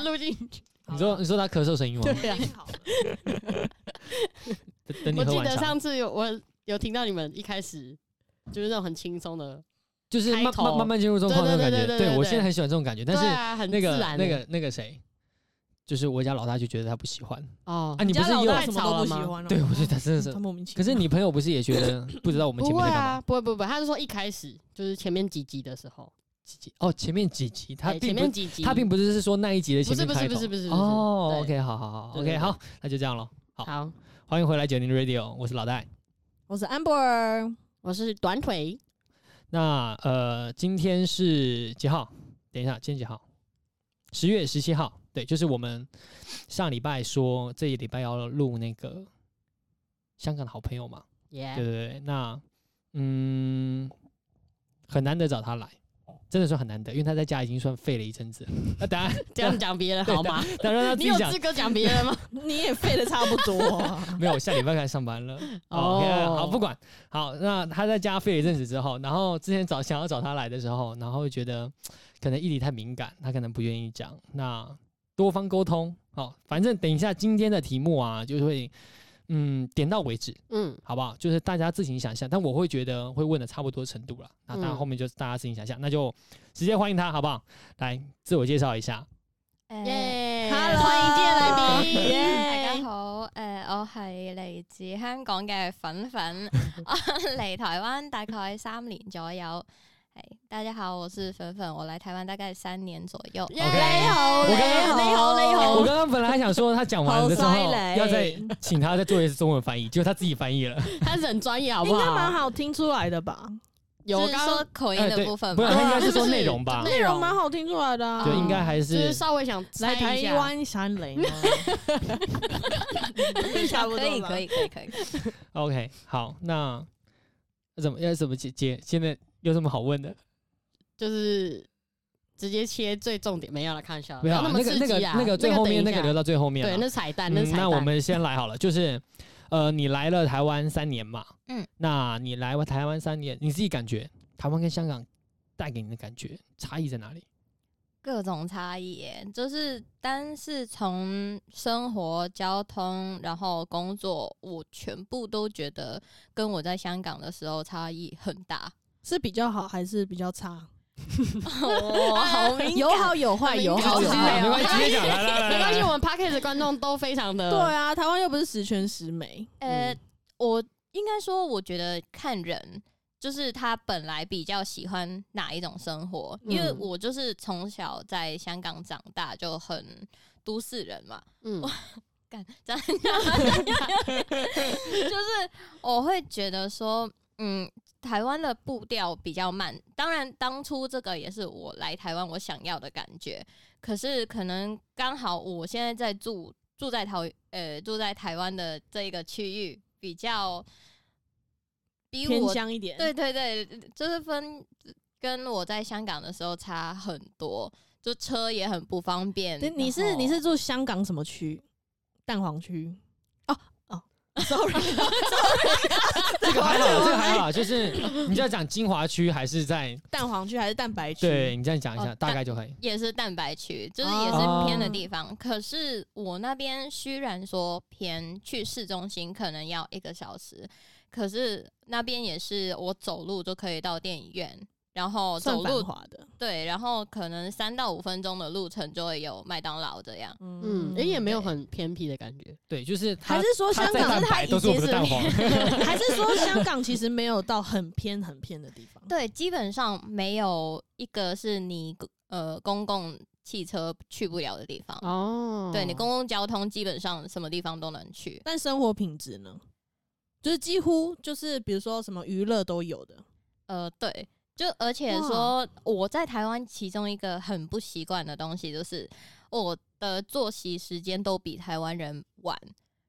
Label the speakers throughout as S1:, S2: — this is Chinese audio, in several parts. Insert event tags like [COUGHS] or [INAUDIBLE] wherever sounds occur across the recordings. S1: 录进去。
S2: 你说你说他咳嗽声音吗？哎
S1: 对啊，
S3: 好了，
S2: 等等你
S1: 我
S2: 喝
S1: 记
S2: 完
S1: 得
S2: 茶，
S1: 上次有我有听到你们一开始就是那种很轻松的，
S2: 就是慢
S1: 开头
S2: 慢慢慢进入状况那种感觉。
S1: 对对对对对对
S2: 我现在很喜欢这种感觉，但
S1: 对
S2: 是
S1: 啊，很
S2: 那
S1: 自
S2: 个
S1: 然
S2: 那
S1: 欸
S2: 个那个谁，就是我家老大就觉得他不喜欢
S1: 哦
S2: 啊。，你不
S3: 家
S2: 是也
S3: 老
S2: 有
S3: 大什么都不喜欢了，哦
S2: 对，我觉得他真的是
S3: 他。莫名其妙。
S2: 可是你朋友不是也觉得 [COUGHS] 不知道我们前
S1: 不
S2: 面
S1: 会
S2: 在干嘛
S1: 啊，？不会不会不会，他是说一开始就是前面几集的时候，
S2: 几集哦，前面几集他
S1: 对哎
S2: 并
S1: 前
S2: 不
S1: 面几集
S2: 他并不是是说那一集的前
S1: 不是
S2: 面
S1: 不是
S2: 开头
S1: 不是不是不是
S2: 哦
S1: 对
S2: ，OK，好好好
S1: 对对
S2: ，OK，
S1: 对
S2: 好，那就这样咯。好
S1: 好，
S2: 欢迎回来九零 Radio，我是老戴。
S3: 我是 Amber，
S1: 我是短腿，
S2: 那呃，今天是几号？等一下，今天几号？十月十七号，对，就是我们上礼拜说这一礼拜要录那个香港的好朋友嘛，
S1: 耶、
S2: 对对对。那嗯，很难得找他来，真的是很难得，因为他在家已经算废了一阵子了。那当然，
S1: 这样讲别人好吗？
S2: 当然他
S1: 你
S2: 自己
S1: 有
S2: 讲
S1: 资，格讲别
S2: [LAUGHS]
S1: 人吗？
S3: [LAUGHS] 你也废的差不多啊、
S1: [LAUGHS]
S2: 没有，我下礼拜开始上班了。
S1: 哦
S2: OK，好，不管好。那他在家废了一阵子之后，然后之前找想要找他来的时候，然后觉得可能议题太敏感，他可能不愿意讲。那多方沟通，好，反正等一下今天的题目啊，就会嗯点到为止，
S1: 嗯，
S2: 好不好？就是大家自行想象，但我会觉得会问的差不多程度了。那当然
S1: 嗯
S2: 后面就是大家自行想象，那就直接欢迎他，好不好？来自我介绍一下，
S4: [LAUGHS] 誒
S1: 耶、
S3: Hello
S1: 欢迎今天
S4: 大
S1: 来
S4: 家
S1: 宾，
S4: 好，誒、呃我係嚟自香港嘅
S3: [LAUGHS]
S4: 粉粉，我嚟台灣大概三年左右。係大家好，我是粉粉，我來台灣大概三年左右。
S1: 耶
S2: OK
S1: 你好，
S2: 我刚
S1: 你
S2: 刚
S1: 好，你好，
S2: 我刚刚本来还想说他讲完的时候
S3: 好犀利
S2: 要再请他再做一次中文翻译，结果他自己翻译了。
S1: 他是很专业，好不
S3: 应该蛮
S1: 好？
S3: 好听出来的吧？
S1: 有我
S4: 是
S1: 刚
S4: 說
S1: 刚
S4: 口
S2: 哎
S4: 音的
S2: 对
S4: 部分
S2: 不
S4: 吧
S2: 然。他应该是说内容吧
S1: 就，是
S3: 内容哦蛮好听出来的、啊，
S2: 就应该还
S1: 就是
S2: 是
S1: 稍微想猜
S3: 来
S1: 一
S3: 台
S1: 下，
S3: 湾山啊雷 [LAUGHS] 吗？
S4: [LAUGHS]
S3: 差不多吧
S4: 可以可以可以可以，
S2: OK。好，那怎么要怎么解解？现在有什么好问的？
S1: 就是直接切最重点，没有了，开玩笑，
S2: 没有啊，
S1: 不要
S2: 那
S1: 那么
S2: 个那
S1: 刺
S2: 个
S1: 激啊
S2: 那个最后面那
S1: 等一
S2: 个
S1: 下
S2: 留到最后面
S1: 对，
S2: 了。
S1: 那彩蛋，那
S2: 嗯
S1: 彩，蛋，
S2: 那我们先来好了，就是呃，你来了台湾三年嘛，嗯
S4: 嗯，
S2: 那你来台湾三年，你自己感觉台湾跟香港带给你的感觉差异在哪里？
S4: 各种差异耶，就是单是从生活、交通，然后工作，我全部都觉得跟我在香港的时候差异很大。
S3: 是比较好还是比较差？
S4: 哇，哦好敏啊 [LAUGHS]
S3: 有好有坏，有
S2: 直
S3: 好
S2: 接
S3: 有
S2: 讲，
S3: 坏
S2: 啊没。关系，直接讲，来来来，
S1: 没关系，
S2: 来
S1: 我们 p a r k e t 观众都非常的
S3: 对啊，台湾又不是十全十美，
S4: 呃，我应该说，我觉得看人，就是他本来比较喜欢哪一种生活，因为
S1: 嗯
S4: 我就是从小在香港长大，就很都市人嘛，
S1: 嗯，
S4: 干 [LAUGHS] 这样 [LAUGHS] 就是我会觉得说，嗯，台湾的步调比较慢。当然，当初这个也是我来台湾我想要的感觉，可是可能刚好我现在在住住在桃呃住在台湾的这一个区域比较比
S3: 偏
S4: 我
S3: 乡一点。
S4: 对，对对，就是分跟我在香港的时候差很多。就车也很不方便。
S3: 你
S4: 然
S3: 是
S4: 后
S3: 你是住香港什么区？蛋黄区。哦哦，sorry，
S2: 这个还好，这个还好，就是你就要讲金华区还是在，
S3: 蛋黄区还是蛋白区？
S2: 对你这样讲一下，
S4: 哦
S2: 大概就可以。
S4: 也是蛋白区，就是
S3: 哦
S4: 也是偏的地方。可是我那边虽然说偏，去市中心可能要一个小时，可是那边也是我走路就可以到电影院，然后
S3: 算
S4: 走
S3: 繁
S4: 路
S3: 华的。
S4: 对，然后可能三到五分钟的路程就会有麦当劳这样。
S1: 嗯，也没有
S4: 对
S1: 很偏僻的感觉，
S2: 对，就是
S3: 还
S2: 它
S3: 是说
S2: 它
S3: 香
S2: 在
S3: 港
S2: 蛋白都是我们的蛋黄。
S3: [LAUGHS] 还是说香港其实没有到很偏很偏的地方？
S4: 对，基本上没有一个是你呃公共汽车去不了的地方。
S1: 哦
S4: 对你公共交通基本上什么地方都能去，
S3: 但生活品质呢？就是几乎就是比如说什么娱乐都有的，
S4: 呃，对，就而且说我在台湾其中一个很不习惯的东西，就是我的作息时间都比台湾人晚，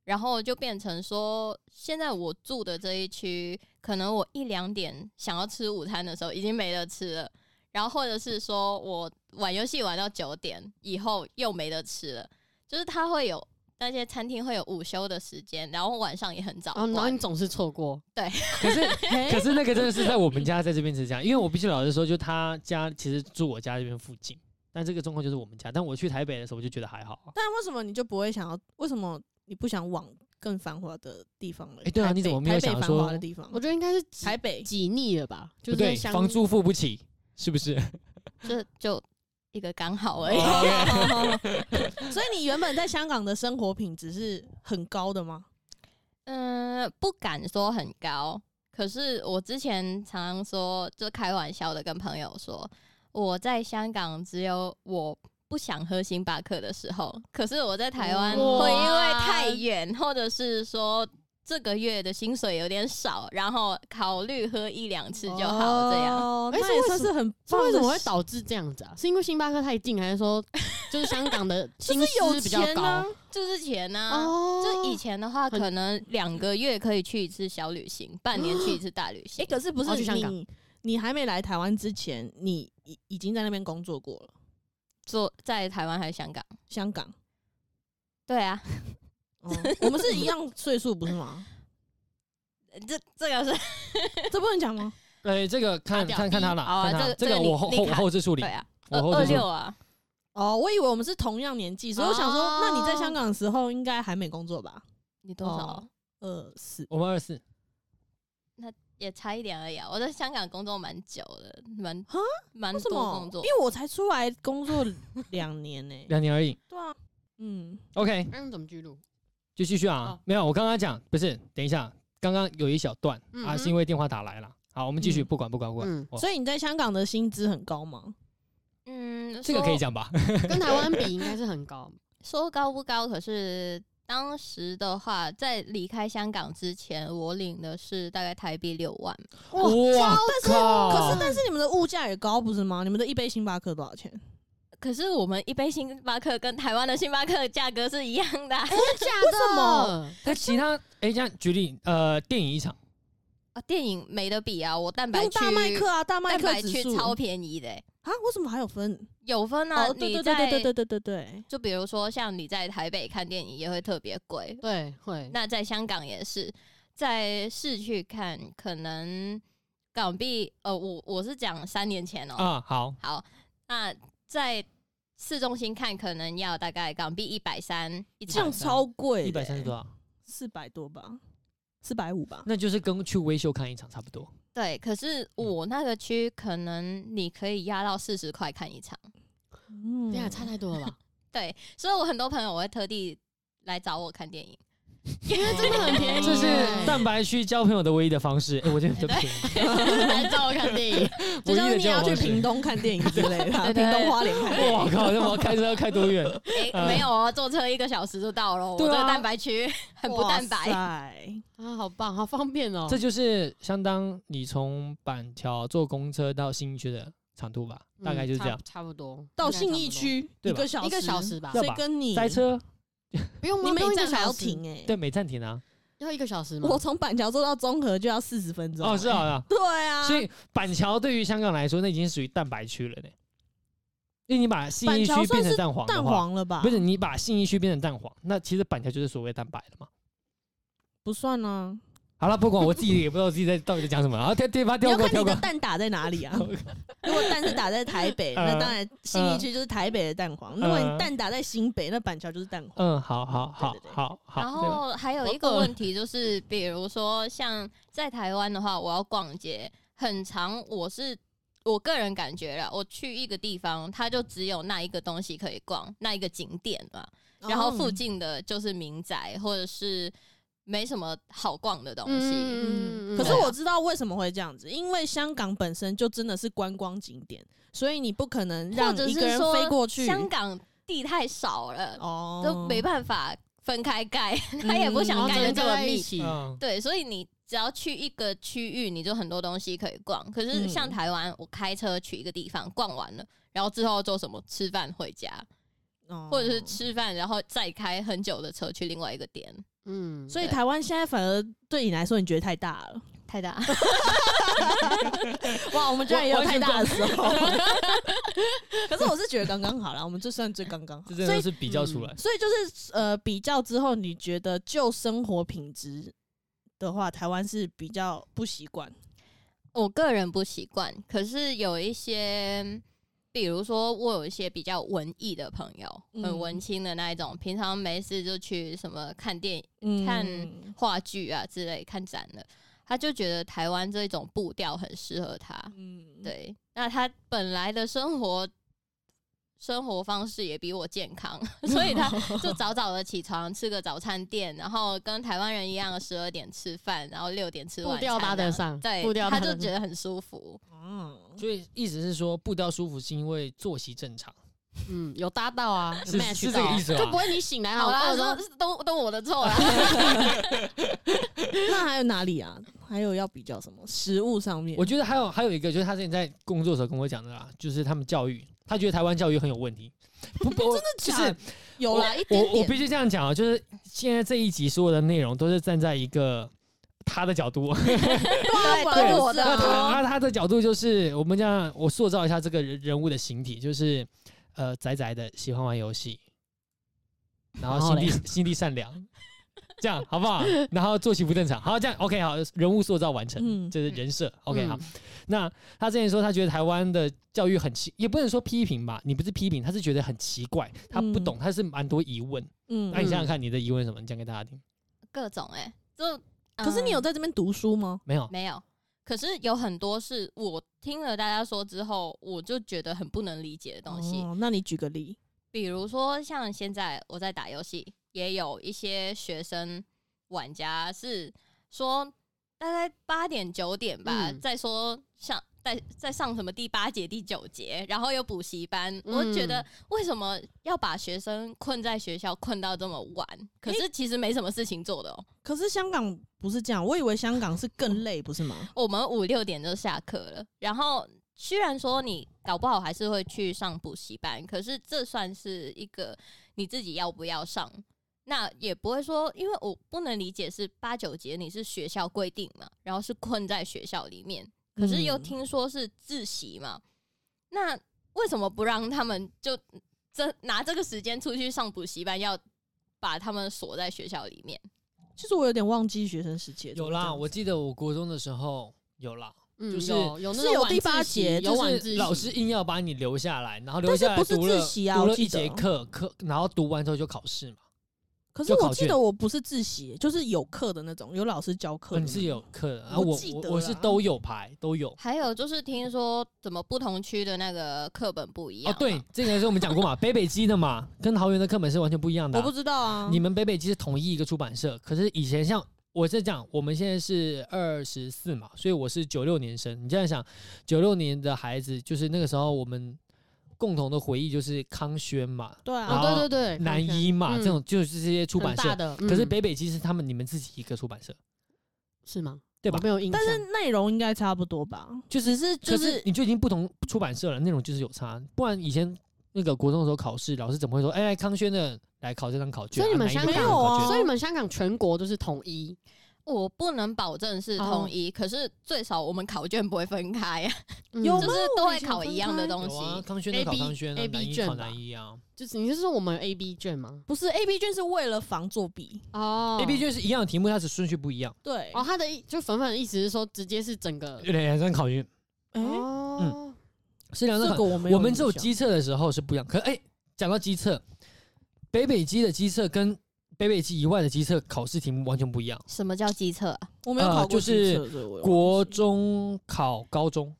S4: 然后就变成说，现在我住的这一区，可能我一两点想要吃午餐的时候已经没得吃了，然后或者是说我玩游戏玩到九点以后又没得吃了，就是它会有。那些餐厅会有午休的时间，然后晚上也很早
S1: 哦，然后
S4: [LAUGHS] 关
S1: 你总是错过，
S2: 可是可是那个真的是在我们家在这边是这样，因为我必须老实说，就他家其实住我家这边附近，但这个状况就是我们家，但我去台北的时候我就觉得还好啊。
S3: 但为什么你就不会想要？为什么你不想往更繁华的地方了？
S2: 哎对啊
S3: 台北
S2: 你怎么没有
S3: 台北
S2: 想
S3: 繁华
S2: 说
S3: 的地方？
S1: 我觉得应该是挤
S2: [LAUGHS]
S3: 台北
S1: 挤腻了吧，就
S2: 不
S1: 是
S2: 对，
S1: 乡
S2: 房租付不起，是不是？
S4: 这就一个刚好而已。
S1: 哦
S3: 所以你原本在香港的生活品质是很高的吗？
S4: 嗯，不敢说很高，可是我之前常常说，就开玩笑的跟朋友说，我在香港只有我。不想喝星巴克的时候，可是我在台湾
S1: 哇
S4: 会因为太远，或者是说这个月的薪水有点少，然后考虑喝一两次就好，这样。
S3: 哦
S1: 哎
S3: 那
S1: 是
S3: 也
S1: 为
S3: 算
S1: 什
S3: 是很
S1: 这
S3: 棒
S1: 为
S3: 的。
S1: 什么会导致这样子啊？是因为星巴克太近，还是说 [LAUGHS] 就是香港的薪
S3: 就是有
S1: 资比较
S3: 钱啊
S1: 高？
S4: 就是钱呢、
S1: 哦
S4: 就以前的话，
S1: 很
S4: 可能两个月可以去一次小旅行，半年去一次大旅
S3: 哎、
S4: 行。
S3: 可是不
S1: 我要去
S3: 是
S1: 香港
S3: 你，你还没来台湾之前，你已已经在那边工作过了，
S4: 做在台湾还是香港？
S3: 香港。
S4: 对啊，
S3: 哦、我们是一样岁数不是吗？
S4: 这这个是
S3: 这不能讲吗？
S2: 呃，这个看
S4: 卡表
S2: 看看他
S4: 好啊
S2: 啦，看
S4: 这
S2: 他
S4: 个
S2: 这
S4: 这
S2: 个
S4: 个你
S2: 我后
S4: 你
S2: 后
S4: 卡
S2: 后置处理
S4: 对，啊，
S2: 我
S4: 二
S2: 后
S4: 二
S2: 置处理
S4: 六。啊，
S3: [LAUGHS] 哦，我以为我们是同样年纪，所以我想说，
S4: 哦
S3: 那你在香港的时候应该还没工作吧？
S4: 你多少？
S3: 哦呃，是
S2: 我们二四，
S4: 也差一点而已啊！我在香港工作蛮久的，蛮
S3: 哈
S4: 蛮
S3: 为什
S4: 多
S3: 么
S4: 工？作
S3: 因。为我才出来工 [LAUGHS] 作两年呢、
S2: 两年而已。
S3: 对啊，嗯，
S2: OK，
S1: 那你怎么记录？
S2: 就继续啊
S1: 好。
S2: 没有，我刚刚讲不是，等一下，刚刚有一小段
S1: 嗯
S2: 啊，
S1: 哼
S2: 是因为电话打来了。好，我们继续，
S3: 嗯
S2: 不管不管不管
S1: 嗯。
S2: 我
S3: 所以你在香港的薪资很高吗？
S4: 嗯，
S2: 这个
S4: 说
S2: 可以讲吧？
S1: 跟台湾比应该是很高，
S4: 说高不高，可是当时的话，在离开香港之前，我领的是大概台币六万。
S2: 哇
S3: 可是
S2: 靠！
S3: 但是你们的物价也高不是吗？你们的一杯星巴克多少钱？
S4: 可是我们一杯星巴克跟台湾的星巴克的价格是一样的啊！
S3: 哎
S4: [LAUGHS]
S1: 假的？什么？
S2: 那其他哎，这样举例，呃，电影一场
S4: 啊电影没得比啊，我蛋白
S3: 用
S4: 区
S3: 大麦克啊，大麦
S4: 蛋
S3: 克
S4: 白
S3: 指
S4: 区
S3: 数
S4: 超便宜的欸、
S3: 啊？为什么还有分？
S4: 有分啊！
S3: 哦，对
S4: 你
S3: 对
S4: 在
S3: 对对对对对对，
S4: 就比如说像你在台北看电影也会特别贵，
S1: 对，会。
S4: 那在香港也是，在市区看可能港币，呃，我我是讲三年前哦、
S2: 啊，好，
S4: 好，那在市中心看可能要大概港币一百三一
S3: 这样
S4: 场，
S3: 超贵的欸，
S2: 一百三十多少？啊
S3: 四百多吧，四百五吧。
S2: 那就是跟去微秀看一场差不多。
S4: 对。可是我那个区可能你可以压到四十块看一场，
S3: 嗯
S1: 对啊，差太多了吧？
S4: 对，所以我很多朋友我会特地来找我看电影，
S1: 因为 [LAUGHS] 真的很便宜耶，
S2: 这是
S1: 但
S2: 蛋白区交朋友的唯一的方式。哎，我觉得很便
S3: [LAUGHS]
S2: 宜，
S1: 来找我看电影，
S2: 唯一
S3: 就像是
S2: 的
S3: 你
S2: 交
S3: 要
S2: 友
S3: 去
S2: 方
S3: 屏
S2: 式。
S3: 东看电影之类 [LAUGHS] 的啊，
S4: 对对
S3: 屏东花莲看电
S2: 哇
S3: [LAUGHS] 影。
S2: 靠！那我要开车要开多
S3: [LAUGHS]
S2: 远？
S4: 诶、
S2: 呃
S4: 没有哦，坐车一个小时就到了，我
S2: 对
S4: 这
S2: 啊
S4: 个蛋白区 [LAUGHS] 很不蛋白。
S3: 白， [LAUGHS]
S1: 啊，好棒，好方便哦。
S2: 这就是相当你从板桥坐公车到新区的长度吧，
S1: 嗯
S2: 大概就是这样。
S1: 差差不多。
S3: 到
S1: 应该差不
S3: 信
S1: 多
S3: 义，区
S2: 对
S3: 一
S2: 吧
S3: 个小时，
S1: 一个小时吧
S2: 要
S3: 谁
S2: 吧
S3: 跟你
S2: 塞？车，
S1: 不用吗
S3: 你每
S1: 不用
S3: 一
S1: 一
S3: 站
S1: 个
S3: 还
S1: 小
S3: 要
S1: 时，
S3: 停哎。
S2: 对，没暂停啊。
S1: 要一个小时吗？
S3: [LAUGHS] 我从板桥坐到中和就要四十分钟。
S2: 哦，是啊，是啊。
S3: [LAUGHS] 对嗯啊，
S2: 所以板桥对于香港来说，那已经属于蛋白区了呢。因为你把信义
S3: 板
S2: 区
S3: 桥
S2: 变
S3: 算
S2: 成
S3: 是
S2: 蛋黄的
S3: 蛋
S2: 话，
S3: 黄了吧？
S2: 不是你把信义区变成蛋黄，那其实板桥就是所谓蛋白了嘛。
S3: 不算啊。
S2: 好了，不管我自己也不知道自己在到底在讲什么，然后跳跳吧，
S3: 你
S2: 跳
S3: 要
S2: 过
S3: 看
S2: 跳
S3: 你
S2: 过
S3: 的。蛋打在哪
S2: [LAUGHS]
S3: 里啊？如果蛋是打在台北，
S2: 呃
S3: 那当然信义区就是台北的蛋黄；如果你蛋打在新北，那板桥就是蛋黄。
S2: 嗯，好好好
S3: 对对对
S2: 好好。
S4: 然
S2: 对吧
S4: 后还有
S2: 我
S4: 一个
S2: 饿
S4: 问题就是，比如说像在台湾的话，我要逛街，很长，我是我个人感觉啦，我去一个地方，它就只有那一个东西可以逛，那一个景点嘛，呃然后附
S3: 哦
S4: 近的就是民宅或者是没什么好逛的东西。
S3: 嗯，
S1: 哦嗯，
S3: 可是我知道为什么会这样子，因为香港本身就真的是观光景点，所以你不可能
S4: 或
S3: 让
S4: 者
S3: 一个
S4: 是
S3: 人
S4: 说
S3: 飞过去。
S4: 香港地太少了，
S3: 哦，
S4: 都没办法分开盖，他也不
S1: 然
S4: 想
S1: 后
S4: 盖
S1: 整
S4: 的
S1: 个
S4: 这
S1: 在
S4: 么
S1: 一
S4: 密。
S1: 起，
S2: 嗯，
S4: 对，所以你只要去一个区域，你就很多东西可以逛。可是
S3: 嗯
S4: 像台湾，我开车去一个地方逛完了，然后之后做什么？吃饭回家，
S3: 哦
S4: [LAUGHS] 或者是吃饭，然后再开很久的车去另外一个点，
S1: 嗯，
S3: 所以
S4: 对
S3: 台湾现在反而对你来说，你觉得太大了。
S4: 太大。 [LAUGHS]
S3: 哇， [LAUGHS] 我们居然也啊有
S2: 完
S3: 太
S2: 全
S3: 大的时候。 [LAUGHS] 可是我是觉得刚刚好啦，我们就算最刚刚好。
S2: 这
S3: 所
S2: 真的
S3: 以，
S2: 是比较出来。
S3: 所以就是呃，比较之后，你觉得就生活品质的话，台湾是比较不习惯。
S4: 我个人不习惯，可是有一些比如说我有一些比较文艺的朋友，很
S3: 嗯
S4: 文青的那一种，平常没事就去什么看电影、
S3: 嗯
S4: 看话剧啊之类、看展的，他就觉得台湾这种步调很适合他。
S3: 嗯， [LAUGHS]
S4: 对，那他本来的生活生活方式也比我健康，所以他就早早的起床吃个早餐店，然后跟台湾人一样十二点吃饭，然后六点吃晚
S1: 步
S4: 餐，
S1: 调搭得上，
S4: 对
S1: 步，调
S4: 他
S1: 搭
S4: 就
S1: 得
S4: 觉
S1: 上。
S4: 得很舒服。
S3: 哦，
S2: 所以意思是说步调舒服是因为作息正常，
S1: 嗯，有搭到啊
S2: 是
S1: ，match
S2: 是这个
S1: 到
S2: 意思
S1: 就
S2: 吧嗯
S1: 不会你醒来
S4: 好
S1: 好
S4: 啦，
S1: 饿说
S4: 都都都我的错啦。
S3: [LAUGHS] 那还有哪里啊？还有要比较什么？食物上面，
S2: 我觉得还有还有一个就是他之前在工作的时候跟我讲的啦，就是他们教育，他觉得台湾教育很有问
S3: [LAUGHS]
S2: 题。不不，真的
S3: 假的有啦一点
S2: 我我
S3: 点
S2: 必须这样讲啊，就是现在这一集所有的内容都是站在一个他的角度，
S4: 对，
S3: 本
S4: 都
S3: 来
S4: 是
S3: 就是
S4: 我的
S2: 那
S3: 啊
S4: 错。
S2: 他他他的角度就是我们这样，我塑造一下这个人人物的形体，就是呃宅宅的，喜欢玩游戏，然后
S1: 然
S2: 心
S1: 后
S2: 地心地善良，这样好不好？然后作息不正常，好这样 OK 好，人物塑造完成，
S3: 嗯
S2: 这是人设 OK
S1: 嗯
S2: 好。那他之前说他觉得台湾的教育很奇，也不能说批评吧，你不是批评，他是觉得很奇怪，他不
S3: 嗯
S2: 懂，他是蛮多疑问。
S3: 嗯
S2: 那、你想想看，你的疑问是什么？你讲给大家听。
S4: 各种哎、就
S3: 可是你有
S4: 嗯
S3: 在这边读书吗？
S2: 没有，
S4: 没有？可是有很多是我听了大家说之后，我就觉得很不能理解的东西。
S3: 哦，那你举个例，
S4: 比如说像现在我在打游戏，也有一些学生玩家是说，大概八点九点吧，
S1: 嗯
S4: 再说上再再上什么第八节、第九节，然后有补习班。我觉得
S1: 嗯
S4: 为什么要把学生困在学校困到这么晚？可是其实没什么事情做的哦、
S3: 可是香港不是这样，我以为香港是更累，不是吗？
S4: 我们五六点就下课了，然后虽然说你搞不好还是会去上补习班，可是这算是一个你自己要不要上，那也不会说，因为我不能理解是八九节你是学校规定嘛，然后是困在学校里面，可是又
S3: 嗯
S4: 听说是自习嘛，那为什么不让他们就这拿这个时间出去上补习班，要把他们锁在学校里面？
S3: 其实我有点忘记学生时期了
S2: 有啦，我记得我国中的时候有啦，
S1: 嗯
S2: 就是
S1: 有有那
S3: 是
S1: 种
S3: 有
S1: 晚
S3: 第八
S1: 自习
S3: 节就
S1: 有晚
S2: 就
S1: 自
S2: 是
S1: 习，
S2: 老师硬要把你留下来，然后留
S3: 但是
S2: 下来
S3: 不是
S2: 读了
S3: 自习啊
S2: 读
S3: 我
S2: 了
S3: 记
S2: 一节
S3: 得
S2: 课课，然后读完之后就考试嘛。
S3: 可是
S2: 就考
S3: 我记得
S2: 卷
S3: 我不是自习，就是有课的那种，有老师教课
S2: 哦
S3: 的
S2: 你
S3: 那种。
S2: 是有课的，啊
S3: 我
S2: 我
S3: 记
S2: 我
S3: 得
S2: 我是
S3: 啦
S2: 都有排都有。
S4: 还有就是听说怎么不同区的那个课本不一样
S2: 哦
S4: 嘛、，
S2: 对，这个是我们讲过
S3: [LAUGHS]
S2: 嘛，北北基的嘛，跟桃园的课本是完全不一样的啊、
S3: 我不知道啊。
S2: 你们北北基是统一一个出版社，可是以前像我在讲，我们现在是二十四嘛，所以我是九六年生。你这样想，九六年的孩子，就是那个时候我们共同的回忆就是康轩嘛、
S3: 对
S2: 然
S1: 哦，
S3: 啊，
S1: 对
S2: 后
S1: 对对，
S2: 南
S1: 康轩
S2: 一
S1: 嗯
S2: 嘛，这种就是这些出
S1: 很
S2: 版
S1: 大
S2: 社。
S1: 的，
S2: 可是
S1: 嗯
S2: 北北基是他们你们自己一个出版社，
S1: 是吗？
S2: 对吧
S1: 我没有印象，
S3: 但是内容应该差不多吧？
S2: 就
S3: 只是
S2: 可
S3: 就
S2: 是
S3: 是
S2: 你就已经不同出版社了，内容就是有差。不然以前那个国中的时候考试，老师怎么会说，哎、康轩的来考这张考
S1: 所
S2: 卷、
S1: 以
S2: 啊？
S1: 你们
S2: 哪一个
S1: 香港
S2: 考卷考
S3: 哦
S2: 卷
S1: 所以你们香港全国都是统一，
S4: 我不能保证是
S3: 哦
S4: 统一，可是最少我们考卷不会分开，啊
S1: 嗯
S3: 有
S4: [LAUGHS] 就
S3: 吗
S4: 是都会考
S1: 我以前分开
S4: 一样的东
S2: 有啊，
S4: 西。
S2: 康轩的考
S1: AB
S2: 康轩啊，
S1: AB
S2: 南一
S1: 卷
S2: 考
S1: 吧
S2: 南一啊
S1: 就是你是说我们有 A B 卷吗？
S3: 不是 A B 卷是为了防作弊？
S1: 哦
S2: ，A B 卷是一样的题目，它是顺序不一样，
S3: 对
S1: 哦，他的意就粉粉的意思是说直接是整个
S2: 两张考卷
S3: 哎，
S1: 哦，
S2: 是两张
S3: 这
S2: 考
S3: 个我没
S2: 我们只有
S3: 印象
S2: 机测的时候是不一样。可哎，讲到机测，北北基的机测跟北北基以外的机测考试题目完全不一样。
S4: 什么叫机测啊？
S3: 我没有考
S2: 呃就
S3: 过
S2: 是
S3: 机测所以我有
S2: 国
S3: 忘记
S2: 中考高中，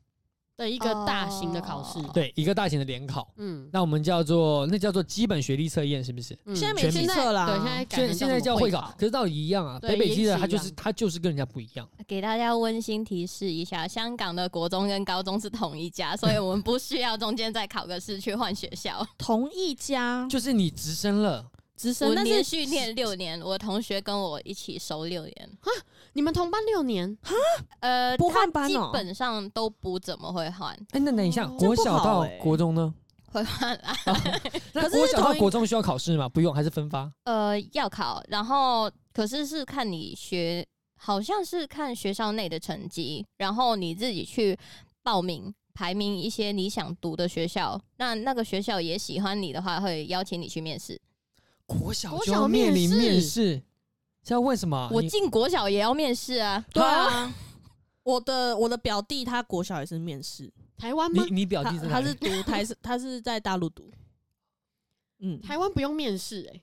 S1: 的一个大型的考试，
S4: 哦
S2: 对一个大型的联考，
S1: 嗯，
S2: 那我们叫做那叫做基本学历测验，是不是？
S1: 嗯
S3: 现在没
S2: 全
S3: 机
S2: 民
S3: 测啦，
S1: 对，现在改
S2: 现
S1: 成
S2: 现在
S1: 什
S2: 叫
S1: 么
S2: 会
S1: 会
S2: 考，可是道理一样啊。
S1: 对
S2: 北北基的它
S1: 也是
S2: 就
S1: 一
S2: 是
S1: 样
S2: 它就是跟人家不一样。
S4: 给大家温馨提示一下，香港的国中跟高中是同一家，所以我们不需要中间再考个试去换学
S3: [LAUGHS]
S4: 校。
S3: 同一家
S2: 就是你直升了，
S3: 直
S4: 我
S3: 升，但
S4: 连
S3: 是
S4: 续念六年，我同学跟我一起收六年，
S1: 你们同班六年，
S4: 呃，
S3: 不
S4: 他
S3: 换班
S4: 基
S3: 哦
S4: 本上都不怎么会换，
S2: 哎，那等一下，
S1: 哦
S2: 国
S3: 这不
S2: 小
S3: 好
S2: 到
S3: 欸
S2: 国中呢？啊
S4: 会换啦。
S2: 那
S3: 可是
S2: 国小
S3: 同
S2: 到
S3: 一
S2: 国中需要考试吗？不用，还是分发？
S4: 呃，要考，然后可是是看你学，好像是看学校内的成绩，然后你自己去报名排名一些你想读的学校。那那个学校也喜欢你的话，会邀请你去面试。
S2: 国小
S1: 国
S2: 就要
S1: 小
S2: 面
S1: 面
S2: 临
S1: 试
S2: 面试，是要问什么啊？
S4: 我
S2: 你
S4: 进国小也要面试啊，
S3: 对啊，我的我的表弟他国小也是面试，
S1: 台湾
S2: 你
S1: 吗？
S2: 你表
S3: 他
S2: 弟是
S3: 他
S2: 哪里
S3: 是读台是他是在大陆读，嗯，
S1: 台湾不用面试哎、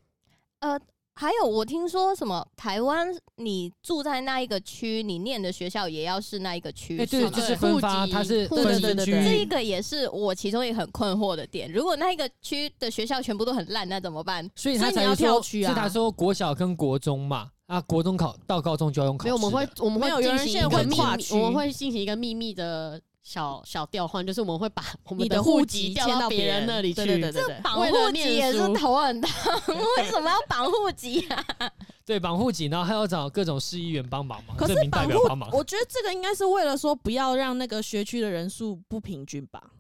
S4: 还有我听说什么台湾，你住在那一个区，你念的学校也要是那一个区，
S2: 哎、对，
S4: 吗
S2: 就是
S1: 对
S2: 分
S1: 户
S2: 发，
S1: 籍
S2: 它是
S1: 户
S2: 分
S3: 籍
S2: 分
S3: 对对
S2: 区
S3: 对
S4: 这一个也是我其中也很困惑的点。如果那一个区的学校全部都很烂，那怎么办？
S2: 所以
S3: 所
S2: 他
S3: 以你
S2: 才
S3: 要
S2: 会
S3: 跳
S2: 说，
S3: 区
S2: 所以
S3: 啊
S2: 他说国小跟国中嘛，啊，国中考到高中就要用考
S1: 没
S2: 试
S1: 有，
S2: 的。
S1: 我们会我们
S3: 啊没有
S1: 会
S3: 有
S1: 进
S3: 人
S1: 行
S3: 现在
S1: 一
S3: 会
S1: 个秘
S3: 跨
S1: 密
S3: 区
S1: 我们会进行一个秘密的小小调换，就是我们会把我们
S3: 你的
S1: 户
S3: 籍
S1: 籍
S3: 迁
S1: 调
S3: 到
S1: 别
S3: 别
S1: 人那里去。
S3: 对对对对对，
S4: 绑
S1: 为了
S4: 户籍也
S1: 念
S4: 是
S1: 书
S4: 头很大，
S1: [LAUGHS]
S4: 为什么要绑户籍啊？
S2: 对绑户籍，然后还要找各种市议员帮忙嘛，
S3: 可
S2: 证
S3: 是
S2: 明代
S3: 绑
S2: 表
S3: 户
S2: 帮忙，。
S3: 我觉得这个应该是为了说不要让那个学区的人数不平均吧？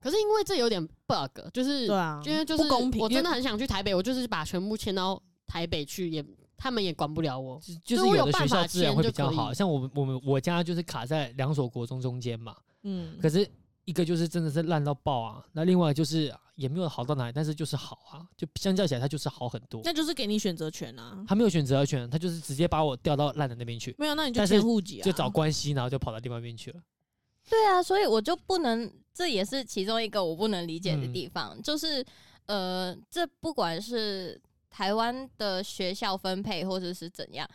S1: 可是因为这有点 bug，就是
S3: 对啊，
S1: 因为就是
S3: 不公平
S1: 我真的
S3: 因为
S1: 很想去台北，我就是把全部迁到台北去，也他们也管不了我。就是
S2: 就就
S1: 是我有
S2: 有的学
S1: 办
S2: 校
S1: 法
S2: 自然
S1: 签
S2: 会比
S1: 就
S2: 较
S1: 可以
S2: 好，像我们我们我家就是卡在两所国中中间嘛，
S3: 嗯，
S2: 可是一个就是真的是烂到爆啊，那另外就是也没有好到哪里，但是就是好啊，就相较起来它就是好很多。
S3: 那就是给你选择权啊。
S2: 他没有选择权，他就是直接把我调到烂的那边去，
S3: 没有，那你就
S2: 但是
S3: 迁户籍啊，
S2: 就找关系，然后就跑到另外一边去了。
S4: 对啊，所以我就不能，这也是其中一个我不能理解的
S2: 嗯
S4: 地方，就是呃，这不管是台湾的学校分配或者是怎样，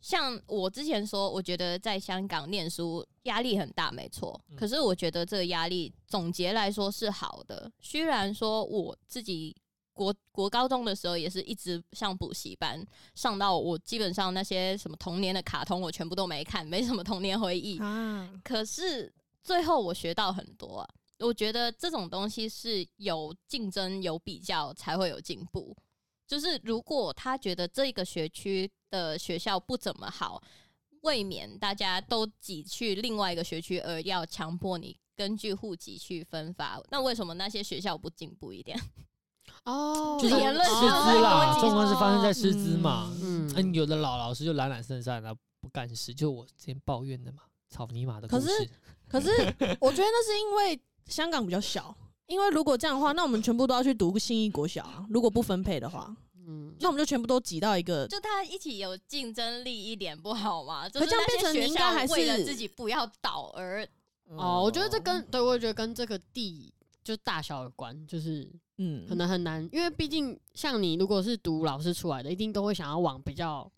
S4: 像我之前说，我觉得在香港念书压力很大，没错
S2: 嗯。
S4: 可是我觉得这个压力总结来说是好的，虽然说我自己。国国高中的时候也是一直上补习班，上到我基本上那些什么童年的卡通我全部都没看，没什么童年回忆。
S3: 啊，
S4: 可是最后我学到很多啊。我觉得这种东西是有竞争、有比较才会有进步。就是如果他觉得这个学区的学校不怎么好，未免大家都挤去另外一个学区，而要强迫你根据户籍去分发。那为什么那些学校不进步一点？
S1: 哦
S2: 就是
S4: [LAUGHS] 言论
S2: 师
S4: 自由
S2: 资啦，
S4: 哦
S2: 状况是发生在师资嘛。
S1: 啊嗯
S3: 哎
S2: 嗯，有的老老师就懒懒散散的不干事，就我之前抱怨的嘛，草泥马的故
S3: 可
S2: 事。
S3: 是可是
S2: [LAUGHS]
S3: 我觉得那是因为香港比较小，因为如果这样的话，那我们全部都要去读信义国小啊。如果不分配的话，
S1: 嗯，
S3: 那我们就全部都挤到一个。
S4: 就大家一起有竞争力一点不好吗？就是
S3: 这样
S4: 那些
S3: 变成你
S4: 学
S3: 应该
S4: 校
S3: 还是
S4: 为了自己不要倒而
S1: 哦，我觉得这跟对我也觉得跟这个地就大小有关，就是
S3: 嗯
S1: 可能很难，因为毕竟像你如果是读老师出来的，一定都会想要往比较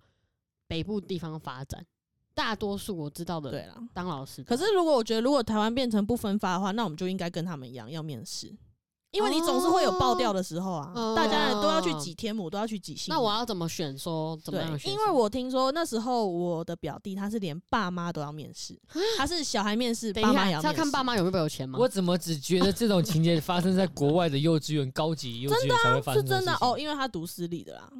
S1: 北部地方发展。大多数我知道的，
S3: 对啦。
S1: 当老师的，
S3: 可是如果我觉得如果台湾变成不分发的话，那我们就应该跟他们一样要面试，因为你总是会有爆掉的时候啊，
S1: 哦
S3: 大家都要去
S1: 哦
S3: 挤天母，都要去挤信义。
S1: 那我要怎么选？说怎么
S3: 对
S1: 样，选？
S3: 因为我听说那时候我的表弟他是连爸妈都要面
S1: [GASPS]
S3: 试，他是小孩面试，
S1: 啊等
S3: 爸
S1: 一
S3: 妈
S1: 下
S3: 也要
S1: 是要
S3: 面
S1: 看
S3: 试
S1: 爸。妈有没有钱吗？
S2: 我怎么只觉得这种情节发生在国外的幼稚园、高级幼稚
S1: 啊
S2: 园才会发
S3: 是
S2: 生这种
S3: 真
S2: 事情？
S3: 的哦，因为他读私立的啦，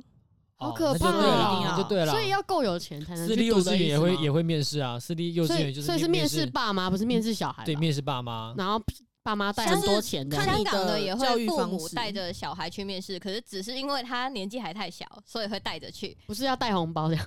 S2: 哦，
S1: 好可
S2: 那就
S1: 怕
S2: 对了
S1: 哦
S2: 那就对了。
S1: 所以要够有钱才能
S2: 私立
S1: 去
S2: 幼
S1: 读
S2: 稚
S1: 的
S2: 园
S1: 意
S2: 也
S1: 思
S2: 会
S1: 吗
S2: 也会面试啊，私立幼稚
S1: 所以
S2: 园就是
S1: 所以是面
S2: 面
S1: 试啊爸妈，不是面试小孩吧。
S2: 对面试爸妈。
S1: 然后爸妈带很多钱的，
S3: 看
S4: 香
S3: 你
S4: 港的
S3: 的
S4: 也
S3: 教
S4: 会
S3: 育
S4: 父
S3: 方
S4: 母
S3: 式
S4: 带着小孩去面试，可是只是因为他年纪还太小，所以会带着去。 [LAUGHS]
S1: 不是要带红包这样。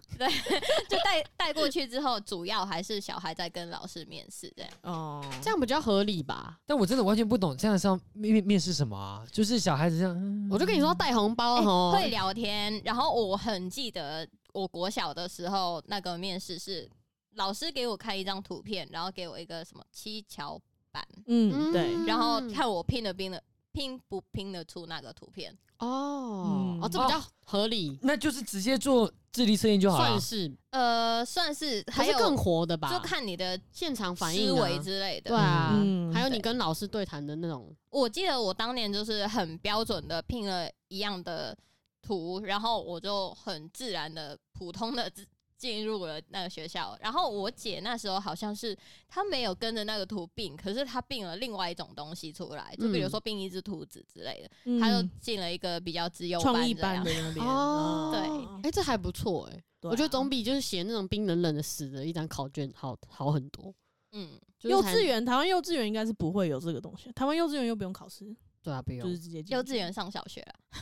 S4: 就带带过去之后，主要还是小孩在跟老师面试这样。
S3: 哦，
S1: 这样比较合理吧？
S2: 但我真的完全不懂这样是要面面面试什么啊？就是小孩子这样，嗯
S1: 我就跟你说带红包
S4: 欸
S1: 哦，
S4: 会聊天，然后我很记得我国小的时候那个面试是老师给我看一张图片，然后给我一个什么七巧板，
S3: 嗯，对，
S1: 嗯
S4: 然后看我拼的拼的拼不拼得出那个图片。
S1: 哦
S3: 嗯
S1: 哦，这比较合理，
S2: 那就是直接做智力测验就好了
S1: 算。是
S4: 呃，算是
S1: 还
S4: 还
S1: 是
S4: 有
S1: 更活的吧？
S4: 就看你的
S1: 现场反
S4: 思
S1: 应啊
S4: 维之类的
S1: 对。啊，
S3: 嗯
S1: 还有
S4: 对
S1: 你跟老师对谈的那种，
S4: 我记得我当年就是很标准的拼了一样的图，然后我就很自然的、普通的进入了那个学校。然后我姐那时候好像是她没有跟着那个图并，可是她并了另外一种东西出来，就比如说并一只兔子之类的，
S3: 嗯
S4: 她就进了一个比较资优
S3: 创意
S4: 这样
S3: 班的。那边
S1: 哦
S4: 对
S1: 哎，这还不错哎，
S3: 对啊
S1: 我觉得总比就是写那种冰冷冷的死的一张考卷好好很多。
S4: 嗯，
S1: 就是
S3: 幼
S1: 才
S3: 稚园，台湾幼稚园应该是不会有这个东西，台湾幼稚园又不用考试，
S1: 对啊，不用
S3: 就是直接进去
S4: 幼稚园上小学啊了。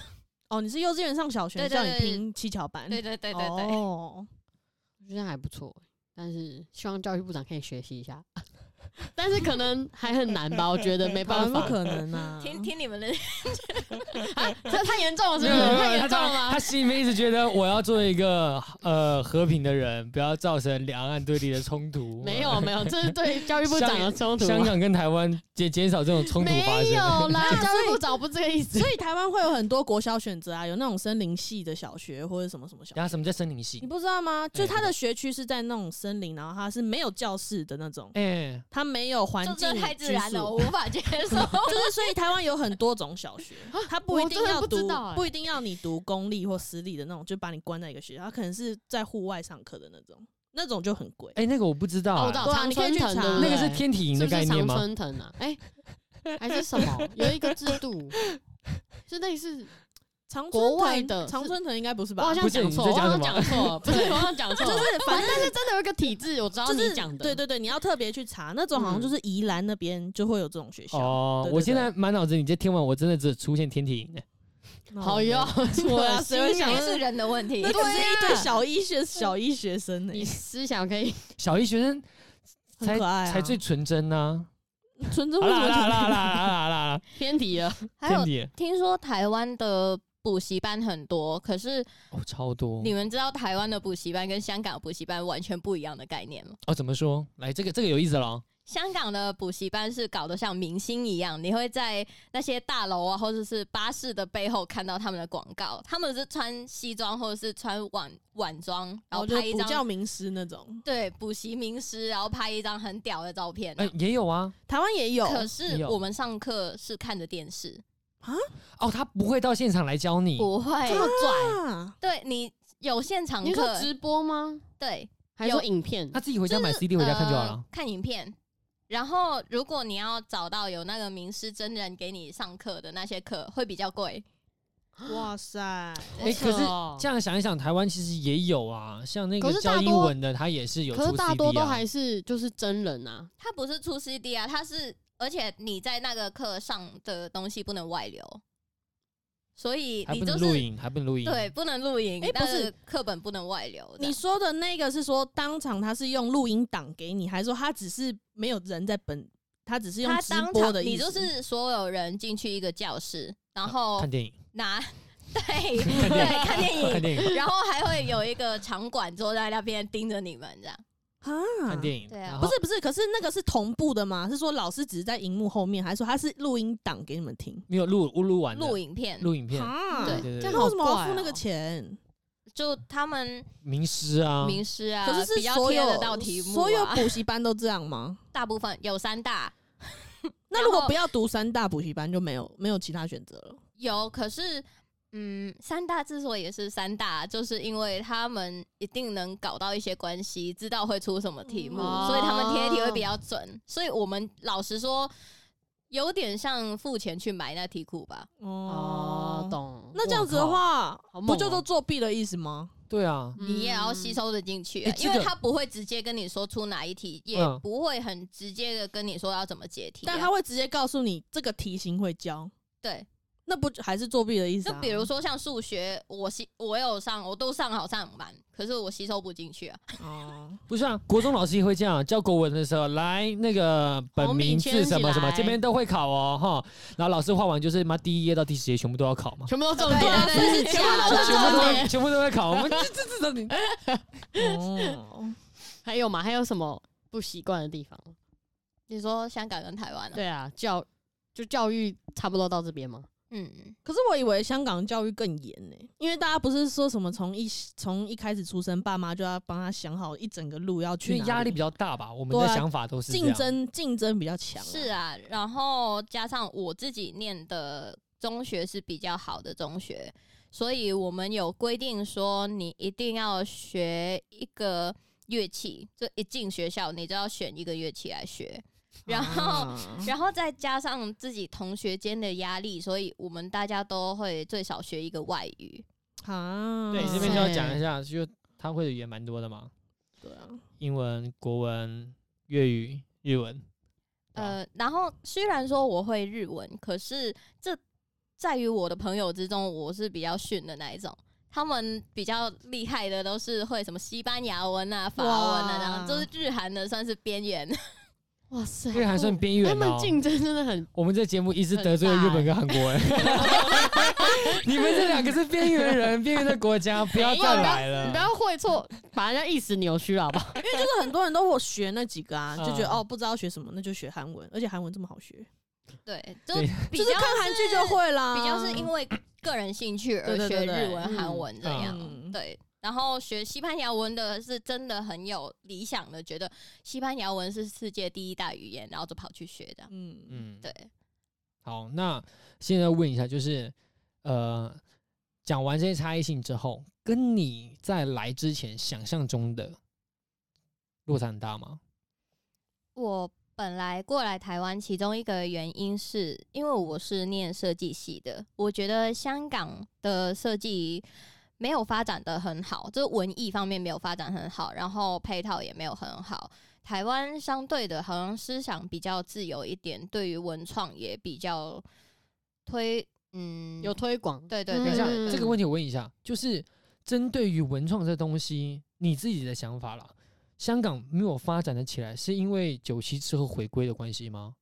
S3: 哦，你是幼稚园上小学
S4: 对对
S3: 叫你
S4: 对
S3: 拼七巧板，
S4: 对对对对对。
S3: 哦，
S1: 我觉得还不错欸，但是希望教育部长可以学习一下。 [LAUGHS] 但是可能还很难吧，我觉得没办
S3: 不
S1: 法。
S3: 可能啊！
S4: [LAUGHS] 听听你们的，啊
S1: 这太严重了，是
S2: 没
S1: 不是？
S2: 有没
S3: 嗯
S1: 太
S2: 有没有
S1: 严重了
S2: 他
S1: 吗
S2: 他？心里面一直觉得我要做一个呃和平的人，不要造成两岸对立的冲突。
S1: 没有没有，这是对教育部长的冲突吗。
S2: 香港跟台湾减减少这种冲突发
S1: 没有
S2: 生。
S1: 啦，
S3: 所以
S1: 啊教育部长不是这个意
S3: [LAUGHS]
S1: 思。
S3: [LAUGHS] 所以台湾会有很多国小选择啊，有那种森林系的小学或者什么什么小
S2: 然后
S3: 学，
S2: 什么叫森林
S3: 你
S2: 系？
S3: 不知道
S1: 哎
S3: 吗？就它的
S1: 嗯
S3: 学区是在那种森林，然后它是没有教室的那种，
S2: 哎，
S3: 它没有 [LAUGHS] 环
S4: 就
S3: 境
S4: 这太自然
S3: 拘
S4: 了，
S3: 束
S4: 我无法接受。
S3: 就是，所以台湾有很多种小学，
S4: 啊
S3: 它不一定要
S1: 我真的不知
S3: 读，
S1: 道欸
S3: 不一定要你读公立或私立的那种，就把你关在一个学校，它可能是在户外上课的那种，那种就很贵。
S2: 哎，那个我不知道
S1: 哦我
S2: 啊
S1: 知，道
S3: 对啊
S1: 常
S3: 你可以
S1: 春
S3: 去
S1: 藤
S3: 查
S1: 对不
S2: 那
S1: 对？
S2: 个是天体营
S1: 是
S2: 的
S1: 不
S2: 概
S1: 是
S2: 念
S1: 常
S2: 吗？
S1: 春藤啊？哎、还是什么？有一个制度，是类似，
S3: 长春
S1: 国外
S3: 藤
S1: 的
S3: 长
S1: 是
S3: 春藤应该不是
S1: 我
S3: 吧？
S1: 好像
S2: 不是
S1: 讲
S2: 你
S1: 错，
S2: 在
S1: 我好像
S2: 讲什么
S1: 讲错，不是，我好像讲错，
S3: 就是
S1: 反正是真的有一个体制，我知道
S3: 就是
S1: 你讲的，
S3: 对对对，你要特别去查那种，好像就是宜兰那边就会有这种学校。
S2: 哦
S3: 对，对
S2: 我
S3: 对
S2: 现在满脑子你这听完，我真的只出现天体营。
S3: 那我
S1: 好
S3: 没有 [LAUGHS]
S1: 哟，
S3: 对啊，
S1: 恶心
S3: 谁会想
S4: 还
S3: 到？
S4: 是人的问题
S3: 那，只是一
S1: 对
S3: 堆
S1: 啊
S3: 小一学小一学生呢、
S1: 你思想可以，
S2: 小一学生才
S3: 很可爱、啊，
S2: 才最纯真呢。
S3: 纯真
S2: 好
S3: 为什
S2: 啦啦
S3: 么纯
S2: 啦啦啦啦啦，
S1: 偏题了，
S4: 还有
S2: 天体
S4: 听说台湾的补习班很多，可是
S2: 哦超多。
S4: 你们知道台湾的补习班跟香港补习班完全不一样的概念吗？
S2: 哦，怎么说？来，这个这个有意思了哦。
S4: 香港的补习班是搞得像明星一样，你会在那些大楼啊，或者是巴士的背后看到他们的广告。他们是穿西装或者是穿晚晚装，然
S3: 然
S4: 后
S3: 哦后就
S4: 拍一
S3: 补
S4: 张、
S3: 教名师那种，
S4: 对补习名师，然后拍一张很屌的照片啊、
S2: 哎，也有啊。
S3: 台湾也有，
S4: 可是
S2: 有
S4: 我们上课是看着电视，
S2: 哦，他不会到现场来教你。
S4: 不
S1: 这
S4: 会。
S1: 么拽。
S3: 啊，
S4: 对你有现场
S1: 你是说
S4: 课，
S1: 直播吗？
S4: 对，
S1: 还是说啊影片？
S2: 他自己回家买 CD 回家看就好了
S4: 呃。看影片。然后，如果你要找到有那个名师真人给你上课的那些课，会比较贵。
S3: 哇塞，
S1: 好
S2: 哎
S1: 扯哦
S2: 这样想一想，台湾其实也有啊，像那
S1: 可
S2: 个
S1: 是
S2: 教
S1: 大多
S2: 英文的，他也是有
S1: 可是
S2: 出
S1: 大多
S2: CD
S1: 都
S2: 啊
S1: 还。是就是真人啊，
S4: 它不是出 CD 啊，它是而且你在那个课上的东西不能外流，所以
S2: 还
S4: 你
S2: 不
S4: 就
S2: 能录
S4: 是
S2: 影，还不能录影。
S4: 对不能录影，
S3: 诶不
S4: 但
S3: 是
S4: 是课本不能外流。
S3: 你说的那个是说当场他是用录音档给你，还是说他只是没有人在本，他只是
S4: 这
S3: 用
S4: 样
S3: 直
S4: 它当
S3: 播
S4: 场
S3: 的意
S4: 你
S3: 思？
S4: 就是所有人进去一个教室，然
S2: 啊
S4: 后
S2: 看电影，
S4: 拿对
S2: 看电影，
S4: 对
S2: [LAUGHS]
S4: 看电
S2: 看
S4: 影，
S2: 电影，
S3: [LAUGHS]
S4: 然后还会有一个场馆坐在那边盯着你们这样。
S3: 啊
S2: 看。电影。
S4: 对啊
S2: 然
S3: 不
S2: 后
S3: 是不是，可是那个是同步的吗？是说老师只是在荧幕后面，还是说他是录音档给你们听？
S2: 没有录录完的
S4: 录影片，
S2: 啊录影片，
S3: 啊
S2: 对
S1: 对
S2: 对
S1: 这样，
S2: 对
S3: 那为什么
S1: 好
S3: 要
S1: 怪
S3: 付
S1: 哦
S3: 那个钱？
S4: 就他们
S2: 名师啊，
S4: 名师啊，
S3: 可是
S4: 比
S3: 是
S4: 较
S3: 所
S4: 贴
S3: 有
S4: 得到题目啊，
S3: 所有补习班都这样
S4: [LAUGHS]
S3: 吗？
S4: 大部分有三大，
S3: 那如果不要读三大补习班，就没有没有其他选择了。
S4: 有，可是，嗯，三大之所以也是三大，就是因为他们一定能搞到一些关系，知道会出什么题目，
S1: 嗯
S4: 所以他们贴题会比较
S3: 哦
S4: 准。所以我们老实说，有点像付钱去买那题库吧。
S1: 哦，。懂。
S3: 那这样子的话，
S1: 好猛哦
S3: 不就都作弊的意思吗？
S2: 对啊，
S1: 嗯
S4: 你也要吸收的进去、
S2: 诶
S4: 因
S2: 这
S4: 为
S2: 个
S4: 他不会直接跟你说出哪一题，也
S2: 嗯
S4: 不会很直接的跟你说要怎么解题啊、
S3: 但他会直接告诉你这个题型会教，
S4: 对，
S3: 那不还是作弊的意思、
S4: 就
S3: 啊？
S4: 比如说像数学，我吸我有上，我都上好上满，可是我吸收不进去啊。
S3: 哦，
S2: 不是啊，国中老师也会这样教国文的时候，来那个本
S1: 红
S2: 名
S1: 笔
S2: 字
S1: 圈
S2: 什么
S1: 起
S2: 什么，
S1: 来
S2: 这边都会考哦哈。然后老师画完就是妈第一页到第十页全部都要考嘛，
S1: 全部都重
S4: 对
S1: 点，
S3: 啊
S4: 对对
S1: 是假
S4: 全
S1: 的
S4: 部都
S2: 全部
S1: 重
S2: 都
S1: 点
S2: 会。全部都会考。我们这这这这这，
S3: 哦，
S1: 还有吗？还有什么不习惯的地方？
S4: 你说香港跟台湾、啊，
S1: 对啊，教就教育差不多到这边吗？
S4: 嗯，
S3: 可是我以为香港教育更严呢、因为大家不是说什么从一从一开始出生，爸妈就要帮他想好一整个路要
S2: 因
S3: 去
S2: 为
S3: 哪里，
S2: 压力比较大吧，我们的
S3: 对啊
S2: 想法都是这样
S3: 竞。争竞争比较强、
S4: 是，啊，然后加上我自己念的中学是比较好的中学，所以我们有规定说你一定要学一个乐器，就一进学校你就要选一个乐器来学，然后。
S3: 啊
S4: 然后再加上自己同学间的压力，所以我们大家都会最少学一个外语。
S3: 啊
S2: 对，这边
S1: 是
S2: 就要讲一下，就他会的语言蛮多的嘛，
S3: 对啊，
S2: 英文、国文、粤语、日文。呃，
S4: 呃，然后虽然说我会日文，可是这在于我的朋友之中，我是比较逊的那一种。他们比较厉害的都是会什么西班牙文啊、法文啊，
S3: 哇
S4: 然后就是日韩的算是边缘。
S1: 哇塞，
S2: 这个还算边
S1: 他
S2: 缘的
S1: 们
S2: 哦。
S1: 竞争真的很
S2: 我们这节目一直得罪了日本跟韩国
S1: [LAUGHS]
S2: 人，你们这两个是边缘人，边缘的国家，不要再来
S1: 你不
S2: 了。
S1: 要会错，把人家意识扭曲了，好不好？
S3: 因为就是很多人都学那几个啊，就觉得
S2: 嗯
S3: 哦不知道学什么，那就学韩文，而且韩文这么好学，
S4: [LAUGHS] 对，就
S2: 对
S4: 比
S3: 就是
S4: 较
S3: 看韩剧就会啦，嗯
S4: 比较是因为个人兴趣
S3: 对
S4: 而
S3: 对对
S4: 学
S3: 对
S4: 日文、
S1: 嗯
S4: 韩文这样。
S3: 嗯
S4: 对，然后学西班牙文的是真的很有理想的，觉得西班牙文是世界第一大语言，然后就跑去学的。
S3: 嗯嗯，
S2: 嗯，
S4: 对，
S2: 好，那现在问一下，就是呃，讲完这些差异性之后，跟你在来之前想象中的落差很大吗？
S4: 我本来过来台湾，其中一个原因是因为我是念设计系的，我觉得香港的设计没有发展的很好，就是文艺方面没有发展很好，然后配套也没有很好。台湾相对的，好像思想比较自由一点，对于文创也比较推，嗯，
S1: 有推广，
S4: 对对
S1: 嗯
S4: 对
S2: 等一下，
S4: 对对
S2: 这个
S4: 对
S2: 问题我问一下，就是针对于文创这东西，你自己的想法啦。香港没有发展的起来，是因为九七之后回归的关系吗？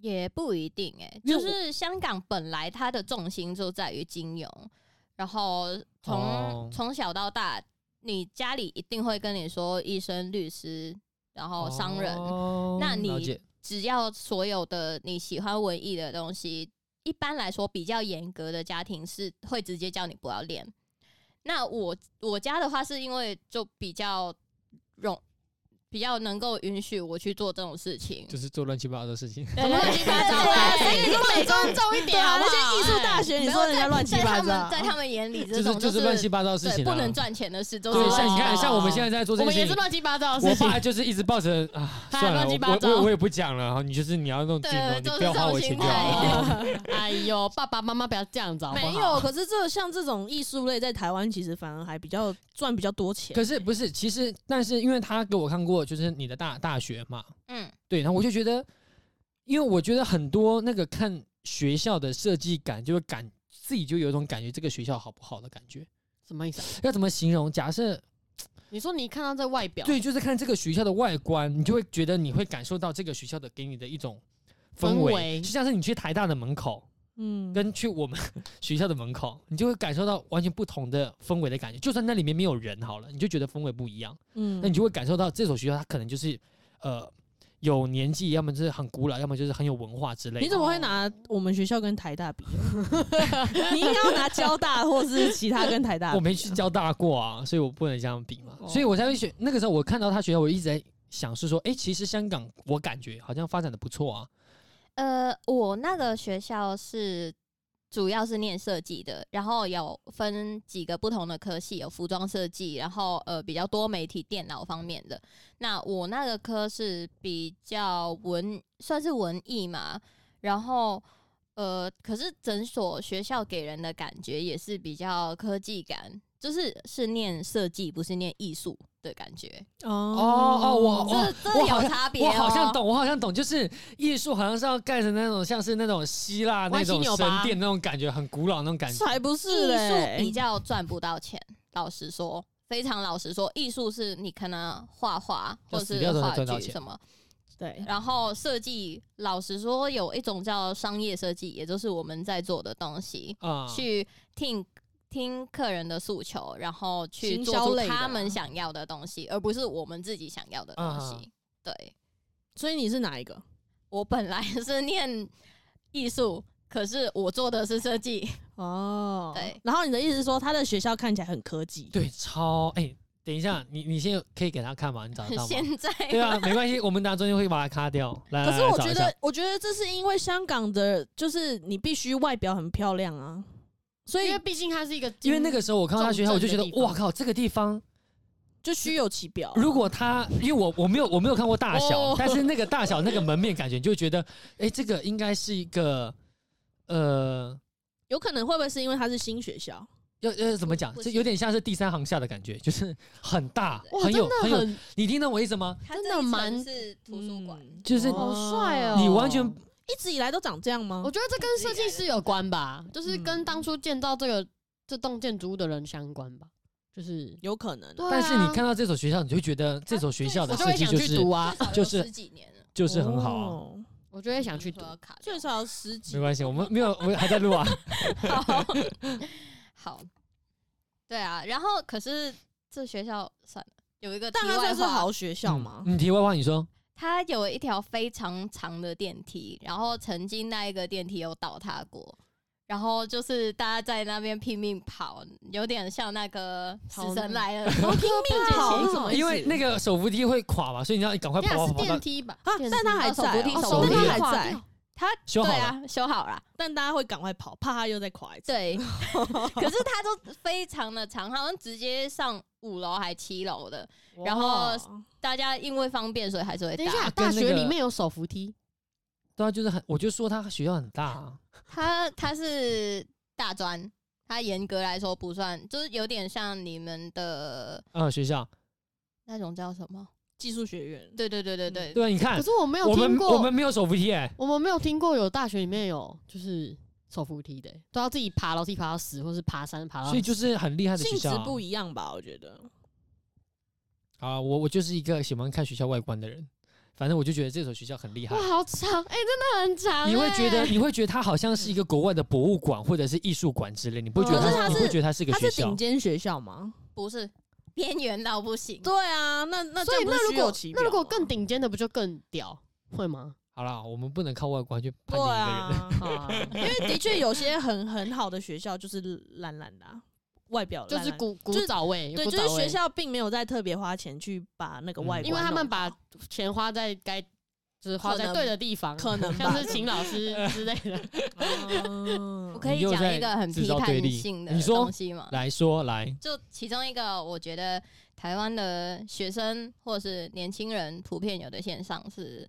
S4: 也不一定哎、
S2: 因为
S4: 就
S2: 我
S4: 是香港本来它的重心就在于金融，然后
S2: 哦
S4: 从从、小到大，你家里一定会跟你说医生、律师，然后商人，
S2: 哦
S4: 那你
S2: 了解
S4: 只要所有的你喜欢文艺的东西，一般来说比较严格的家庭是会直接叫你不要练。那我我家的话是因为就比较容比较能够允许我去做这种事情，
S2: 就是做乱七八糟的事情。
S4: 对乱 [LAUGHS] 七八糟的，所以你美中重一
S3: 对
S4: 点
S3: 啊，
S4: 好不
S3: 那
S4: 好？
S3: 些
S4: 哎
S3: 艺术大学你
S4: 没有
S3: 说人家乱七八
S4: 在他
S3: 糟啊
S4: 们，在他们眼里，
S2: 啊 [LAUGHS] 就
S4: 这
S2: 是
S4: 种
S2: 就是
S4: 是
S2: 乱七八糟的事
S4: 对
S2: 情、啊，
S4: 不能。赚钱的事，都是
S2: 对，
S4: 乱
S2: 像
S4: 七
S2: 你
S4: 八
S2: 看，
S4: 糟
S2: 像我们
S4: 的
S2: 现在在做
S1: 我
S2: 这
S1: 们
S2: 件
S1: 也
S2: 事
S1: 是
S2: 情，
S1: 乱七八糟的
S2: 我
S1: 事情。
S2: 爸就是一直抱着啊，
S1: 他
S2: 算了，
S1: 乱七八
S2: 我
S1: 糟
S2: 我我也不讲了，你就是你要弄金融，
S4: 对
S2: 你
S4: 就是
S2: 不要花我 [LAUGHS] 钱就好。
S1: [LAUGHS] 哎呦，爸爸妈妈不要这样子好不好
S3: 没有，，可是这像这种艺术类在台湾其实反而还比较赚比较多钱，
S2: 可是不是，其实但是因为他给我看过，就是你的大大学嘛，
S4: 嗯，
S2: 对，然后我就觉得，因为我觉得很多那个看学校的设计感，就会感自己就有一种感觉，这个学校好不好的感觉，
S1: 什么意思、啊？
S2: 要怎么形容？假设
S1: 你说你看到这外表，
S2: 对，就是看这个学校的外观，你就会觉得你会感受到这个学校的给你的一种氛
S1: 氛
S2: 围，
S1: 围
S2: 就像是你去台大的门口，
S3: 嗯，
S2: 跟去我们 [LAUGHS] 学校的门口，你就会感受到完全不同的氛围的感觉。就算那里面没有人好了，你就觉得氛围不一样，
S3: 嗯
S2: 那你就会感受到这所学校它可能就是呃有年纪，要么就是很古老，要么就是很有文化之类
S3: 你
S2: 的。
S3: 怎么会拿我们学校跟台大比？啊
S2: [LAUGHS]
S3: 你应该要拿交大或是其他跟台大比。啊
S2: 我没去交大过啊，所以我不能这样比嘛，
S3: 哦
S2: 所以我才会选那个时候我看到他学校，我一直在想是说，哎、其实香港我感觉好像发展的不错啊，
S4: 呃，我那个学校是主要是念设计的，然后有分几个不同的科系，有服装设计，然后呃比较多媒体电脑方面的。那我那个科是比较文，算是文艺嘛，然后。呃，可是整所学校给人的感觉也是比较科技感，就是是念设计，不是念艺术的感觉。
S3: 哦
S2: 哦哦我哦
S4: 这这
S2: 我好
S4: 有
S2: 像
S4: 差别、哦
S2: 我好像懂，我好像懂，就是艺术好像是要盖成那种像是那种希腊那
S1: 歪七
S2: 种
S1: 扭
S2: 神
S1: 八
S2: 殿那种感觉，很古老那种感觉。
S3: 才不是
S4: 艺术
S3: 嘞，
S4: 比较赚不到钱。老实说，非常老实说，艺术是你可能画画
S2: 要
S4: 或
S2: 哦死
S4: 是
S2: 掉才能
S4: 话
S2: 赚到
S4: 剧
S2: 钱
S4: 什么，
S3: 对，
S4: 然后设计，老实说有一种叫商业设计，也就是我们在做的东西，
S2: 啊，
S4: 去听听客人的诉求，然后去
S3: 行
S4: 做
S3: 销
S4: 出
S3: 类的
S4: 他
S3: 啊
S4: 们想要的东西，而不是我们自己想要的东
S2: 啊
S4: 西。对
S3: 所以你是哪一个？
S4: 我本来 [LAUGHS] 是念艺术，可是我做的是设计。
S3: 哦，
S4: 对。
S3: 然后你的意思是说，他的学校看起来很科技，
S2: 对，超哎、等一下，你你先可以给他看吗？你找
S4: [LAUGHS]
S2: 得到吗？
S4: 现在
S2: 对啊，没关系，我们等下中间会把它卡掉。来，
S3: 可
S2: 来
S3: 是
S2: 来
S3: 我
S2: 找
S3: 觉
S2: 一下
S3: 得，我觉得这是因为香港的，就是你必须外表很漂亮啊，所以
S1: 因为毕竟它是一个，
S2: 因为那个时候我看到他学校，我就觉得
S1: 重症的地
S2: 哇
S1: 方
S2: 靠，这个地方
S3: 就虚有其表啊。
S2: 如果他，因为我我没有我没有看过大小，
S1: 哦
S2: 但是那个大小那个门面感觉，你就会觉得哎、这个应该是一个呃。
S3: 有可能会不会是因为他是新学校？
S2: 要要怎么讲？
S4: 不
S2: 这
S4: 是
S2: 有点像是第三航校的感觉，就是 [LAUGHS] 很大，
S1: 哇，
S2: 很有
S1: 真
S2: 很
S1: 的
S2: 有。
S1: 很
S2: 你听懂我意思吗？
S4: 它
S1: 真
S4: 这
S1: 的
S4: 一层
S1: 蛮
S4: 是图书馆。
S3: 嗯
S2: 就是
S1: 好帅哦
S2: 你完全
S3: 一直以来都长这样吗
S1: 我？觉得这跟设计师有关吧，就是跟
S3: 嗯
S1: 当初建造这个这栋建筑物的人相关吧，就是。
S3: 有可能啊、
S1: 对啊啊
S2: 但是你看到这所学校，你就会觉得这所学校的
S1: 我就
S2: 设
S1: 会
S2: 计
S1: 想
S2: 就
S1: 去
S2: 是
S1: 读啊，
S4: 至少有
S2: 就是
S4: 十几年了。
S2: 就是很好啊。
S3: 哦
S1: 我就会想去读。
S4: 说卡掉 [LAUGHS]
S3: 最少十几
S2: 没。关系，我们没有，我们还在录啊。
S1: [LAUGHS]
S4: 好，好，对啊，然后可是这学校算了，有一个
S3: 但
S4: 题
S3: 它
S4: 外
S3: 算是
S4: 话
S3: 好学校吗？
S2: 嗯你题外话，你说
S4: 它有一条非常长的电梯，然后曾经那一个电梯有倒塌过，然后就是大家在那边拼命跑，有点像那个
S1: 逃
S4: 死神
S1: 难
S4: 来了，拼命
S3: 跑
S4: 什么意思？
S2: 因为那个手扶梯会垮嘛，所以你要赶快
S1: 对啊，
S2: 跑
S1: 是
S2: 跑跑到
S1: 电。梯吧？
S3: 啊，但它还
S4: 哦手
S3: 在哦，
S4: 扶梯
S2: 手扶
S3: 但
S2: 梯
S3: 它还
S1: 垮
S3: 在
S1: 掉，
S4: 它
S2: 修好
S4: 对啊，修好了。
S3: 但大家会赶快跑，怕它又再垮一次。
S4: 对， [LAUGHS] 可是它都非常的长，好像直接上五楼还七楼的。然后
S3: 哇
S4: 大家因为方便，所以还是会
S1: 等一下，
S4: 搭。
S1: 大
S2: 跟那
S1: 学
S2: 个
S1: 里面有手扶梯，
S2: 对啊，就是很，我就说他学校很
S1: [LAUGHS]
S2: 大啊。
S4: 它它是大专，它严格来说不算，就是有点像你们的
S2: 嗯，学校
S4: 那种叫什么？嗯
S3: 技术学院，
S4: 对对对对对，
S2: 对啊，你
S1: 可
S2: 看
S1: 是我没有
S2: 我
S1: 听
S2: 们
S1: 过，
S2: 我们没有手扶梯哎，
S1: 我们没有听过有大学里面有就是手扶梯的、都要自己爬楼梯爬到死，或是爬山爬到
S2: 所以就是很厉害的学
S3: 性质
S2: 校啊。
S3: 不一样吧？我觉得。
S2: 啊，我我就是一个喜欢看学校外观的人，反正我就觉得这所学校很厉害
S1: 哇。好长哎、真的很长、
S2: 你会觉得
S1: 哎
S2: 你会觉得它好像是一个国外的博物馆或者是艺术馆之类，你不会觉得
S1: 可是
S2: 它
S1: 它
S2: 你
S1: 是
S2: 不会觉得它是一个
S3: 它
S2: 学
S3: 是
S2: 校
S3: 顶？尖学校吗？
S4: 不是边缘到不行。
S3: 对啊，那那
S1: 所以
S3: 这样不是
S1: 那如
S3: 虚有
S1: 果
S3: 其
S1: 那如果
S3: 表吗
S1: 更顶尖的不就更屌会吗？
S2: 好啦，我们不能靠外观去判
S3: 对
S2: 定一个人。
S3: 啊，
S1: 啊，
S3: 因为的确有些很很好的学校就是懒懒的啊、外
S1: [LAUGHS]
S3: 表
S1: 就
S3: 烂
S1: 是
S3: 烂的
S1: 古古
S3: 就是
S1: 早味，
S3: 对，
S1: 古
S3: 就是
S1: 早味
S3: 学，校并没有在特别花钱去把那个外观弄好，
S1: 因为他们把钱花在该就是花
S3: 可
S1: 在
S3: 能
S1: 对的地方，
S3: 可能
S1: 像
S3: 吧
S1: 是 [LAUGHS] 秦老师
S3: [LAUGHS]
S1: 之类的。
S4: 我
S3: 嗯
S4: 可以
S2: 你又
S4: 讲
S2: 在
S4: 一个很
S2: 制
S4: 批
S2: 造对
S4: 判
S2: 立
S4: 性的
S2: 你说
S4: 东西嘛？
S2: [LAUGHS] 来说来，
S4: 就其中一个，我觉得台湾的学生或是年轻人普遍有的现象是，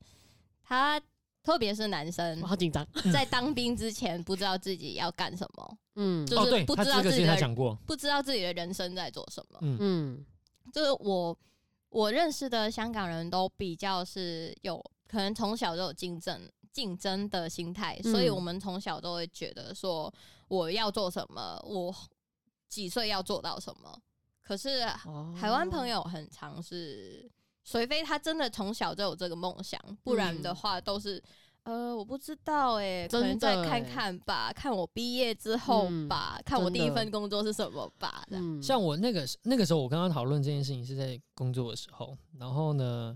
S4: 他特别是男生
S1: 我好紧张，
S4: 在当兵之前不知道自己要干什么，
S1: 嗯，
S4: 就
S2: 哦，
S4: 是
S2: 对，
S4: 不
S2: 他
S4: 知
S2: 这
S4: 道
S2: 个
S4: 自
S2: 之
S4: 己
S2: 前
S4: 的嗯
S2: 他讲过，
S4: 不知道自己的人生在做什么。
S2: 嗯，
S1: 嗯，
S4: 就是我我认识的香港人都比较是有可能从小就有竞争竞争的心态，
S1: 嗯
S4: 所以我们从小都会觉得说我要做什么，我几岁要做到什么。可是台湾朋
S1: 友
S4: 友很常是，除非他真的从小就有这个梦想，不然的话都是。呃，我不知道哎、可能
S1: 嗯真的
S4: 再看
S1: 欸
S4: 看吧，看我毕业之后
S1: 嗯
S4: 吧，看我
S1: 真
S4: 第
S1: 的
S4: 一份工作是什么吧。这样
S1: 嗯
S2: 像我那个时那个时候，我刚刚讨论这件事情是在工作的时候，然后呢，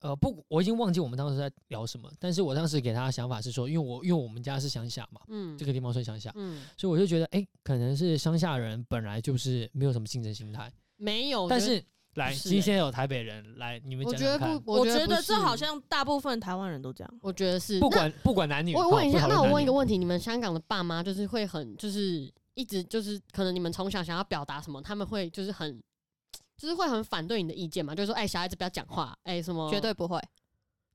S2: 呃，不，我已经忘记我们当时在聊什么，但是我当时给他的想法是说，因为我因为我们家是乡下嘛，
S1: 嗯
S2: 这个地方算乡下，
S1: 嗯
S2: 所以我就觉得，哎、可能是乡下人本来就是没有什么竞争心态，
S1: 没有，
S2: 但是来，
S1: 是
S2: 今
S1: 欸
S2: 天有台北人来，你们
S1: 我
S2: 讲
S1: 觉得
S2: 讲
S1: 不
S2: 看，，
S3: 我
S1: 觉
S3: 觉
S1: 不
S3: 得这
S1: 是
S3: 好像大部分台湾人都这样，
S1: 我觉得是
S2: 不
S1: 那
S2: 管不管男女，
S1: 我问一下，那我问一个
S2: 问，
S1: 问题：你们香港的爸妈就是会很就是一直就是可能你们从小想要表达什么，他们会就是很就是会很反对你的意见嘛？就是说，哎、小孩子不要讲话，哎、什么
S4: 绝对不会。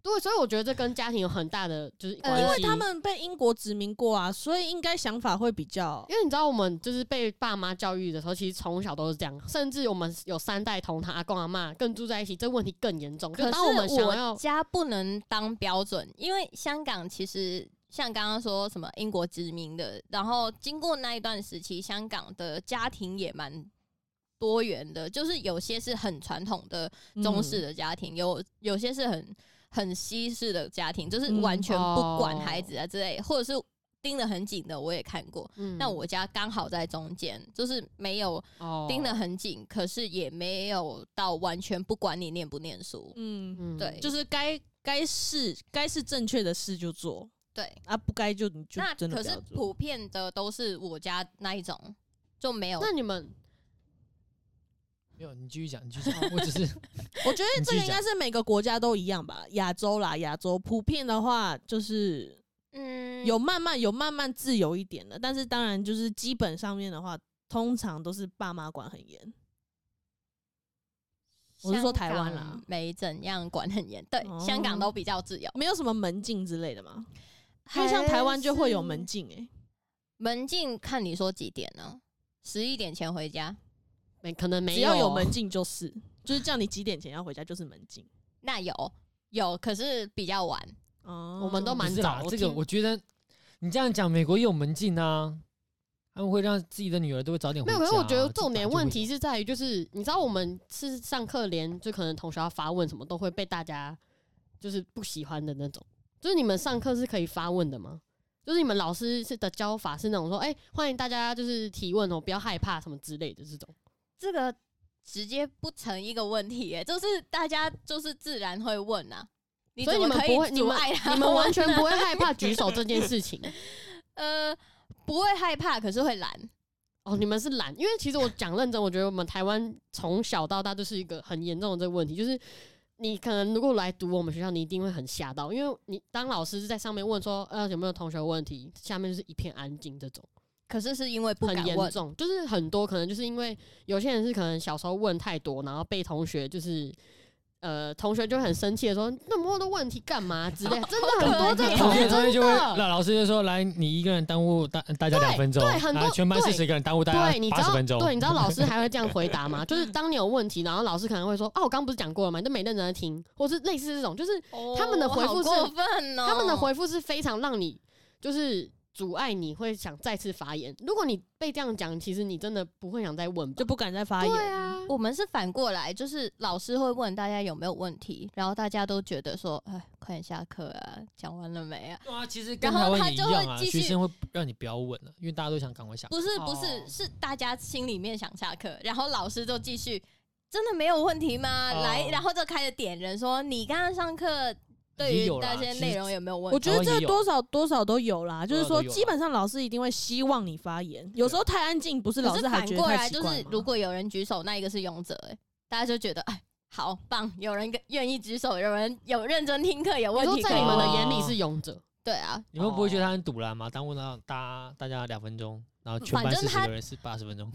S1: 对，所以我觉得这跟家庭有很大的就是关
S4: 呃
S1: 系、
S3: 因为
S4: 因
S3: 他们被英国殖民过啊，所以应该想法会比较
S1: 因为你知道，我们就是被爸妈教育的时候，其实从小都是这样，甚至我们有三代同堂，阿公阿妈更住在一起，这问题更严重。
S4: 可
S1: 当我们
S4: 是
S1: 想要
S4: 我家不能当标准，因为香港其实像刚刚说什么英国殖民的，然后经过那一段时期，香港的家庭也蛮多元的，就是有些是很传统的中式
S3: 的。
S4: 的家庭，有有些是很很西式的家庭，就是
S3: 嗯
S4: 完全不管
S1: 哦
S4: 孩子啊之类，或者是盯得很紧的，我也看过。
S1: 嗯
S4: 那我家刚好在中间，就是没有
S1: 哦
S4: 盯得很紧，可是也没有到完全不管你念不念书。
S3: 嗯，
S1: 嗯
S4: 对
S3: 就是该该是该是正确的事就做
S4: 对，
S3: 啊，不该就你就
S4: 那
S3: 真的
S4: 可
S3: 不
S4: 是
S3: 要做。
S4: 普遍的都是我家那一种，就没有。
S1: 那你们
S2: 没有，你继续讲，你继续讲，我只是
S1: [LAUGHS]
S3: 我觉得
S2: 你继
S3: 这
S2: 续
S3: 个应该
S2: 讲
S3: 是每个国家都一样吧，亚洲啦，亚洲普遍的话就是
S4: 嗯，
S3: 有慢慢有慢慢自由一点的，但是当然就是基本上面的话，通常都是爸妈管很严。我是说台湾啦
S4: 香港没怎样管很严。对，
S3: 哦
S4: 香港都比较自由，
S3: 没有什么门禁之类的嘛，因为像台湾就会有门禁哎、
S4: 门禁，看你说几点呢？十一点前回家，
S1: 没可能没
S3: 只要有
S1: 有啊
S3: 门禁就是，就是叫你几点前要回家就是门禁。
S4: 那有有，可是比较晚。
S3: 哦
S1: 我们都
S2: 不
S1: 蛮
S2: 是啦
S1: 早，我
S2: 这个
S1: 听
S2: 我觉得你这样讲，美国也有门禁啊，他们会让自己的女儿都会早点回
S1: 没有，
S2: 家啊。
S1: 可是我觉得
S2: 这
S1: 重
S2: 本来
S1: 点
S2: 就会
S1: 问
S2: 有
S1: 题是在于，就是你知道我们是上课连就可能同学要发问什么都会被大家就是不喜欢的那种？就是你们上课是可以发问的吗？就是你们老师是的教法是那种说，哎、欢迎大家就是提问哦，不要害怕什么之类的这种。
S4: 这个直接不成一个问题耶，就是大家就是自然会问啊。你
S1: 所以
S4: 怎么
S1: 你们
S4: 可
S1: 不会
S4: 以阻碍他
S1: 你们完
S4: 问
S1: 全
S4: 呢
S1: 不会害怕举手这件事情
S4: [LAUGHS] 呃不会害怕，可是会懒。
S1: 哦，你们是懒，因为其实我讲认真，我觉得我们台湾从小到大就是一个很严重的这个问题，就是你可能如果来读我们学校，你一定会很吓到，因为你当老师是在上面问说，呃，有没有同学有问题，下面就是一片安静这种。
S4: 可是是因为不
S1: 很
S4: 敢
S1: 严
S4: 问，
S1: 重，就是很多可能就是因为有些人是可能小时候问太多，然后被同学就是呃同学就很生气的说那么多的问题干嘛之类的，真的很 [LAUGHS] 多这种
S2: 同学
S1: 啊真
S2: 同学就会，
S1: 的。
S2: 老老师就说：“来，你一个人耽误大大家
S1: 对
S2: 两分钟，
S1: 对很多
S2: 啊全班
S1: 对
S2: 四十个人耽误大
S1: 对，你
S2: 家
S1: 知
S2: 八十
S1: 道，
S2: 分钟。”
S1: 对，你知道老师还会这样回答
S2: [LAUGHS]
S1: 吗？就是当你有问题，然后老师可能会说：“啊，我刚刚不是讲过了吗？你都没认真的听。”或是类似这种，就是他们的回复是
S4: 哦好过分哦，
S1: 他们的回复是非常让你就是阻碍你会想再次发言。如果你被这样讲，其实你真的不会想再问吧？
S3: 就不敢再发言。
S1: 对啊，
S4: 我们是反过来，就是老师会问大家有没有问题，然后大家都觉得说，哎，快点下课啊，讲完了没啊？
S2: 对啊，其实跟
S4: 然后
S2: 台
S4: 他
S2: 湾也一
S4: 就
S2: 样
S4: 会
S2: 啊，
S4: 继
S2: 学
S4: 续
S2: 生会让你不要问了，因为大家都想赶快下课。
S4: 不是
S2: 哦
S4: 不是，是大家心里面想下课，然后老师就继续，真的没有问题吗？
S2: 哦
S4: 来，然后就开始点人说，你刚刚上课对
S2: 也
S4: 于
S2: 有啦
S4: 那些
S2: 其实
S4: 内容有没有问
S3: 我
S4: 题？
S3: 觉得
S2: 台湾也
S3: 这
S2: 有
S3: 多少多少都有啦，就是
S2: 多少
S3: 说
S2: 都有啊啦
S3: 基本上老师一定会希望你发言，有时候太安静不是老
S4: 可
S3: 师
S4: 是
S3: 还
S4: 反
S3: 觉得
S4: 过
S3: 太
S4: 来
S3: 奇
S4: 就
S3: 怪
S4: 是
S3: 吗，
S4: 如果有人举手，那一个是勇者、哎，大家就觉得哎。好棒！有人跟愿意举手，有人有认真听课，有
S1: 我
S4: 问
S1: 说
S4: 题可
S1: 在
S4: 以
S1: 你们的
S4: 问
S1: 眼里是勇者，
S4: 对啊，
S2: 你们不会觉得他很堵然吗？耽误到大家大家两分钟，然后全
S4: 反
S2: 班
S4: 正
S2: 四十
S4: 他
S2: 个人是八十分钟。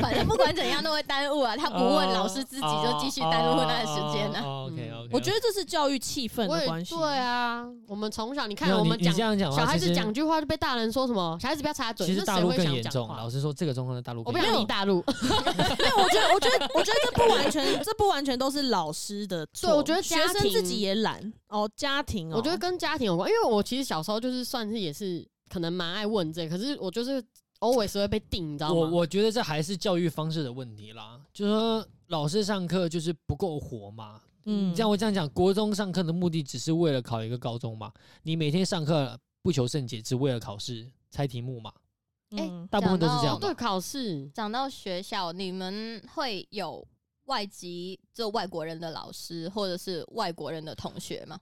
S4: 反正不管怎样都会耽误啊。他不
S2: 哦
S4: 问老师，自己就继续耽误那个时间啊。
S2: OK OK，
S3: 我觉得这是教育气
S2: 哦
S3: 氛
S1: 我
S3: 的
S1: 也
S3: 关系。
S1: 对啊，我们从小你看
S2: 没有
S1: 我
S2: 你
S1: 们
S2: 你
S1: 讲
S2: 这样讲的话，
S1: 小孩
S2: 其
S1: 子
S2: 实
S1: 讲句话就被大人说什么，小孩子不要插嘴，
S2: 其实
S1: 那
S2: 大
S1: 谁
S2: 陆
S1: 会
S2: 更
S1: 想
S2: 严
S1: 讲
S2: 重。啊
S1: 话
S2: 老实说，这个状况在大陆
S1: 我
S2: 更
S1: 不
S2: 严重，
S1: 想理大陆，
S3: 没有，我觉得，我觉得，我觉得这不完全，这不完全都是老师 [LAUGHS] 的错。
S1: 对我觉得
S3: 学
S1: 家
S3: 生自己
S1: 庭
S3: 也懒哦，家庭哦，
S1: 我觉得跟家庭有关，因为我其实小时候就是算是也是可能蛮爱问这个，可是我就是 always 会被定，你知道
S2: 我
S1: 吗？
S2: 我觉得这还是教育方式的问题啦，就是说老师上课就是不够活嘛。嗯，
S3: 嗯
S2: 这样我这样讲，国中上课的目的只是为了考一个高中嘛？你每天上课不求甚解，只为了考试猜题目嘛？
S3: 嗯，
S2: 大部分都是这样
S4: 讲到
S1: 对，？
S2: 吧
S1: 考试
S4: 讲到学校，你们会有外籍就外国人的老师，或者是外国人的同学吗？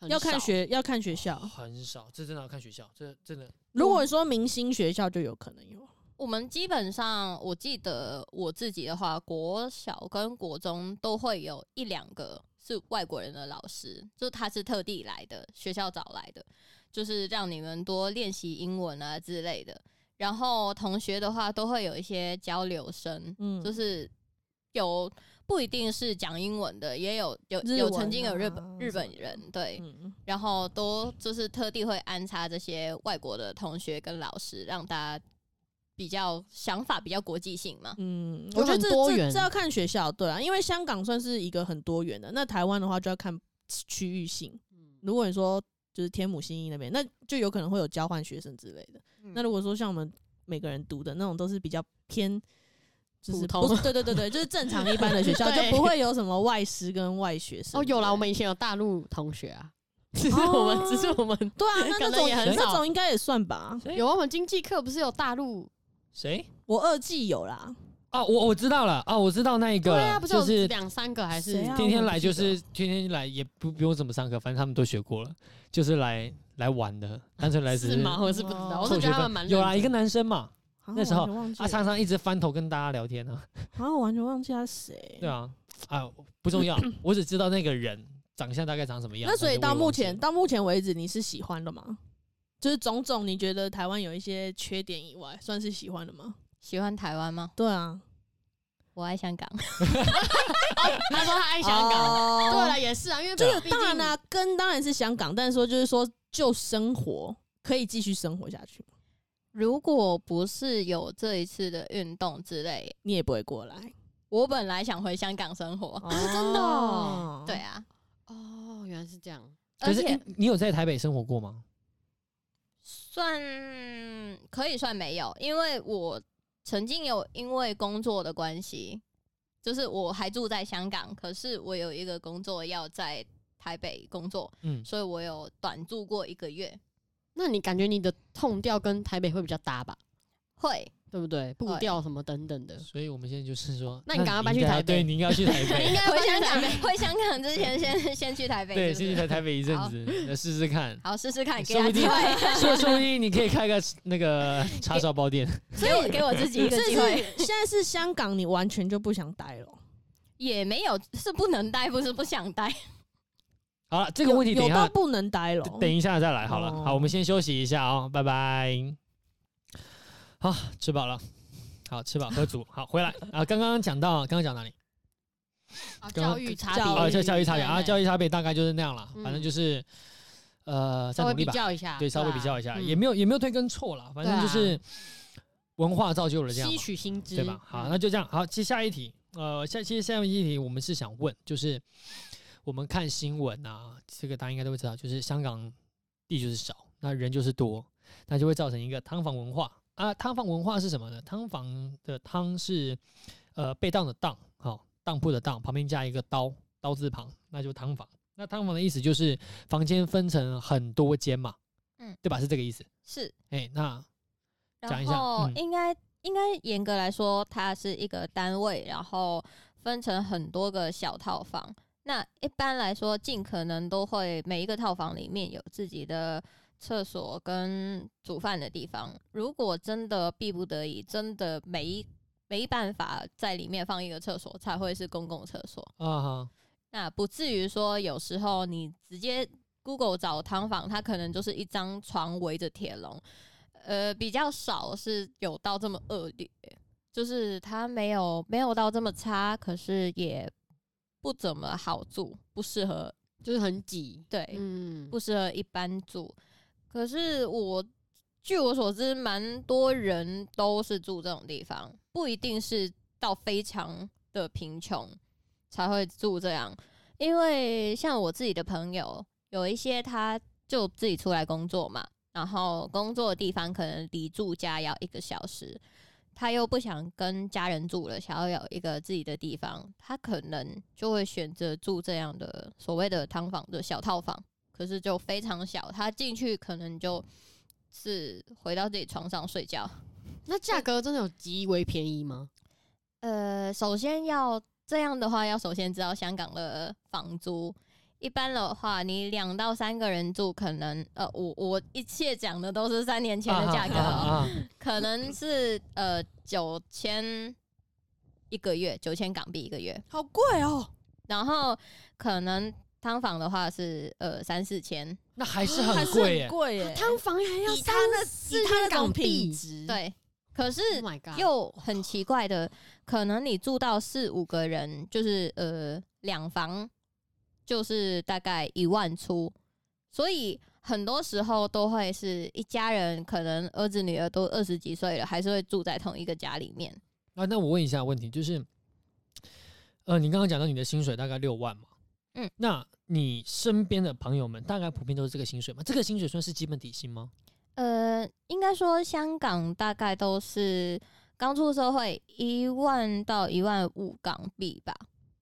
S1: 很
S3: 要看
S1: 少，
S3: 学要看学校。
S2: 很少，这真的要看学校，这真的
S3: 如果说明星学校就有可能有，
S4: 我们基本上，我记得我自己的话，国小跟国中都会有一两个是外国人的老师，就他是特地来的，学校找来的，就是让你们多练习英文啊之类的。然后同学的话，都会有一些交流生，
S3: 嗯，
S4: 就是有不一定是讲英文的，也有有
S3: 日
S4: 有
S3: 文
S4: 曾经有日本
S3: 啊
S4: 日
S3: 什么
S4: 本
S3: 的
S4: 人对，
S3: 嗯，
S4: 然后都就是特地会安插这些外国的同学跟老师，让大家比较想法比较国际性嘛。
S3: 嗯，
S1: 有
S3: 我觉得
S1: 很
S3: 这
S1: 多
S3: 这
S1: 元
S3: 这要看学校，对啊，因为香港算是一个很多元的，那台湾的话就要看区域性。
S1: 嗯
S3: 如果你说就是天母新义那边，那就有可能会有交换学生之类的。
S1: 嗯
S3: 那如果说像我们每个人读的那种都是比较偏。就是
S1: 普
S3: 不
S1: 通
S3: 是对对对对，就是正常一般的
S1: [LAUGHS]
S3: 学校，就
S1: 对
S3: 不会有什么外师跟外学生之类的。
S1: 哦，有啦，我们以前有大陆同学
S2: [LAUGHS]
S1: 啊，只是我们只是我们 [LAUGHS]
S3: 对啊，那
S1: 可
S3: 那
S1: 能
S3: 种
S1: 也很少
S3: 那种应该也算吧。
S2: 对
S1: 有啊我们经济课不是有大陆
S2: 谁
S3: 我二季有啦，
S2: 啊？我我知道了啊，我知道那一个
S1: 对
S2: 了，
S1: 啊，不是
S2: 就
S1: 有
S2: 是
S1: 两三个还是
S3: 谁啊
S2: 天天来就是天天来，也不不用怎么上课，反正他们都学过了，就是来来玩的，单纯来只
S1: 是吗？我是不知道，我是
S2: 凑
S1: 觉
S2: 学
S1: 得他们
S2: 分。
S1: 蛮
S2: 有啦，
S1: 认
S2: 一
S1: 真
S2: 个男生嘛，
S3: 啊
S2: 那时候
S3: 我完全忘记
S2: 他
S3: 了
S2: 常常一直翻头跟大家聊天啊。
S3: 啊，我完全忘记他谁。
S2: 对啊，啊不
S1: [COUGHS]
S2: 重要，我只知道那个人长相大概长什么样。
S3: 那所以
S2: 但
S3: 到
S2: 是我也
S3: 目
S2: 忘记
S3: 前
S2: 了
S3: 到目前为止，你是喜欢的吗？就是种种你觉得台湾有一些缺点以外，算是喜欢的吗？
S4: 喜欢台湾吗？
S3: 对啊，
S4: 我爱香港， [LAUGHS]
S1: 他说他爱香港，
S3: 港
S1: 对了，也是啊，因为
S2: 哦这个
S1: 毕竟
S3: 哦当然啦、跟当然是香港，但是说就是说就生活可以继续生活下去吗，
S4: 如果不是有这一次的运动之类，
S3: 你也不会过来，啊
S4: 我本来想回香港生
S2: 哦
S4: 活。
S3: 真
S1: 的哦
S4: 对，啊，
S1: 哦，原来是这样。
S2: 可
S4: 而
S2: 是
S4: 且
S2: 你你有在台北生活过吗？
S4: 算可以算没有，因为我曾经有因为工作的关系，就是我还住在香港，可是我有一个工作要在台北工作，
S2: 嗯，
S4: 所以我有短住过一个月。
S1: 那你感觉你的痛调跟台北会比较搭吧？
S4: 会，
S1: 对不对？步
S3: 呃
S4: 对
S1: 调什么等等的，
S2: 所以我们现在就是说，
S1: 那你赶快搬去
S2: 应该
S1: 台北
S2: 对，你应该要去
S1: [LAUGHS]
S2: 台
S1: 应
S2: 北，
S1: 该
S4: 回
S1: 搬去
S4: 香港
S1: 台北，
S4: 回香港之前先先去台北，
S2: 对，
S4: 是不
S2: 先去
S4: 是
S2: 台台北一阵
S4: 好
S2: 子，来试试看。 [LAUGHS]
S4: 好试试看，给
S2: 说
S4: 他
S2: 不
S4: 机
S2: 定
S4: 会，
S2: 说说不定你可以开个那个叉烧包店，
S4: [LAUGHS] 给我给我自己一个
S3: 是
S4: [LAUGHS] 机
S3: 是
S4: 会，
S3: 现在是香港，你完全就不想待了。
S4: 也没有是不能待，不是不想待。
S2: 好了，这个问题
S3: 有
S2: 等一
S3: 有到
S2: 下
S3: 不能待了。
S2: 等一下再来好了。
S3: 哦
S2: 好，我们先休息一下哦，拜拜。好，吃饱了，好吃饱喝足，好回来啊。刚刚讲到，刚刚讲哪里？
S1: 啊
S2: 刚
S1: 教育差别，
S3: 教育
S2: 啊，教教育差别
S1: 对
S2: 啊，教育差别大概就是那样了，
S1: 嗯
S2: 反正就是呃，再
S1: 稍
S2: 努
S1: 微比
S2: 力吧，
S1: 较一下，
S2: 对，稍微比较一
S1: 一
S2: 下，
S1: 嗯
S2: 也没有也没有对跟错啦，反正就是文化造就了这样
S1: 吸
S2: 嘛，
S1: 取新知，
S2: 对吧？
S1: 嗯
S2: 好，那就这样。好，接下一题，呃，下其实下面一题我们是想问，就是我们看新闻啊，这个大家应该都会知道，就是香港地就是少，那人就是多，那就会造成一个汤房文化啊。汤房文化是什么呢？汤房的汤是呃被当的当，好、当铺的当，旁边加一个刀，刀字旁，那就是汤房。那汤房的意思就是房间分成很多间嘛，嗯
S4: 嗯，
S2: 对吧？是这个意思。
S4: 是，
S2: 哎、那讲一
S4: 然
S2: 下
S4: 后
S2: 嗯
S4: 应该应该严格来说，它是一个单位，然后分成很多个小套房。那一般来说，尽可能都会每一个套房里面有自己的厕所跟煮饭的地方。如果真的逼不得已，真的没没办法在里面放一个厕所，才会是公共厕所。
S2: 啊哈，
S4: 那不至于说有时候你直接 Google 找汤房，它可能就是一张床围着铁笼，呃，比较少是有到这么恶劣，就是它没有没有到这么差，可是也不怎么好住，不适合
S1: 就是很挤，
S4: 对，
S1: 嗯，
S4: 不适合一般住。可是我据我所知，蛮多人都是住这种地方，不一定是到非常的贫穷才会住这样。因为像我自己的朋友，有一些他就自己出来工作嘛，然后工作的地方可能离住家要一个小时，他又不想跟家人住了，想要有一个自己的地方，他可能就会选择住这样的所谓的汤房的小套房。可是就非常小，他进去可能就是回到自己床上睡觉。
S1: 那价格真的有极为便宜吗？
S4: 呃，首先要这样的话，要首先知道香港的房租。一般的话，你两到三个人住，可能呃，我我一切讲的都是三年前的价格
S2: 啊
S4: 哦，
S2: 啊啊
S4: [LAUGHS] 可能是呃九千一个月，九千港币一个月，
S3: 好贵哦，
S4: 然后可能汤房的话是呃三四千，
S2: 那还是
S3: 还
S2: 很
S3: 是
S2: 贵
S3: 很
S2: 耶。
S3: 贵耶。
S1: 啊汤房还要
S3: 以他
S1: 三
S3: 那
S1: 四
S3: 以他那
S1: 千
S3: 种
S1: 港
S3: 品
S1: 币
S3: 质，
S4: 对，可是
S1: ，Oh my god，
S4: 又很奇怪的，可能你住到四五个人，就是呃两房，就是大概一万出，所以很多时候都会是一家人，可能儿子女儿都二十几岁了，还是会住在同一个家里面。
S2: 啊，那我问一下问题，就是，呃，你刚刚讲到你的薪水大概六万嘛，
S4: 嗯，
S2: 那你身边的朋友们大概普遍都是这个薪水吗？这个薪水算是基本底薪吗？
S4: 呃，应该说香港大概都是刚出社会一万到一万五港币吧，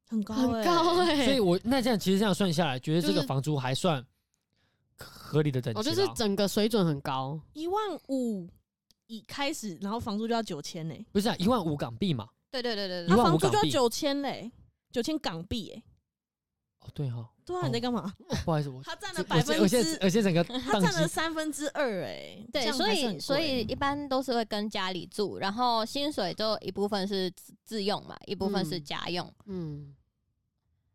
S3: 很高
S1: 很高
S3: 哎。
S1: 哎，
S2: 所以我那这样其实这样算下来，觉得这
S1: 就
S2: 个
S1: 是
S2: 房租还算合理的等级哦
S1: 我就
S2: 了。
S1: 是整个水准很高，
S3: 一万五一开始，然后房租就要九千呢，
S2: 不是啊，一万五港币嘛？
S4: 对对对对
S2: 一
S4: 对
S3: 他
S2: 万五
S3: 房租就
S2: 港
S3: 要
S2: 币
S3: 九千嘞，九千港币哎。
S2: 哦，对哈、哦
S3: 对啊，你在干嘛？
S2: 不好意思，我
S3: [LAUGHS] 他占了
S2: 这
S3: 百
S2: 我
S3: 分
S2: 现在
S3: 之，
S2: 我现在整个
S3: 他
S2: 宕
S3: 占了
S2: 机。
S3: 三分之二哎。这
S4: 对，
S3: 样
S4: 所
S3: 还是很
S4: 以
S3: 贵
S4: 所以一般都是会跟家里住，然后薪水就一部分是自自用嘛，一部分是
S1: 嗯
S4: 家用。
S1: 嗯，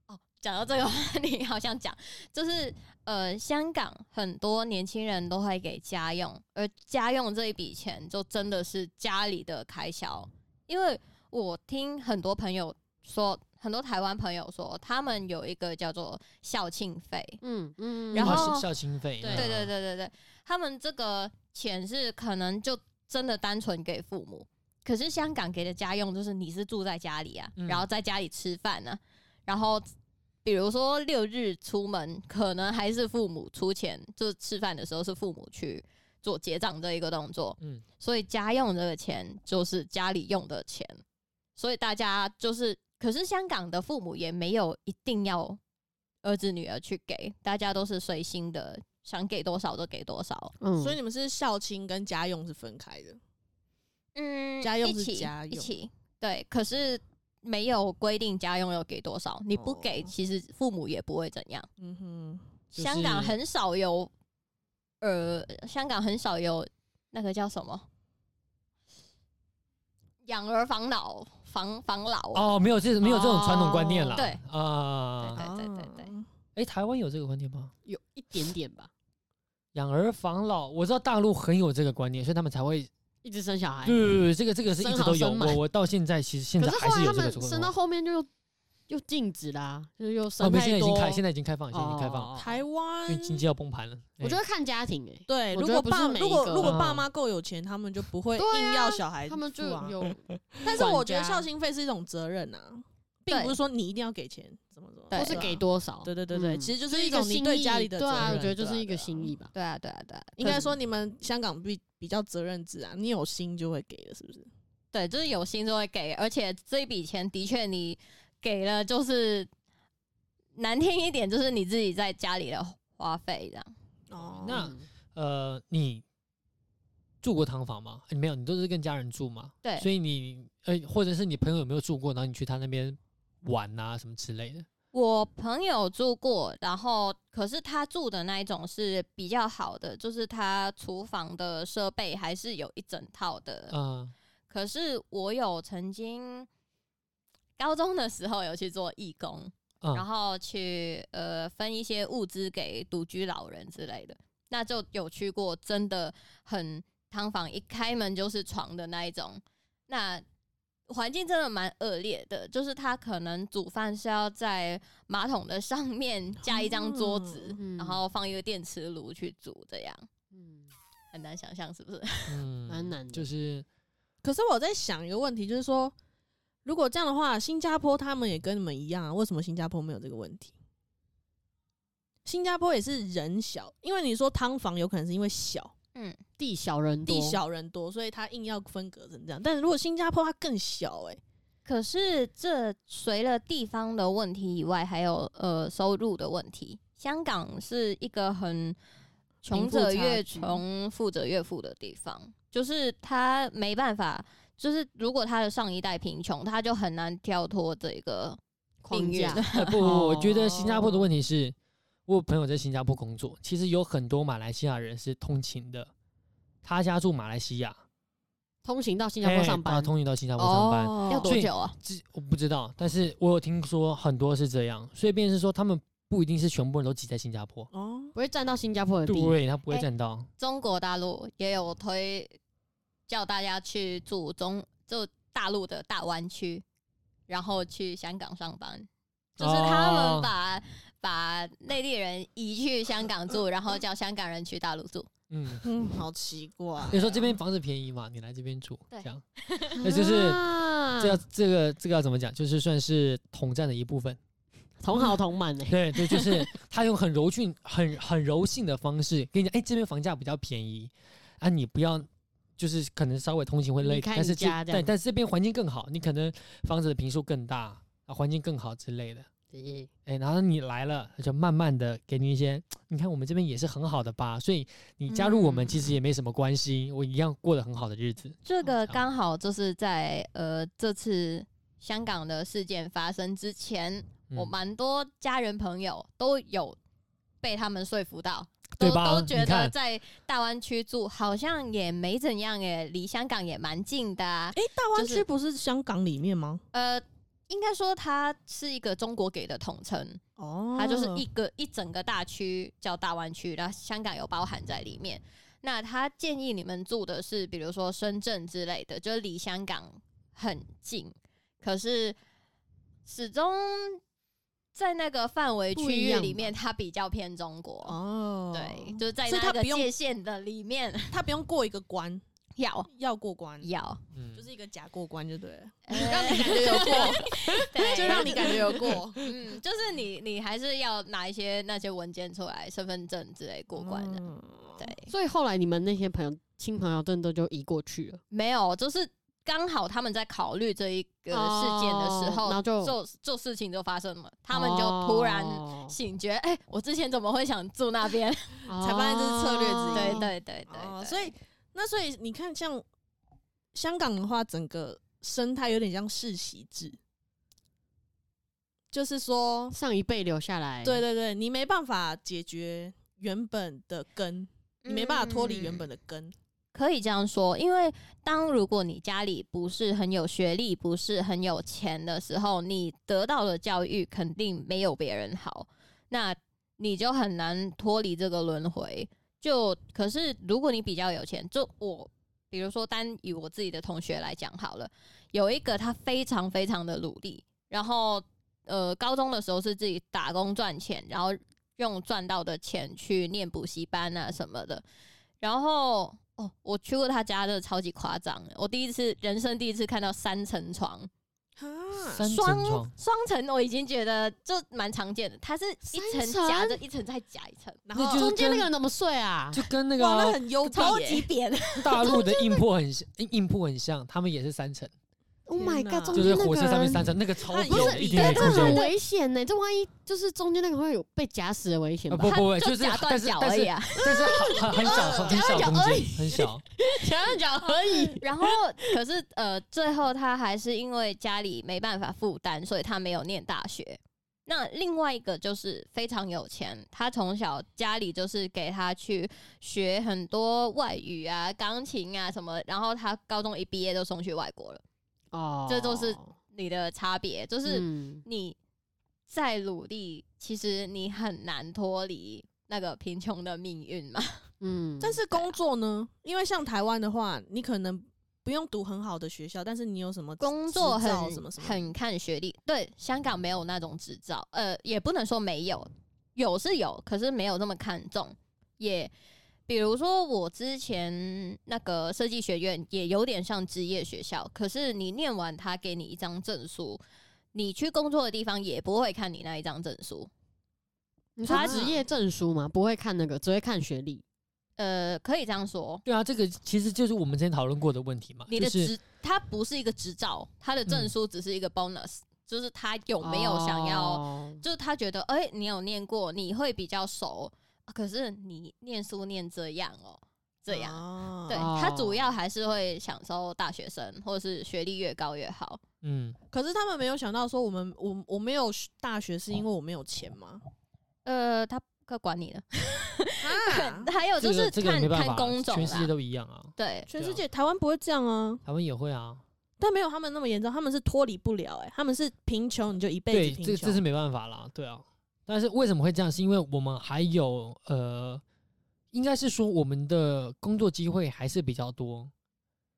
S4: 哦，讲到这个话题，好像讲就是呃，香港很多年轻人都会给家用，而家用这一笔钱就真的是家里的开销，因为我听很多朋友说，很多台湾朋友说，他们有一个叫做校庆费，
S1: 嗯嗯，
S4: 然
S2: 啊
S4: 后
S2: 是校心费，
S1: 对
S2: 嗯
S4: 对对，对对对，他们这个钱是可能就真的单纯给父母，可是香港给的家用就是你是住在家里啊，
S2: 嗯
S4: 然后在家里吃饭啊，然后比如说六日出门，可能还是父母出钱，就是吃饭的时候是父母去做结账这一个动作，
S2: 嗯，
S4: 所以家用这个钱就是家里用的钱，所以大家就是，可是香港的父母也没有一定要儿子女儿去给，大家都是随心的，想给多少就给多少。
S1: 嗯，
S3: 所以你们是校亲跟家用是分开的，
S4: 嗯
S3: 家用
S4: 一
S3: 是
S4: 起
S3: 家
S4: 一
S3: 用
S4: 起对，可是没有规定家用要给多少，你不给，
S3: 哦
S4: 其实父母也不会怎样。
S3: 嗯哼，
S2: 就是
S4: 香港很少有，呃，香港很少有那个叫什么养儿防老防防老啊，
S2: 哦，没有这没有这种传统观念啦。
S4: 哦对
S2: 啊，
S4: 对对对对
S3: 啊，
S2: 哎，台湾有这个观念吗？
S1: 有一点点吧，
S2: 养儿防老，我知道大陆很有这个观念，所以他们才会
S1: 一直生小孩。
S2: 对对对，这个这个是一
S1: 哎生
S2: 直
S1: 好
S2: 都有。
S1: 生满
S2: 我我到现在其实现
S1: 可
S2: 在
S1: 是
S2: 还
S1: 后来
S2: 有
S1: 他
S2: 这个
S1: 们
S2: 这个
S1: 生到后面就又又禁止啦，就是又
S2: 哦，
S1: 生
S2: 没，
S1: 太
S2: 现在已
S1: 多。
S2: 经开，现在已经开放，现在已经开放，
S1: 哦
S3: 台
S2: 因
S3: 湾
S2: 为经济要崩盘了。哎
S1: 我觉得看家庭欸诶、
S3: 对，
S1: 我
S3: 如
S1: 觉
S3: 果
S1: 得不是
S3: 爸
S1: 每
S3: 如
S1: 一
S3: 果
S1: 个
S3: 如果
S2: 啊
S3: 爸妈够有钱，他们就不会
S1: 对啊
S3: 硬要小孩付啊，
S1: 他们就有
S3: 但是我觉
S1: 管家
S3: 得孝心费是一种责任啊，并
S4: 对
S3: 不是说你一定要给钱，怎么怎么，
S4: 对
S1: 或
S3: 不
S1: 是给。多少。
S3: 对对对对，
S1: 嗯
S3: 其实就
S1: 就是是
S3: 一
S1: 个
S3: 种
S1: 心
S3: 你
S1: 意，
S3: 对家里的责
S1: 对
S3: 任。
S1: 啊，我觉得
S3: 对
S1: 就
S3: 啊
S1: 是一个
S3: 对啊
S1: 心意吧。
S4: 对啊对啊对啊，
S3: 应该说你们香港比比较责任制啊，你有心就会给了，是不是？
S4: 对，就是有心就会给，而且这笔钱的确你给了，就是难听一点，就是你自己在家里的花费这样。
S3: 哦
S2: 那
S1: 嗯
S2: 呃，你住过堂房吗？哎你没有，你都是跟家人住嘛？
S4: 对
S2: 所以你呃，或者是你朋友有没有住过？然后你去他那边玩啊，什么之类的。
S4: 我朋友住过，然后可是他住的那一种是比较好的，就是他厨房的设备还是有一整套的。
S1: 呃
S2: 嗯、
S4: 可是我有曾经高中的时候有去做义工，
S2: 嗯，
S4: 然后去呃分一些物资给独居老人之类的，那就有去过真的很汤房，一开门就是床的那一种，那环境真的蛮恶劣的，就是他可能煮饭是要在马桶的上面架一张桌子，
S1: 嗯
S4: 然后放一个电磁炉去煮，这样
S1: 嗯，
S4: 很难想象是不是？
S2: 嗯
S1: 蛮难的 [LAUGHS]
S2: 就是
S3: 可是我在想一个问题，就是说，如果这样的话，新加坡他们也跟你们一样啊，为什么新加坡没有这个问题？新加坡也是人小，因为你说汤房有可能是因为小
S4: 嗯，
S1: 地小人多
S3: 地，小人多，所以他硬要分隔成这样。但是如果新加坡它更小、欸，
S4: 可是这除了地方的问题以外，还有呃收入的问题。香港是一个很穷者越穷、富者越富的地方，就是他没办法，就是如果他的上一代贫穷，他就很难跳脱这个
S1: 框架
S4: 命运
S2: 呃不不不，我觉得新加坡
S1: 哦
S2: 的问题是，我有朋友在新加坡工作，其实有很多马来西亚人是通勤的，他家住马来西亚，
S1: 通行到新加坡
S2: 哎
S1: 上班哦
S2: 他，通勤到新加坡上班，
S3: 哦
S4: 要
S2: 哦所
S4: 多
S2: 以
S4: 久啊？
S2: 这我不知道，但是我有听说很多是这样，所以便是说他们不一定是全部人都挤在新加坡，
S3: 哦，
S1: 不会占到新加坡的地。啊
S2: 对，他不会
S4: 哎
S2: 占到。
S4: 中国大陆也有推叫大家去住中就大陆的大湾区，然后去香港上班，就是他
S2: 哦
S4: 们把、把内地人移去香港住，然后叫香港人去大陆住。
S2: 嗯，
S3: 嗯，好奇怪、
S2: 你说这边房子便宜嘛，你来这边住，
S4: 对
S2: 这样，
S1: 那
S2: 那就是这
S1: 这
S2: 要这个这个要怎么讲？就是算是统战的一部分。
S1: [LAUGHS] 同好同满呢。欸
S2: 对对，就是他用很柔性、很很柔性的方式跟你讲，哎、这边房价比较便宜啊，你不要。就是可能稍微通勤会
S1: 离
S2: 累，
S1: 开
S2: 但是
S1: 你
S2: 这
S1: 家这
S2: 对，
S1: 样
S2: 但是这边环境更好，你可能房子的平数更大啊，环境更好之类的。
S1: 对
S2: 哎、然后你来了，他就慢慢的给你一些，你看我们这边也是很好的吧，所以你加入我们
S4: 嗯
S2: 其实也没什么关系，我一样过得很好的日子。
S4: 这
S2: 这
S4: 个
S2: 样
S4: 刚好就是在呃这次香港的事件发生之前，
S2: 嗯
S4: 我蛮多家人朋友都有被他们说服到，
S2: 对
S4: 都
S2: 吧
S4: 都觉
S2: 你
S4: 得
S2: 看
S4: 在大湾区住好像也没怎样耶，离香港也蛮近的啊、
S3: 哎、大湾
S4: 就是
S3: 区不是香港里面吗？
S4: 呃，应该说它是一个中国给的统称，
S3: 哦
S4: 它就是一个一整个大区叫大湾区，然后香港有包含在里面。那他建议你们住的是，比如说深圳之类的，就是离香港很近，可是始终在那个范围
S1: 不一
S4: 区域
S1: 样
S4: 里
S1: 吧
S4: 面，它比较偏中国。
S3: 哦，
S4: 对，就是在
S3: 所以它
S4: 那个
S3: 不用
S4: 界限的里面，
S3: 他不用过一个关，
S4: 要
S3: 要过关，
S4: 要，
S2: 嗯
S3: 就是一个假过关就对了，
S4: 呃
S3: 嗯让你感觉有过，
S4: [LAUGHS] 对
S3: 就让你感觉有过。
S4: 嗯，就是你你还是要拿一些那些文件出来，身份证之类过关的。
S3: 嗯
S4: 对，
S1: 所以后来你们那些朋友、亲朋友真的就移过去了。
S4: 没有，就是刚好他们在考虑这一个事件的时
S1: 哦
S4: 候，
S1: 然后就
S4: 做做事情就发生了，他们就突然
S1: 哦
S4: 醒觉，哎、我之前怎么会想住那边？
S1: 才
S3: 才发现这是策略之一
S4: 对
S1: 对
S4: 对对对
S3: 哦，
S4: 对
S3: 所以那所以你看，像香港的话，整个生态有点像世袭制，就是说，
S1: 上一辈留下
S4: 哎
S1: 来，
S3: 对对对，你没办法解决原本的根，你没办法脱离原本
S4: 嗯
S3: 的根。
S4: 可以这样说，因为当如果你家里不是很有学历、不是很有钱的时候，你得到的教育肯定没有别人好，那你就很难脱离这个轮回。就可是如果你比较有钱，就我比如说单以我自己的同学来讲好了，有一个他非常非常的努力，然后呃高中的时候是自己打工赚钱，然后用赚到的钱去念补习班啊什么的，然后哦，我去过他家，真的超级夸张的。我第一次人生第一次看到三层床，
S3: 啊，
S2: 三
S4: 双
S2: 层床，
S4: 双层我已经觉得就蛮常见的，它是一
S1: 三
S4: 层
S1: 层
S4: 夹着一层再夹一层，
S3: 然后
S2: 就
S1: 中间那个人怎么睡啊？
S2: 就跟那
S3: 哇，那
S2: 个
S3: 很幽闭
S4: 超
S3: 耶
S4: 级扁。
S2: 大陆的硬铺很像，硬硬铺很像，他们也是三层，
S1: Oh my
S3: 天哪
S1: god！中
S4: 哦
S2: 就
S1: 间
S2: 是
S1: 那
S2: 火
S1: 个
S2: 车上面
S1: 人
S2: 三层，那哎个超
S3: 那
S2: 扁
S3: 有
S2: 的，一定
S1: 对，
S2: 没
S1: 这
S2: 出
S1: 个很
S2: 现。
S1: 危险呢、这万一就是中间那个会有被夹死的危险
S2: 啊
S1: 吧？
S2: 不不不，就
S4: 就
S2: 是
S4: 夹断
S2: 但是
S4: 脚
S2: 但
S4: 而
S2: 是
S4: 已啊，
S2: 但是很很很小很小空间，很小。
S1: 夹着脚而已。
S4: 然后 [LAUGHS] 可是呃，最后他还是因为家里没办法负担，所以他没有念大学。那另外一个就是非常有钱，他从小家里就是给他去学很多外语啊、钢琴啊什么，然后他高中一毕业就送去外国了。
S1: 哦
S4: 这都是你的差别就是
S1: 嗯
S4: 你再努力，其实你很难脱离那个贫穷的命运嘛。
S1: 嗯
S3: 但是工作呢？因为像台湾的话，你可能不用读很好的学校，但是你有什么
S4: 工作
S3: 执
S4: 很
S3: 照什么什么，
S4: 很看学历。对，香港没有那种执照，呃，也不能说没有，有是有，可是没有那么看重。也比如说我之前那个设计学院也有点像职业学校，可是你念完它给你一张证书，你去工作的地方也不会看你那一张证书。
S1: 你说
S3: 他
S1: 职业证书嘛，不会看那个，只会看学历。
S4: 呃，可以这样说，
S2: 对啊，这个其实就是我们之前讨论过的问题嘛，
S4: 你
S2: 就
S4: 的
S2: 是
S4: 执，它不是一个执照，它的证
S2: 嗯
S4: 书只是一个 bonus，、就是他有没有想要，
S1: 哦
S4: 就是他觉得，哎、你有念过，你会比较熟，啊可是你念书念这样哦，这样，
S3: 啊
S4: 对他主要还是会享受大学生，或者是学历越高越好。
S2: 嗯，
S3: 可是他们没有想到说，我们我我没有大学
S2: 哦
S3: 是因为我没有钱吗？
S4: 呃，他不管你了，，
S3: 啊
S4: 还有
S2: 这个
S4: 呃就是
S2: 这个
S4: 看、
S2: 没办
S4: 看
S2: 法，
S4: 工种
S2: 全世界
S4: 啦，
S2: 都一样啊，
S4: 对，
S3: [LAUGHS] 全世界台湾不会这样啊，
S2: 台湾也会啊，
S3: 但没有他们那么严重，他们是脱离不了，哎，他们是贫穷你就一辈
S2: 对，
S3: 子贫
S2: 这
S3: 穷，
S2: 这是没办法啦，对啊。但是为什么会这样？是因为我们还有呃，应该是说我们的工作机会还是比较多，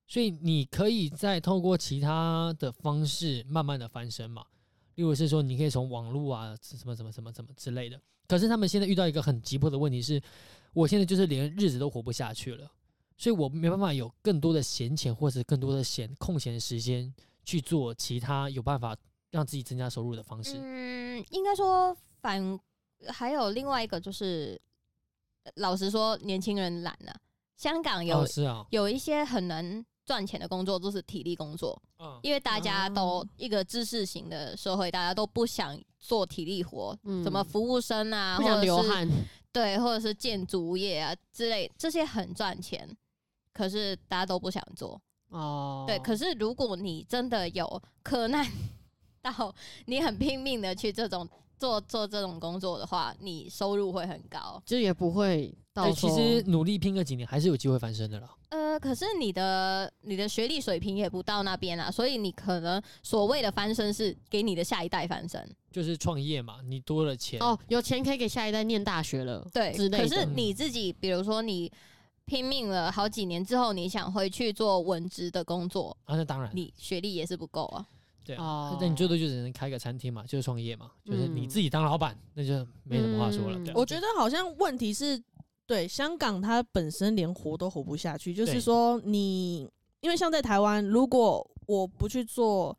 S2: 所以你可以再透过其他的方式慢慢的翻身嘛。例如是说，你可以从网络啊，什么什么什么什么之类的。可是他们现在遇到一个很急迫的问题是，我现在就是连日子都活不下去了，所以我没办法有更多的闲钱或者更多的闲空闲时间去做其他有办法让自己增加收入的方式。
S4: 嗯，应该说反还有另外一个就是，呃老实说，年轻人懒了、香港有、
S2: 哦，是啊，
S4: 有一些很难赚钱的工作，就是体力工作，
S2: 嗯，
S4: 因为大家都
S3: 哦
S4: 一个知识型的社会，大家都不想做体力活，
S1: 嗯
S4: 什么服务生啊，
S1: 不
S4: 或
S1: 想
S4: 者
S1: 流
S4: 是
S1: 汗，
S4: 对，或者是建筑业啊之类，这些很赚钱，可是大家都不想做。
S1: 哦，
S4: 对，可
S1: 是
S4: 是如果你真的有可难到你很拼命的去这种做做这种工作的话，你收入会很高。
S1: 就也不会到
S2: 对，哎其实努力拼个几年还是有机会翻身的啦。
S4: 呃，可是你的你的学历水平也不到那边啊，所以你可能所谓的翻身是给你的下一代翻身，
S2: 就是创业嘛，你多了钱，
S1: 哦，有钱可以给下一代念大学了，
S4: 对
S1: 之。类
S4: 可
S1: 的。
S4: 是你自己，比如说你拼命了好几年之后，你想回去做文职的工作，
S2: 啊，那当然，
S4: 你学历也是不够啊。
S2: 对啊，
S1: 哦，
S2: 那你最多就只能开个餐厅嘛，就是创业嘛，就是你自己当老板，那就没什么话说了。
S1: 嗯
S2: 对啊
S3: 我觉得好像问题是，对香港它本身连活都活不下去，就
S2: 对
S3: 是说你，因为像在台湾，如果我不去做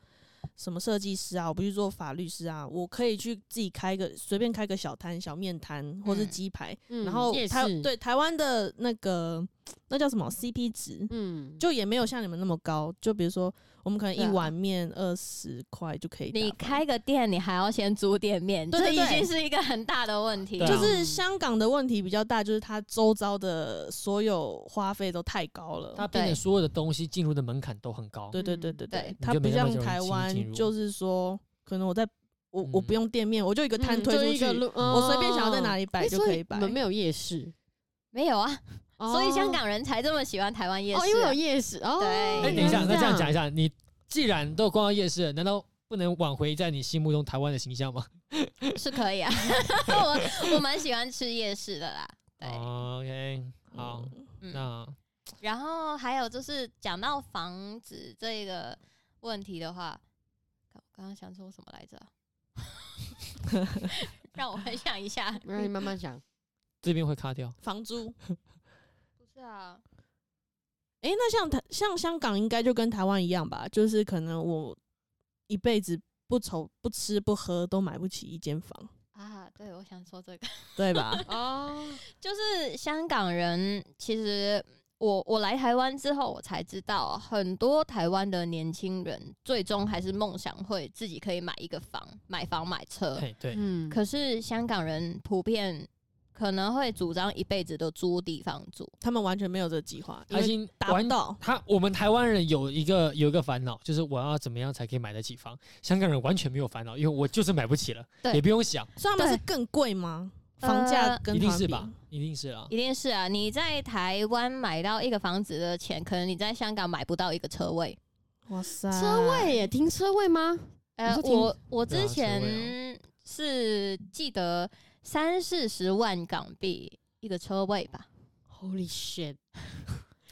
S3: 什么设计师啊，我不去做法律师啊，我可以去自己开个随便开个小摊、小面摊或是
S4: 嗯
S3: 鸡排，
S1: 嗯
S3: 然后
S1: 夜
S3: 台
S1: 市
S3: 对台湾的那个那叫什么 CP 值，
S1: 嗯，
S3: 就也没有像你们那么高。就比如说，我们可能
S4: 对
S3: 一
S4: 啊
S3: 碗面二十块就可以打
S4: 你
S3: 包，
S4: 开个店，你还要先租店面，
S3: 对对
S4: 这已
S3: 对
S4: 经是一个很大的问题。
S2: 对
S1: 嗯
S2: 啊
S3: 就是香港的问题比较大，就是它周遭的所有花费都太高了。
S2: 它变成
S4: 对
S2: 所有的东西进入的门槛都很高。
S3: 对对对
S1: 嗯
S3: 对
S4: 对
S3: 对
S4: 你，
S3: 它
S2: 就
S3: 不
S2: 没那么
S3: 像
S2: 容易
S3: 台
S2: 进进入
S3: 湾，就是说可能我在我我不
S2: 嗯
S3: 用店面，我就一个摊
S1: 嗯
S3: 推
S1: 就
S3: 出
S1: 一
S3: 去
S1: 个，路哦
S3: 我随便想要在哪
S1: 里
S3: 里摆就可以摆
S1: 我。们没有夜市，
S4: 没有啊，所以香
S1: 哦
S4: 港人才这么喜欢台湾夜市啊、
S1: 哦，因为
S4: [LAUGHS]
S1: 有夜市哦。
S4: 对
S2: 哎、
S4: 原
S2: 等一下，
S1: 原
S2: 那
S1: 来是
S2: 这样讲一
S1: 下，
S2: 下，你既然都逛到夜市了，难道不能挽回在你心目中台湾的形象吗？
S4: 是可以啊。 [LAUGHS] 我我蛮喜欢吃夜市的啦。对，
S2: o k 好，
S4: 嗯
S2: 哦那
S4: 然后还有就是讲到房子这个问题的话，我刚刚想说什么来着啊、啊 [LAUGHS] 让我回想一下。
S1: 没让你慢慢想。？
S2: 这边会卡掉。
S3: 房租。
S4: 不是啊，
S3: 诶，那像台像香港应该就跟台湾一样吧，就是可能我一辈子不愁不吃不喝都买不起一间房， [LAUGHS]
S4: 啊，对，我想说这个。 [LAUGHS]
S3: 对吧
S1: [LAUGHS] 哦，
S4: 就是香港人，其实我我来台湾之后，我才知道很多台湾的年轻人最终还是梦想会自己可以买一个房、买房、买车。
S2: 嘿，对，
S1: 嗯，
S4: 可是香港人普遍可能会主张一辈子都租地方住，
S3: 他们完全没有这个计划，因
S2: 他已
S3: 为
S2: 经
S3: 达不
S2: 完
S3: 到。
S2: 他我们台湾人有一个有一个烦恼，就是我要怎么样才可以买得起房？香港人完全没有烦恼，因为我就是买不起了，
S4: 对
S2: 也不用想，
S3: 所以他们
S4: 对
S3: 是更贵吗？房价
S4: 呃
S3: 跟
S2: 一定
S3: 台湾
S2: 是
S3: 比
S2: 吧？？一定是啦。
S4: 一定是啊！你在台湾买到一个房子的钱，可能你在香港买不到一个车位。
S3: 哇塞，
S1: 车位耶，停车位吗？
S4: 呃，
S1: 你说停
S4: 我我
S2: 对啊
S4: 之
S2: 车位啊
S4: 前是记得三四十万港币一个车位吧。
S1: Holy shit！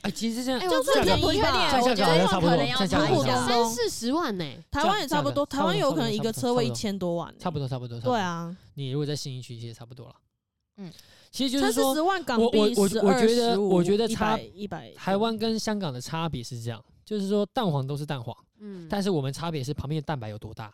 S2: 哎，其实这样
S1: 哎，我
S3: 就是
S1: 真的
S2: 这样啊
S3: 便宜吧
S4: 我
S2: 在香
S4: 觉
S2: 港好像差
S4: 得有
S2: 不多
S4: 可能要
S2: 在香
S4: 查
S2: 港
S4: 一
S2: 好像
S3: 差
S4: 下。
S1: 三四十万呢、
S3: 台湾也差不多，
S2: 价格
S3: 台湾有可能一个车
S2: 差
S3: 位一
S2: 不多
S3: 千多万欸，
S2: 差不多，差不多，差不多
S3: 对，啊，
S2: 你如果在信义区，其实差不多了。嗯
S4: 嗯，
S2: 其实就
S3: 三
S2: 是
S3: 四
S2: 说
S3: 十，万港
S2: 我我
S3: 币，
S2: 我
S3: 十
S2: 我
S3: 二
S2: 觉得
S3: 十五，
S2: 我觉得差
S3: 一百
S2: 台湾跟香港的差别是这样，就是说蛋黄都是蛋黄，
S1: 嗯，
S2: 但是我们差别是旁边的蛋白有多大，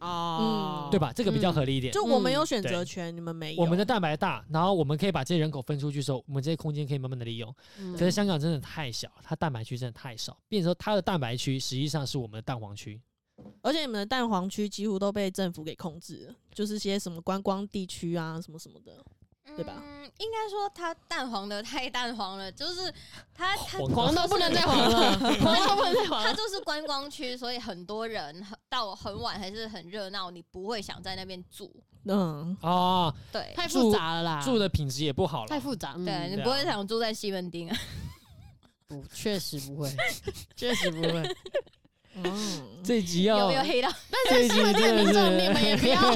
S1: 哦，
S2: 嗯对？吧？这个比较合理一点。
S3: 就
S1: 嗯
S3: 我们有选
S2: 对
S3: 择权，你们没有。
S2: 我们的蛋白大，然后我们可以把这些人口分出去的时候，我们这些空间可以慢慢的利用。
S1: 嗯
S2: 可是香港真的太小，它蛋白区真的太少，变成说它的蛋白区实际上是我们的蛋黄区。
S3: 而且你们的蛋黄区几乎都被政府给控制了，就是些什么观光地区啊，什么什么的。对吧
S4: 嗯，应该说它蛋黄的太蛋黄了，就是它它
S2: 黄
S1: 黄都不能再黄
S2: [LAUGHS]
S1: 了，黄都不能再黄
S4: 它 [LAUGHS]
S1: 了。
S4: 就是观光区，所以很多人很到很晚还是很热闹，你不会想在那边住。
S3: 嗯，
S2: 哦，
S4: 对
S1: 太复杂了啦，
S2: 住的品质也不好了。
S1: 啊太复杂，嗯、
S4: 对，你
S2: 对啊
S4: 不会想住在西门町啊。
S1: 不，确实不会，确实不会。
S3: 嗯，
S2: 这一集要
S4: 有有黑到
S2: 这一集
S1: 这个
S2: 真
S1: 民
S2: 的
S1: 众你们也
S2: 是，
S1: 不要，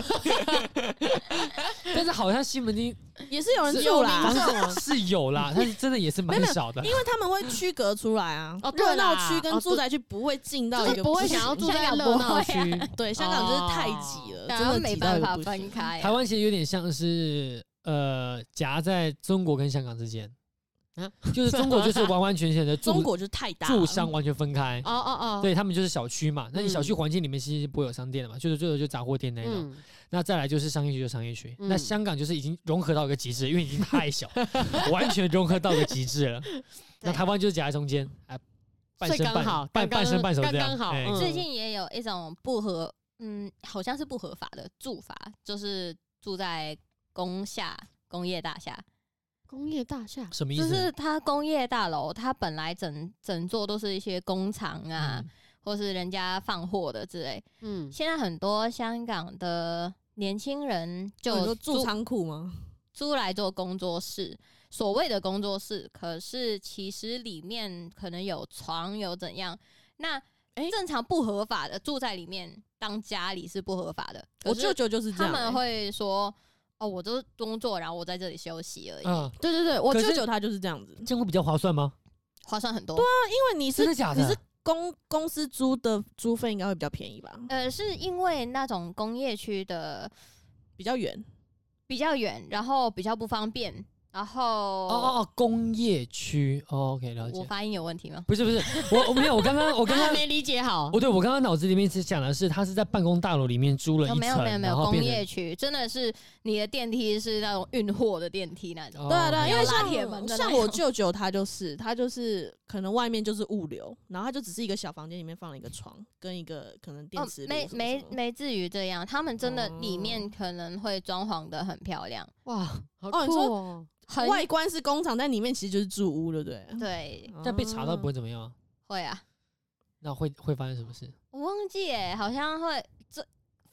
S2: 但是好像西门町
S3: 也是有人
S2: 是
S3: 住啦
S2: 房，子是有啦，但是真的也是蛮
S3: 没有
S2: 少的
S3: 因。为他们会区隔出来啊
S1: 哦，对啦
S3: 热闹区跟
S1: 哦
S3: 住宅区不会进到
S1: 就
S3: 一
S1: 是
S3: 个，
S1: 不会想要住在
S4: 香港
S1: 热
S4: 不
S1: 闹
S4: 会
S1: 区。
S3: 对，香港就是太挤
S1: 哦
S3: 了，
S1: 啊
S3: 真的
S4: 啊没
S3: 挤到
S4: 办
S3: 一个
S4: 法
S3: 不
S4: 分
S3: 行。
S4: 开
S2: 台。湾其实有点像是呃夹在中国跟香港之间，
S1: 啊
S2: 就是中国就是完完全全的住
S3: 中国就太大嗯了，
S2: 住商完全分开，
S1: 哦哦哦，，
S2: 对他们就是小区嘛。那你小区
S1: 嗯
S2: 环境里面其实不会有商店的嘛，就是最多就杂货店那种。
S1: 嗯，
S2: 那再来就是商业区就商业区，
S1: 嗯
S2: 那香港就是已经融合到一个极致，因为已经太小，完全融合到一个极致了。那台湾就是夹在中间，哎，半
S1: 所以
S2: 生
S1: 刚
S2: 半
S1: 好
S2: 半
S1: 刚
S2: 半生
S1: 刚
S2: 半熟这样，
S1: 刚刚好
S2: 哎
S1: 嗯
S4: 最近也有一种不合，嗯，好像是不合法的住法，就是住在工厦工业大厦，
S1: 工业大厦，
S2: 什么意
S4: 就
S2: 思？
S4: 是它工业大楼，它本来整整座都是一些工厂啊，
S2: 嗯
S4: 或是人家放货的之类。
S1: 嗯，
S4: 现在很多香港的年轻人
S3: 就哦你
S4: 就
S3: 说住
S4: 租
S3: 仓库吗？
S4: 租来做工作室，所谓的工作室，可是其实里面可能有床，有怎样？那
S3: 诶
S4: 正常不合法的住在里面当家里是不合法的。
S3: 我
S4: 可是
S3: 舅舅就是这
S4: 他
S3: 样欸，
S4: 们会说：“哦，我就是工作，然后我在这里休息而已，
S2: 嗯，
S3: 对对对，我
S2: 可是
S3: 舅舅他就是这样子，
S2: 这样会比较划算吗？
S4: 划算很多。”对啊，
S3: 因为你
S2: 真
S3: 是
S2: 的假的？
S3: 你是公公司租的租费应该会比较便宜吧，
S4: 呃，是因为那种工业区的
S3: 比较远。
S4: 比较远，然后比较不方便，然
S2: 哦
S4: 后
S2: 哦哦，工业区、哦、，OK，了
S4: 我
S2: 解。
S4: 发音有问题吗？
S2: 不是不是，我啊我没有，我刚刚我刚
S1: 他还
S2: 刚
S1: 啊
S2: 哦
S1: 没理解好
S2: 不。对，我刚刚脑子里面是想的是，他是在办公大楼里面租了一
S4: 哦没有
S2: 层，
S4: 没有没有
S2: 然后
S4: 工
S2: 变
S4: 业
S2: 成
S4: 区，真的是你的电梯是那种运货的电梯那种。
S2: 哦
S3: 对啊对啊，
S2: 没有
S3: 因为
S4: 拉铁门
S3: 像
S4: 的那
S3: 像我
S4: 种
S3: 舅舅他就是他就是可能外面就是物流，然后他就只是一个小房间里面放了一个床跟一个可能电
S4: 哦
S3: 磁、炉
S4: 没
S3: 什么什
S4: 没
S3: 么
S4: 没至于这样，他们真的里
S3: 哦
S4: 面可能会装潢的很漂亮，
S1: 哇，好
S3: 哦你
S1: 酷
S3: 说
S1: 哦！
S4: 很
S3: 外观是工厂，但里面其实就是住屋，对不对？
S4: 对，
S2: 但被查到不
S3: 会
S2: 会怎么样啊？
S4: 会啊，
S2: 那会会发生什么事？
S4: 我忘记哎，好像会这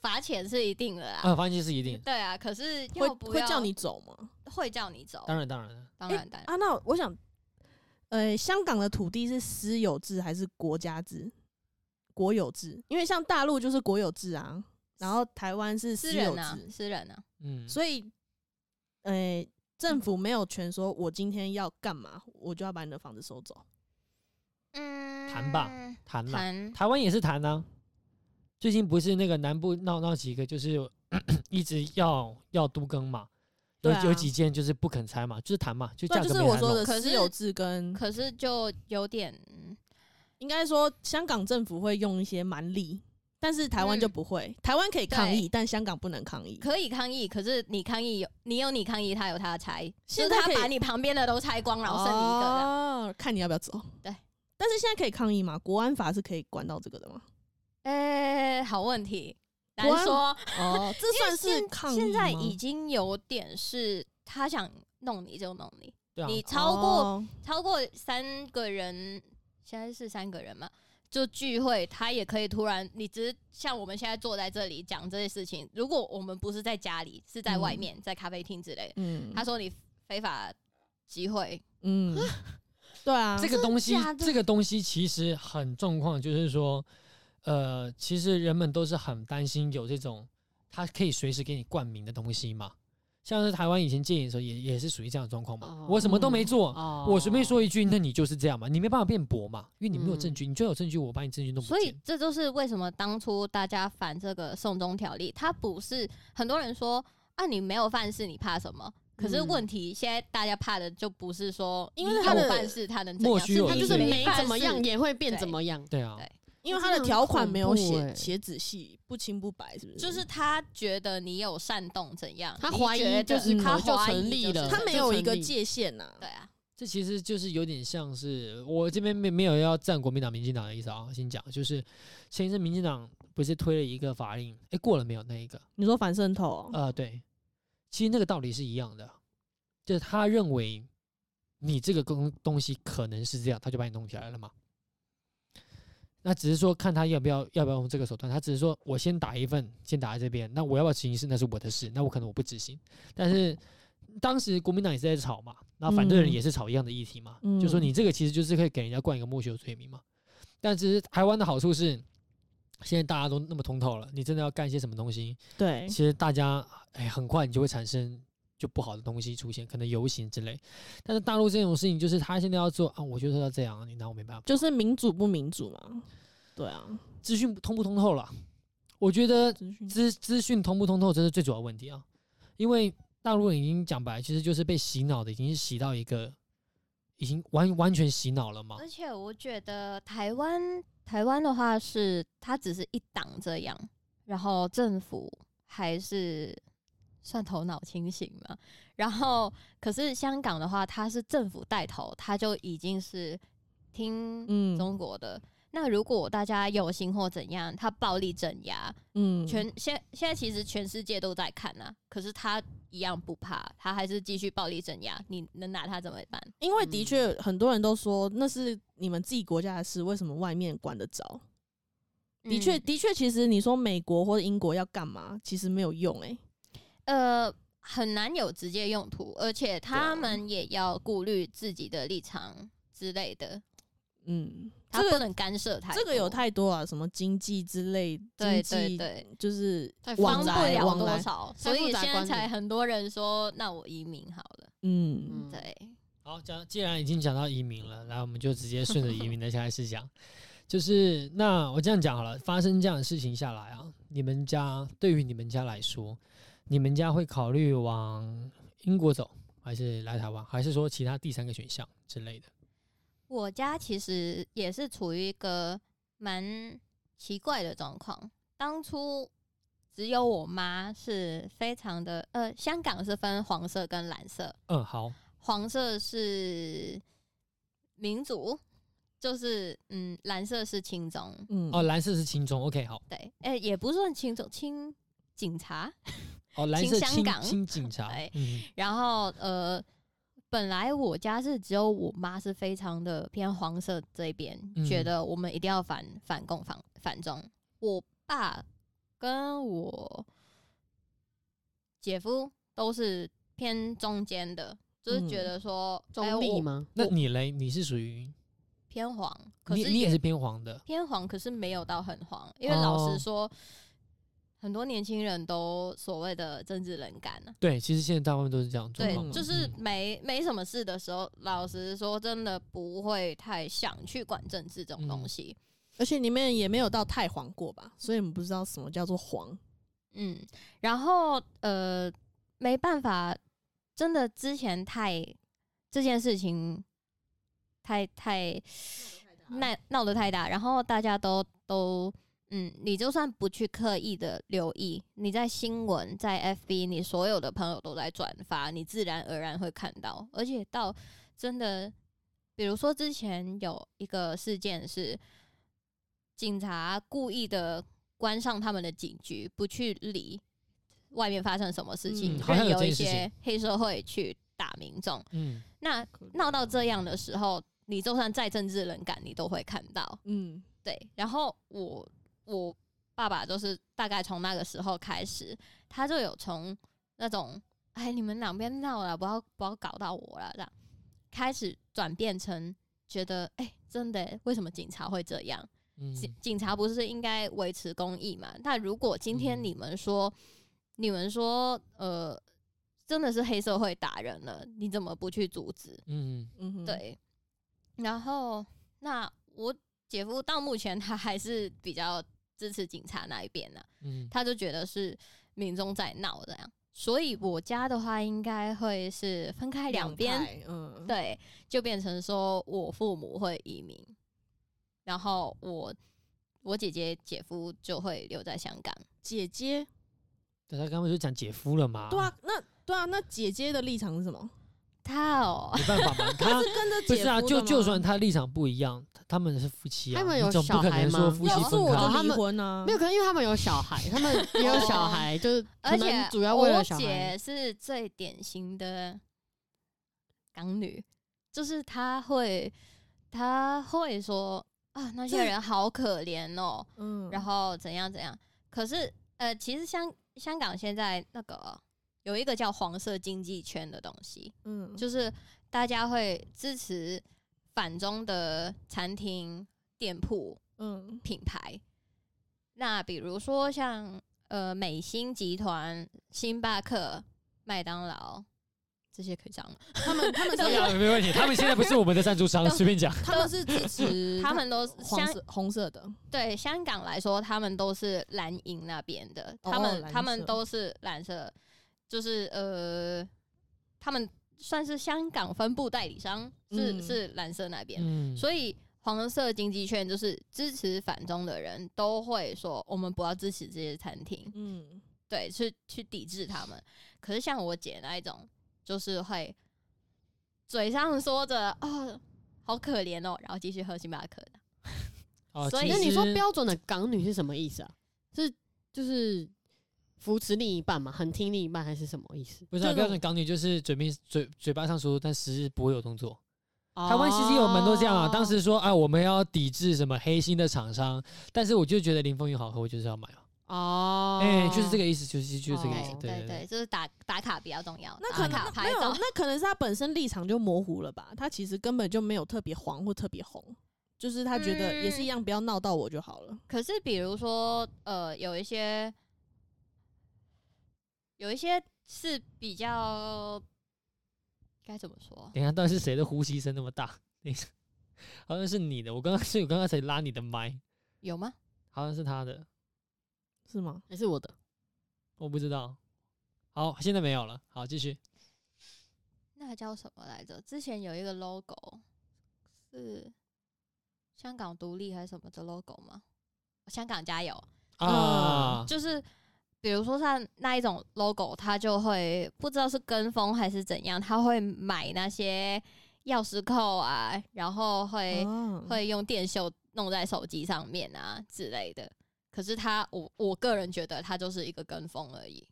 S4: 罚钱是一定的啦。
S2: 啊，发现是一定，
S4: 对啊，可是
S3: 会
S4: 要不
S3: 会
S4: 要
S3: 叫你走吗？
S4: 会叫你走，
S2: 当然当然了，
S4: 当
S3: 诶
S4: 然当然
S3: 啊，那我想，呃，香港的土地是私有制还是国家制？国有制，因为像大陆就是国有制啊，然后台湾是私
S4: 私
S3: 有
S4: 人
S3: 制，
S4: 啊，私人啊，
S2: 嗯，
S3: 所以，呃，政府没有权说我今天要干嘛，我就要把你的房子收走。
S4: 嗯，
S2: 谈吧，谈啦，
S4: 谈
S2: 台湾也是谈啊。最近不是那个南部闹闹几个，就是 [COUGHS] 一直要要都更嘛，有、
S3: 对啊
S2: 有几件就是不肯拆嘛，就是谈嘛，就
S3: 对
S2: 价
S3: 啊，
S2: 格
S3: 就是
S2: 没
S3: 我
S2: 谈
S3: 说
S2: 拢
S3: 的
S4: 可
S3: 私
S4: 是
S3: 有制跟，
S4: 可是就有点，
S3: 应该说香港政府会用一些蛮力，但是台湾就
S4: 嗯
S3: 不会，台湾可以抗议，
S4: 对
S3: 但香港不能抗议。
S4: 可以抗议，可是你抗议有你有你抗议，他有他的拆，就
S3: 现
S4: 是
S3: 在
S4: 他
S3: 可以
S4: 把你旁边的都拆光，然后剩你一个这样。
S3: 哦，看你要不要走。
S4: 对，
S3: 但是现在可以抗议吗？国安法是可以管到这个的吗？
S4: 哎，好问题，难
S3: 国安
S4: 说。
S3: 哦，这
S4: 因为
S3: 算是
S4: 现
S3: 抗议
S4: 现在
S3: 吗
S4: 已经有点是他想弄你就弄你，
S2: 对啊，
S4: 你超过、
S3: 哦
S4: 超过三个人，现在是三个人嘛，就聚会，他也可以突然，你只是像我们现在坐在这里讲这些事情，如果我们不是在家里，是在外
S3: 嗯
S4: 面，在咖啡厅之类的，
S3: 嗯
S4: 他说你非法集会， [LAUGHS]
S3: 嗯，对啊，
S2: 这个东西
S4: 真的假，的
S2: 这个东西其实很状况，就是说，呃，其实人们都是很担心有这种它可以随时给你冠名的东西嘛。像是台湾以前戒严的时候也，也是属于这样的状况嘛。
S1: 哦
S2: 我什么都没做，
S4: 嗯
S1: 哦
S2: 我随便说一句，那你就是这样嘛，你没办法辩驳嘛，因为你没有证据，你就有证据，我把你证据弄不
S4: 嗯所以
S2: 见。
S4: 这就是为什么当初大家反这个送中条例，他不是很多人说啊，你没有犯事，你怕什么？可是
S1: 嗯
S4: 问题，现在大家怕的就不是说
S3: 因为
S4: 你
S3: 他
S4: 有
S3: 的
S4: 犯事，他能怎
S2: 莫
S4: 样？
S2: 须
S4: 是
S2: 有
S1: 他
S4: 你
S1: 就是
S2: 罪
S1: 没
S4: 犯
S1: 怎么
S4: 事
S1: 样也会变
S4: 对哎
S1: 怎么样。
S2: 对啊，
S4: 对
S3: 因为他的条款没有
S1: 这真的很
S3: 写
S1: 恐怖欸
S3: 写仔细，不清不白，是不是？
S4: 就是他觉得你有煽动怎样，
S1: 他
S4: 你
S1: 怀疑
S4: 觉得
S1: 就是
S4: 他
S1: 可就
S4: 怀疑
S1: 成立
S4: 就是
S1: 了
S3: 他没有一
S1: 这
S3: 个
S1: 成立
S3: 界限呐。
S4: 呃对啊，
S2: 这其实就是有点像是我这边没没有要站国民党、民进党的意思啊。先讲，就是前一阵民进党不是推了一个法令，哎，过了没有那一个？
S3: 你说反渗透哦，
S2: 啊，对，其实那个道理是一样的，就是他认为你这个东东西可能是这样，他就把你弄起来了嘛。那只是说看他要不要要不要用这个手段，他只是说我先打一份，先打在这边，那我要不要执行是那是我的事，那我可能我不执行。但是当时国民党也是在吵嘛，那反对人
S3: 嗯
S2: 也是吵一样的议题嘛，就说
S3: 嗯
S2: 你这个其实就是可以给人家冠一个莫须有罪名嘛。但只是台湾的好处是，现在大家都那么通透了，你真的要干一些什么东西，
S3: 对
S2: 其实大家哎，很快你就会产生就不好的东西出现，可能游行之类。但是大陆这种事情，就是他现在要做啊，我就是要这样，你拿我没办法。
S3: 就是民主不民主嘛。对啊，
S2: 资讯通不通透了，我觉
S4: 呃
S2: 得
S3: 资讯
S2: 资资讯通不通透，这是最主要的问题啊。因为大陆已经讲白，其实就是被洗脑的，已经是洗到一个已经完完全洗脑了嘛。
S4: 而且我觉得台湾台湾的话是，它只是一党这样，然后政府还是算头脑清醒嘛。然后可是香港的话，它是政府带头，它就已经是听
S3: 嗯
S4: 中国的。那如果大家游行或怎样，他暴力镇压，
S3: 嗯
S4: 全现现在其实全世界都在看啊，可是他一样不怕，他还是继续暴力镇压，你能拿他怎么办？
S3: 因为
S4: 嗯
S3: 的确很多人都说那是你们自己国家的事，为什么外面管得着？的确，
S4: 嗯
S3: 的确，其实你说美国或者英国要干嘛，其实没有用哎、
S4: 呃，很难有直接用途，而且他
S3: 对啊
S4: 们也要顾虑自己的立场之类的，
S3: 嗯，
S4: 他
S3: 这
S4: 不
S3: 个
S4: 能干涉太多。
S3: 这个有太多啊，什么经济之类，
S4: 对
S3: 经
S4: 对
S3: 济
S4: 对，
S3: 就是
S1: 太复
S3: 往
S4: 帮
S1: 杂
S4: 不
S3: 来
S4: 了
S3: 往
S4: 多
S3: 来，
S4: 少，
S1: 太
S4: 所以
S1: 复杂
S4: 现在
S1: 管理
S4: 才很多人说，那我移民好了。
S3: 嗯，
S1: 嗯
S4: 对，
S2: 好，讲既然已经讲到移民了，来我们就直接顺着移民的下来事讲， [LAUGHS] 就是那我这样讲好了，发生这样的事情下来啊，你们家对于你们家来说，你们家会考虑往英国走，还是来台湾，还是说其他第三个选项之类的？
S4: 我家其实也是处于一个蛮奇怪的状况。当初只有我妈是非常的，呃，香港是分黄色跟蓝色，
S2: 嗯，好，
S4: 黄色是民族，就是嗯，蓝色是青宗，
S3: 嗯，
S2: 哦，蓝色是青中，OK，好，
S4: 对，哎、也不算青宗，青警察。
S2: 哦，蓝色
S4: 青香
S2: 青
S4: 港
S2: 青警察
S4: 对，
S2: 嗯，
S4: 然后呃，本来我家是只有我妈是非常的偏黄色这一边，
S2: 嗯
S4: 觉得我们一定要反反共反反中。我爸跟我姐夫都是偏中间的，就是觉
S3: 嗯
S4: 得说，哎、
S1: 中立
S4: 我
S1: 吗？
S2: 那你嘞？你是属于
S4: 偏黄，可
S2: 你
S4: 是
S2: 你也是偏黄的，
S4: 偏黄，可是没有到很黄，因为老
S2: 哦
S4: 实说。很多年轻人都所谓的政治冷感、啊，
S2: 对，其实现在大部分都是这样的状
S4: 对
S2: 况嘛，，
S4: 就是
S2: 嗯
S4: 没没什么事的时候，老实说，真的不会太想去管政治这种
S2: 嗯
S4: 东西。
S3: 而且你们也没有到太黄过吧，所以你们不知道什么叫做黄。
S4: 嗯然后呃，没办法，真的之前太这件事情太太闹闹得太大，然后大家都都。嗯，你就算不去刻意的留意，你在新闻、在 FB，你所有的朋友都在转发，你自然而然会看到。而且到真的，比如说之前有一个事件是警察故意的关上他们的警局，不去理外面发生什么事情，
S3: 嗯
S2: 好像
S4: 任
S2: 有
S4: 由
S2: 这
S4: 一
S2: 件事情
S4: 些黑社会去打民众。
S2: 嗯，
S4: 那闹到这样的时候，你就算再政治冷感，你都会看到。
S3: 嗯，
S4: 对，然后我我爸爸就是大概从那个时候开始，他就有从那种哎你们哪边闹了，不要不要搞到我了这样，开始转变成觉得哎、真的耶为什么警察会这样？
S2: 嗯
S4: 警警察不是应该维持公义嘛？那如果今天
S2: 嗯
S4: 你们说、你们说呃真的是黑社会打人了，你怎么不去阻止？
S2: 嗯，
S3: 嗯哼，
S4: 对，然后那我姐夫到目前他还是比较支持警察那一边呢、啊
S2: 嗯，
S4: 他就觉得是民众在闹这样，所以我家的话应该会是分开两边，
S3: 派，嗯，
S4: 对，就变成说我父母会移民，然后我我姐姐姐夫就会留在香港，
S3: 姐姐，
S2: 对他刚刚就讲姐夫了嘛，
S3: 对啊，那对啊，那姐姐的立场是什么？
S4: 他哦，
S2: 没办法嘛，他
S3: 跟着
S2: 不
S3: 姐
S2: 是啊，
S3: 夫
S2: 就
S3: 的
S2: 就
S3: 吗
S2: 算他立场不一样，他他们是夫妻啊，
S1: 他们有
S2: 你总
S1: 小
S2: 不可
S1: 孩
S2: 能
S1: 吗
S2: 说夫妻
S3: 要啊是
S2: 分
S3: 我
S2: 开。
S3: 就
S1: 他
S3: 离
S1: 们
S3: 婚
S4: 嗯
S3: 啊，
S1: 没有，可能因为他们有小孩，他
S4: [LAUGHS]
S1: 们也有小孩，就是
S4: 哦而
S1: 可
S4: 且
S1: 能主要为
S4: 我
S1: 了小孩。
S4: 姐是最典型的港女，就是她会，她会说啊，那些
S3: 这
S4: 人好可怜哦，
S3: 嗯，
S4: 然后怎样怎样。可是呃，其实香香港现在那个有一个叫黄色经济圈的东西，
S3: 嗯，
S4: 就是大家会支持反中的餐厅、店铺，
S3: 嗯
S4: 品牌。那比如说像呃美心集团、星巴克、麦当劳这些可以讲吗？
S3: 他们他们
S2: 对
S3: 是
S2: 啊，没问题。他们现在不是我们的赞助商，随便讲。
S3: 他们是支持
S4: [LAUGHS] 他们 [COUGHS] 都是
S3: 黄
S4: 香
S3: 色红色的，
S4: 对香港来说，他们都是蓝营那边的，
S3: 哦
S4: 他们、
S3: 蓝
S4: 他们
S3: 色
S4: 都是蓝色，就是呃，他们算是香港分部代理商，是、
S3: 嗯
S4: 是蓝色那边。
S2: 嗯，
S4: 所以黄色经济圈就是支持反中的人都会说，我们不要支持这些餐厅，
S3: 嗯，
S4: 对，去去抵制他们。可是像我姐那一种，就是会嘴上说着啊、哦好可怜哦，然后继续喝星巴克的。
S2: 哦
S4: 所以
S2: 其
S1: 那你说
S2: 实
S1: 标准的港女是什么意思啊？是就是扶持另一半嘛，很听另一半还是什么意思？
S2: 不是啊
S3: 这种
S2: 标准港女，就是嘴面嘴嘴巴上说，但实质不会有动作。台湾其实有蛮多这样啊，当时说啊，我们要抵制什么黑心的厂商，但是我就觉得林凤营好喝，我就是要买嘛。
S1: 哦，
S2: 哎，就是这个意思，就是就是这个意思
S1: 哦。
S2: 对
S4: 对
S2: 对，
S4: 就是打打卡比较重要，
S3: 那可
S4: 打啊卡
S3: 能
S4: 拍
S3: 没有，
S4: 照。
S3: 那可能是他本身立场就模糊了吧？他其实根本就没有特别黄或特别红，就是他觉得
S4: 嗯
S3: 也是一样，不要闹到我就好了。
S4: 可是比如说，呃，有一些有一些是比较该怎么说？
S2: [LAUGHS] 等一下，到底是谁的呼吸声那么大？ [LAUGHS] 等一下，好像是你的，我刚刚是我刚刚才拉你的麦，
S4: 有吗？
S2: 好像是他的，
S3: 是吗？
S1: 还是我的。
S2: 我不知道。好，现在没有了。好，继续。
S4: 它叫什么来着？之前有一个 logo 是香港独立还是什么的 logo 吗？香港加油！
S2: 啊，
S4: 就是比如说像那一种 logo，它就会不知道是跟风还是怎样，它会买那些钥匙扣啊，然后会、
S3: 哦
S4: 会用电绣弄在手机上面啊之类的。可是它，我我个人觉得它就是一个跟风而已。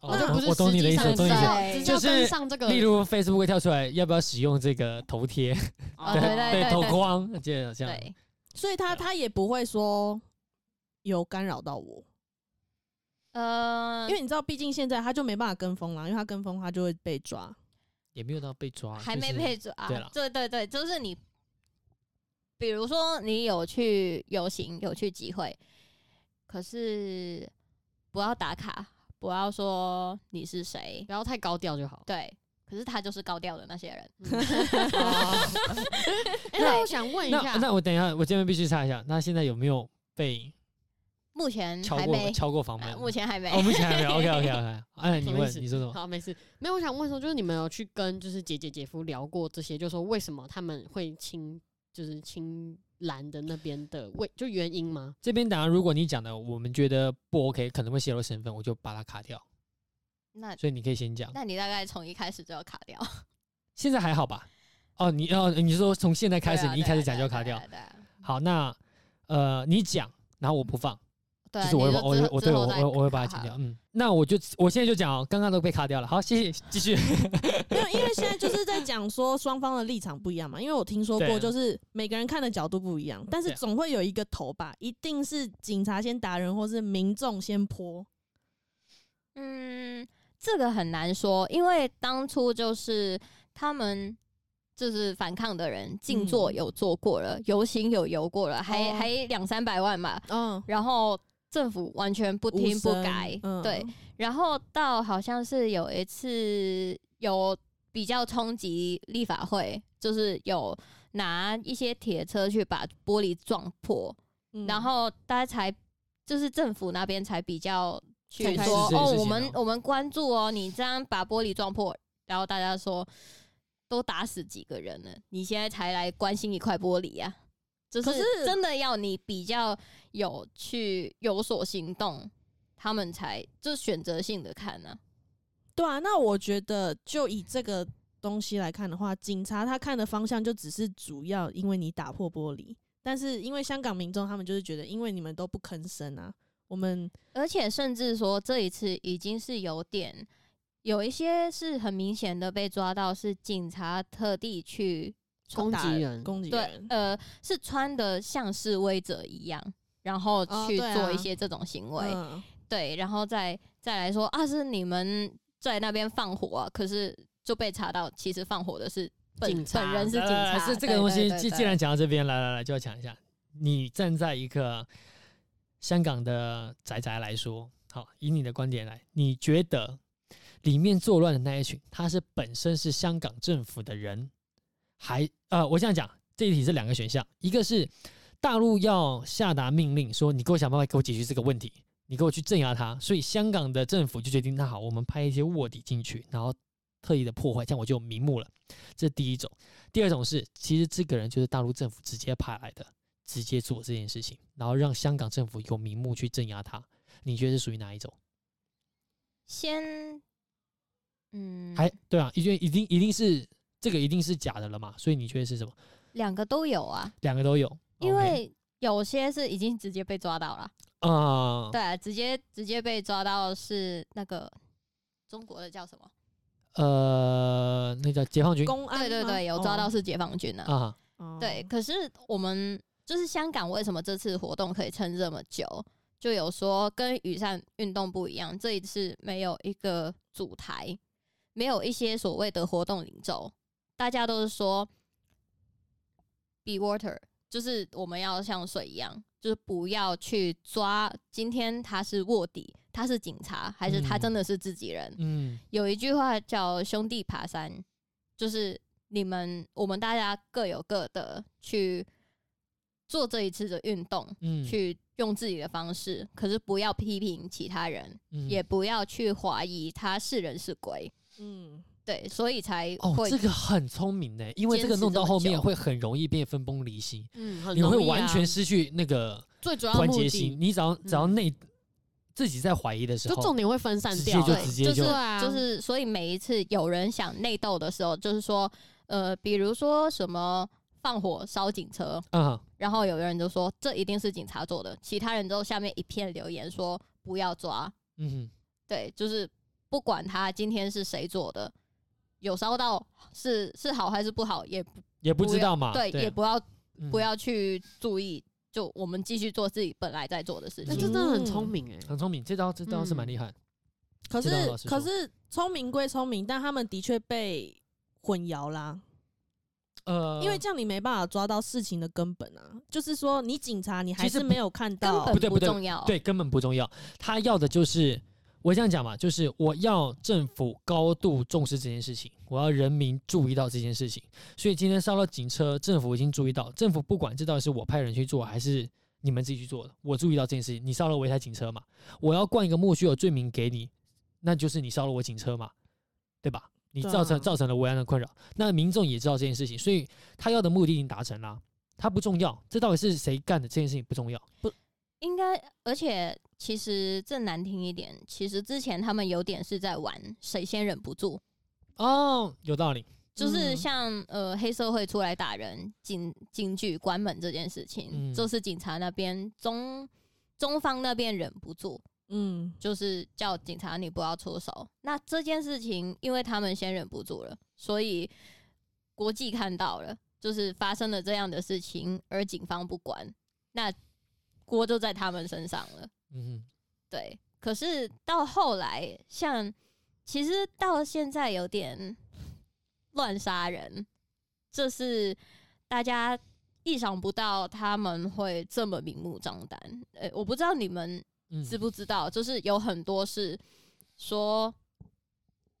S2: 哦
S1: 那就不是
S2: 我懂你的意思，
S1: 实
S2: 我
S1: 际
S2: 懂你的
S4: 上
S2: 意
S1: 上只是
S4: 的对
S1: 要
S2: 就是
S1: 跟上这个
S2: 思。例如 Facebook 会跳出来，要不要使用这个头贴？
S1: 哦
S4: 对对
S2: 对，头框，记得这样。
S4: 对，
S3: 所以他他也不会说有干扰到我，
S4: 呃，
S3: 因为你知道，毕竟现在他就没办法跟风啦，因为他跟风他就会被
S4: [LAUGHS]
S3: 抓。
S2: 也没有到被抓，
S4: 还
S2: 就
S4: 没
S2: 是
S4: 配准啊
S2: 对啦。
S4: 对对对，就是你，比如说你有去游行，有去集会，可是不要打卡，不要说你是谁，
S1: 不要太高调就
S4: [LAUGHS]
S1: 好。嗯
S4: 对。可是他就是高调的那些人，哦
S1: 哎，那我想问一
S2: 那
S1: 下，
S2: 那我等一下，我这边必须查一下，那现在有没有被
S4: 目前
S2: 敲
S4: 嗯还
S2: 过
S4: 没，
S2: 敲过房门
S4: 呃？目前还没
S2: 哦，。目前还没有。OK OK OK。哎，你
S1: 什么意
S2: 问
S1: 思
S2: 你说什么？
S1: 好，没事。没有，我想问说，就是你们有去跟就是姐姐姐夫聊过这些，就说为什么他们会亲，就是亲蓝的那边的为就原因吗？
S2: 这边当然，如果你讲的我们觉得不 OK，可能会泄露身份，我就把它卡掉。
S4: 那
S2: 所以你可以先讲，
S4: [LAUGHS] 那你大概从一开始就要卡掉，
S2: 现在还好吧？哦，你哦，你是说从现在开始，
S4: 对啊
S2: 你一开始
S4: 对
S2: 讲
S4: 啊
S2: 就要卡
S4: 对
S2: 掉
S4: 啊。对啊
S2: 好，那呃，你讲，然后我不放，
S4: 对啊，
S2: 就是我会
S4: 你
S2: 把我
S4: 之
S2: 会
S4: 后
S2: 我
S4: 之
S2: 对
S4: 后
S2: 我我
S4: 再
S2: 会我会把它
S4: 卡
S2: 剪掉。嗯，那我就我现在就讲哦，刚刚都被卡掉了。好，谢谢，继续。
S3: 没有，因为现在就是在讲说双方的立场不一样嘛。因为我听说
S2: 对啊
S3: 过，就是每个人看的角度不一样，但是
S2: 对啊
S3: 总会有一个头吧，一定是警察先打人，或是民众先泼。
S4: 嗯，这个很难说，因为当初就是他们就是反抗的人，静坐
S3: 嗯
S4: 有坐过了，游行有游过了，还、
S3: 哦
S4: 还两三百万嘛，
S3: 嗯，
S4: 然后政府完全不听不
S3: 无声嗯
S4: 改，对，，然后到好像是有一次有比较冲击立法会，就是有拿一些铁车去把玻璃撞破，
S3: 嗯
S4: 然后大家才就是政府那边才比较
S3: 才
S4: 去
S3: 开始
S4: 说
S2: 这件事
S4: 哦，
S2: 情
S4: 我
S2: 啊
S4: 们我们关注哦，你这样把玻璃撞破，然后大家说都打死几个人了，你现在才来关心一块玻璃呀、就
S3: 可
S4: 是
S3: 是
S4: 真的要你比较有去有所行动，他们才就是选择性的看呢、
S3: 对啊，那我觉得就以这个东西来看的话，警察他看的方向就只是主要因为你打破玻璃，但是因为香港民众他们就是觉得，因为你们都不吭声啊，我们
S4: 而且甚至说这一次已经是有点有一些是很明显的被抓到，是警察特地去
S1: 攻
S3: 打
S1: 击人，
S3: 攻击
S4: 对
S3: 人，，
S4: 呃，是穿的像示威者一样，然后
S3: 哦
S4: 去
S3: 对
S4: 做
S3: 啊
S4: 一些这种行为，
S3: 嗯
S4: 对，然后再再来说啊，是你们在那边放火、啊，可是就被查到，其实放火的是本
S1: 警察
S4: 本人是
S2: 来
S4: 警
S2: 来来
S4: 察，
S2: 呃是这个
S4: 对
S2: 东西，
S4: 对
S2: 既
S4: 对
S2: 既然讲到这边，来来来，就要讲一下，你站在一个香港的宅宅来说，好，以你的观点来，你觉得里面作乱的那一群，他是本身是香港政府的人，还呃，我这样讲，这一题是两个选项，一个是大陆要下达命令说，你给我想办法给我解决这个问题。你给我去镇压他，所以香港的政府就决定，那好，我们派一些卧底进去，然后特意的破坏，这样我就有名目了。这是第一种。第二种是，其实这个人就是大陆政府直接派来的，直接做这件事情，然后让香港政府有名目去镇压他。你觉得是属于哪一种？
S4: 先嗯，
S2: 还对啊，一定一定一定是这个一定是假的了嘛？所以你觉得是什么？
S4: 两个都有啊，
S2: 两个都有，
S4: 因
S2: OK
S4: 为有些是已经直接被抓到了，
S2: 啊
S4: 对、啊，直接直接被抓到是那个中国的叫什么？
S2: 呃，那叫解放军
S3: 公安
S4: 对对
S3: 吗
S4: 对，有抓到
S3: 哦
S4: 是解放军啊。
S2: 啊，
S3: 哦
S4: 对，可是我们就是香港，为什么这次活动可以撑这么久？就有说跟雨伞运动不一样，这一次没有一个主台，没有一些所谓的活动领袖，大家都是说 be water，就是我们要像水一样，就是不要去抓今天他是卧底，他是警察，还是他
S2: 嗯
S4: 真的是自己人？
S2: 嗯
S4: 有一句话叫“兄弟爬山”，就是你们我们大家各有各的去做这一次的运动，
S2: 嗯，
S4: 去用自己的方式，可是不要批评其他人，
S2: 嗯
S4: 也不要去怀疑他是人是鬼。
S3: 嗯，
S4: 对，所以才
S2: 哦，
S4: 会
S2: 这个很聪明呢，因为这个
S4: 坚持
S2: 弄到
S4: 这么
S2: 后面
S4: 久
S2: 会很容易变分崩离析，
S1: 嗯，很
S2: 你会
S1: 容易啊
S2: 完全失去那个
S1: 最主要的
S2: 团
S1: 目
S2: 结心。
S1: 的，
S2: 你只要只要内自己在怀疑的时
S1: 就重
S2: 候，
S1: 点会分散
S2: 直接
S1: 掉
S2: 就
S1: 了，
S4: 对
S2: 直接
S4: 就是
S2: 就
S1: 啊
S4: 就是，所以每一次有人想内斗的时候，就是说，呃，比如说什么放火烧警车，
S2: 嗯，
S4: 然后有人就说这一定是警察做的，其他人都下面一片留言说不要抓，
S2: 嗯哼，
S4: 对，就是不管他今天是谁做的，有烧到是是好还是不好，也不
S2: 也不
S4: 不
S2: 知
S4: 要
S2: 道嘛，
S4: 对，也不要
S2: 啊嗯
S4: 不要去注意，就我们继续做自己本来在做的事
S2: 嗯
S1: 那
S4: 情。
S1: 真的很聪明哎、
S2: 很聪明，这招这招是
S4: 嗯
S2: 蛮厉害的。
S3: 可
S2: 知
S3: 是
S2: 道老师说
S3: 可是聪明归聪明，但他们的确被混淆啦，
S2: 呃，
S3: 因为这样你没办法抓到事情的根本啊。就是说，你警察你还
S2: 其实
S3: 是
S2: 不
S3: 没有看
S4: 根
S3: 到，
S2: 不对不
S4: 本
S2: 对
S4: 重要，
S2: 对根本不重要，他要的就是我这样讲嘛，就是我要政府高度重视这件事情，我要人民注意到这件事情。所以今天烧到警车，政府已经注意到，政府不管这到底是我派人去做还是。你们自己去做的，我注意到这件事情。你烧了我一台警车嘛？我要冠一个莫须有罪名给你，那就是你烧了我警车嘛，对吧？你
S3: 对啊
S2: 造成造成了维安的困扰，那民众也知道这件事情，所以他要的目的已经达成啦。他不重要，这到底是谁干的这件事情不重要。
S4: 应该，而且其实这难听一点，其实之前他们有点是在玩谁先忍不住，
S2: 哦，有道理。
S4: 就是
S3: 嗯
S4: 像、呃黑社会出来打人、警警局关门这件事情，
S2: 嗯
S4: 就是警察那边中中方那边忍不住，
S3: 嗯，
S4: 就是叫警察你不要出手。那这件事情，因为他们先忍不住了，所以国际看到了，就是发生了这样的事情，而警方不管，那锅就在他们身上了。
S2: 嗯
S4: 对，可是到后来，像其实到现在有点乱杀人，这是大家意想不到他们会这么明目张胆。呃、我不知道你们
S2: 嗯
S4: 知不知道，就是有很多是说，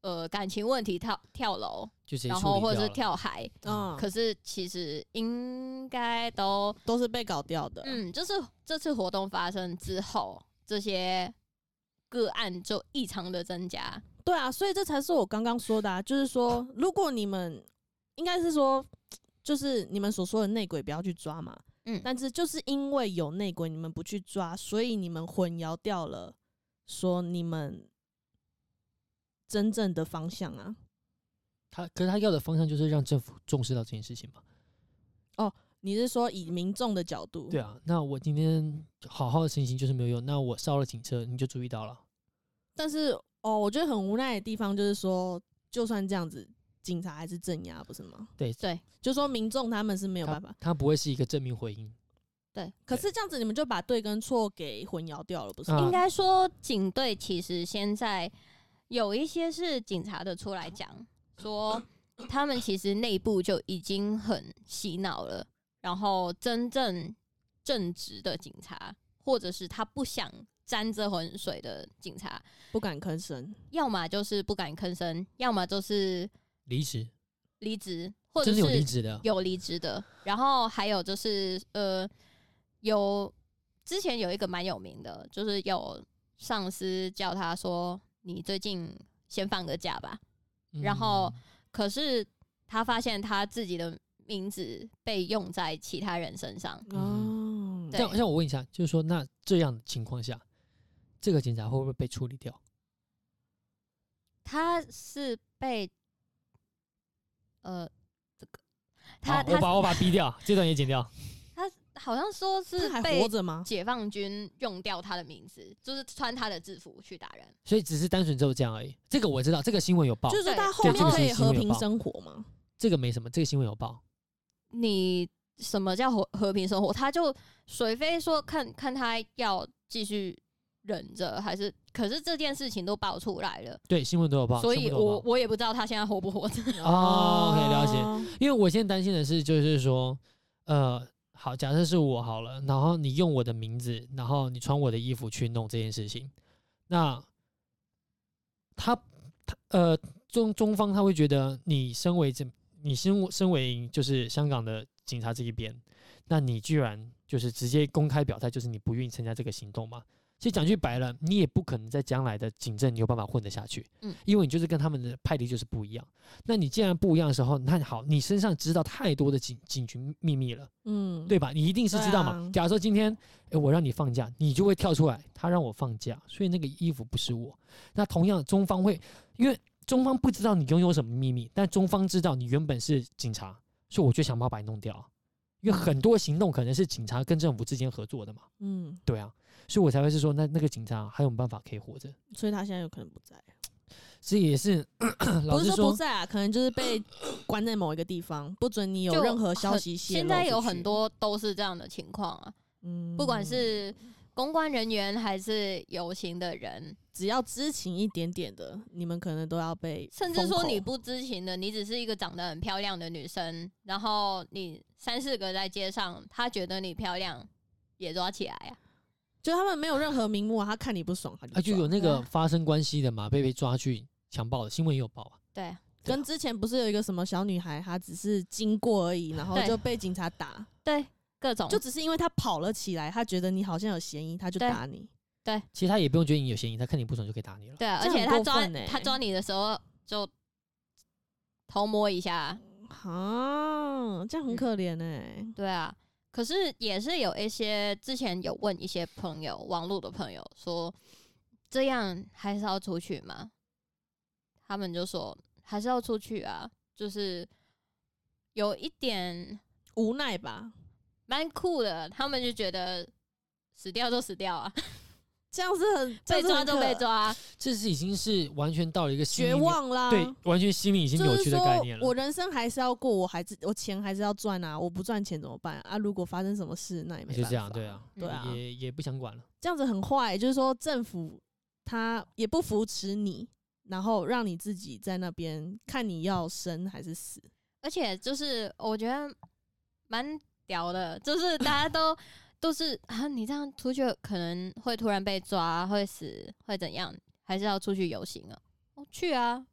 S4: 呃，感情问题跳跳楼，
S2: 就直接
S4: 然
S2: 处
S4: 后
S2: 理
S4: 或者
S2: 掉
S4: 是
S2: 了
S4: 跳海，
S3: 嗯，
S4: 可是其实应该都
S3: 都是被搞掉的。
S4: 嗯，就是这次活动发生之后，这些个案就异常的增加。
S3: 对啊，所以这才是我刚刚说的、啊，就是说，如果你们应该是说，就是你们所说的内鬼不要去抓嘛，
S4: 嗯
S3: 但是就是因为有内鬼，你们不去抓，所以你们混淆掉了，说你们真正的方向啊。
S2: 他，可是他要的方向就是让政府重视到这件事情嘛。
S3: 你是说以民众的角度？
S2: 对
S3: 啊，
S2: 啊，那我今天好好的情形就是没有用，那我烧了警车，你就注意到了。
S3: 但是哦，我觉得很无奈的地方就是说，就算这样子，警察还是镇压，不是吗？
S2: 对
S4: 对，
S3: 就说民众他们是没有
S2: 他
S3: 办法。
S2: 他不会是一个正面回应。
S4: 对，嗯
S3: 可是这样子，你们就把对跟错给混淆掉了，不是吗？
S2: 啊
S4: 应该说警队其实现在有一些是警察的出来讲
S2: [CLEARS THROAT]
S4: 说，他们其实内部就已经很洗脑了，然后真正正直的警察，或者是他不想沾这浑水的警察，
S3: 不敢吭声。
S4: 要么就是不敢吭声，要么就是
S2: 离职，
S4: 离职，或者
S2: 真的有
S4: 是
S2: 离职的啊，
S4: 有离职的，然后还有就是呃，有之前有一个蛮有名的，就是有上司叫他说你最近先放个假吧，
S2: 嗯
S4: 然后可是他发现他自己的名字被用在其他人身上，
S3: 哦，
S2: 嗯，像
S4: 对
S2: 像我问一下，就是说，那这样的情况下，这个警察会不会被处理掉？
S4: 他是被呃这个
S2: 好
S4: 他
S2: 我把
S4: 他
S2: 我把他逼掉，这段也剪掉。
S4: 好像说
S3: 他
S4: 是
S3: 还
S4: 被
S3: 活着吗？
S4: 解放军用掉他的名字，就是穿他的制服去打人。
S2: 所以只是单纯只有这样而已。这个我知道，这个新闻有报
S3: 就，是说
S4: 哦对
S3: 他后
S2: 对这
S3: 面
S2: 个
S3: 可
S2: 是
S3: 以
S2: 新闻
S3: 和
S2: 有
S3: 平
S2: 报
S3: 生活吗？
S2: 这个没什么，这个新闻有报。
S4: 你什么叫和和平生活？他就水飞说看看他要继续忍着，还是可是这件事情都爆出来了，
S2: 对，新闻都有报。
S4: 所
S2: 全
S4: 以
S2: 部都有
S4: 我
S2: 报
S4: 我也不知道他现在活不活着。
S2: 哦可以了解
S3: 解。
S2: 因为我现在担心的是，就是说，呃，好，假设是我好了，然后你用我的名字，然后你穿我的衣服去弄这件事情，那他他呃中中方他会觉得你身为这你身身为就是香港的警察这一边，那你居然就是直接公开表态，就是你不愿意参加这个行动嘛？所以讲句白了，你也不可能在将来的警政你有办法混得下去，
S4: 嗯
S2: 因为你就是跟他们的派系就是不一样。那你既然不一样的时候，那好，你身上知道太多的警警局秘密了，
S3: 嗯，
S2: 对吧？你一定是知道嘛。
S3: 对啊
S2: 假如说今天，诶我让你放假，你就会跳出来，他让我放假，所以那个衣服不是我。那同样，中方会，因为中方不知道你拥有什么秘密，但中方知道你原本是警察，所以我就想办法把你弄掉啊。因为很多行动可能是警察跟政府之间合作的嘛，
S3: 嗯，
S2: 对啊，所以我才会是说，那那个警察还有没有办法可以活着？
S3: 所以他现在有可能不在，
S2: 这也是 [COUGHS] 老
S3: 不
S2: 实
S3: 是
S2: 说
S3: 不，在啊，可能就是被 [COUGHS] 关在某一个地方，不准你有
S4: 就
S3: 任何消
S4: 很
S3: 息泄
S4: 现
S3: 露
S4: 在有
S3: 出去
S4: 很，多都是这样的情况啊，
S3: 嗯
S4: 不管是公关人员还是游行的人，
S3: 只要知情一点点的，你们可能都要被封
S4: 甚
S3: 口，
S4: 至说你不知情的，你只是一个长得很漂亮的女生，然后你三四个在街上，她觉得你漂亮，也抓起来啊。
S3: 就他们没有任何名目啊，他看你不爽，他就
S2: 啊，就
S3: 抓
S2: 有那
S4: 对
S2: 个
S4: 啊
S2: 发生关系的嘛，被被抓去强暴的新闻也有报啊。
S4: 对啊
S3: 跟之前不是有一个什么小女孩，她只是经过而已，然后
S4: 对
S3: 就被警察打，
S4: 对，各种
S3: 就只是因为她跑了起来，她觉得你好像有嫌疑，她就
S4: 对
S3: 打你。
S2: 其实他也不用觉得你有嫌疑，他看你不爽就可以打你了。
S4: 对啊，
S3: 这
S4: 而且
S3: 很
S4: 她
S3: 过
S4: 抓
S3: 分欸
S4: 她抓你的时候就偷摸一下，
S3: 啊，这
S4: 嗯
S3: 样很可怜哎、
S4: 对啊。可是也是有一些之前有问一些朋友，网络的朋友说，这样还是要出去吗？他们就说还是要出去啊，就是有一点
S3: 无奈吧？
S4: 蛮酷的，他们就觉得死掉就死掉啊，
S3: 这样是很
S4: 被抓就被，抓啊、
S2: 这是已经是完全到了一个
S3: 这
S2: 心里
S3: 样是很可绝
S2: 面，
S3: 望啦。
S2: 对，完全心里已经
S3: 就
S2: 扭
S3: 是
S2: 曲的
S3: 说
S2: 概念了。
S3: 我人生还是要过，我还是我钱还是要赚啊，我不赚钱怎么办啊？如果发生什么事，那也没
S2: 就
S3: 办法。
S2: 这样，对啊，
S3: 对
S4: 嗯
S3: 啊，
S2: 也也不想管了。
S3: 这样子很坏、就是说政府他也不扶持你，然后让你自己在那边看你要生还是死。
S4: 而且就是我觉得蛮屌的，就是大家都都是啊，你这样出去可能会突然被抓，会死，会怎样？还是要出去游行啊？哦，去啊，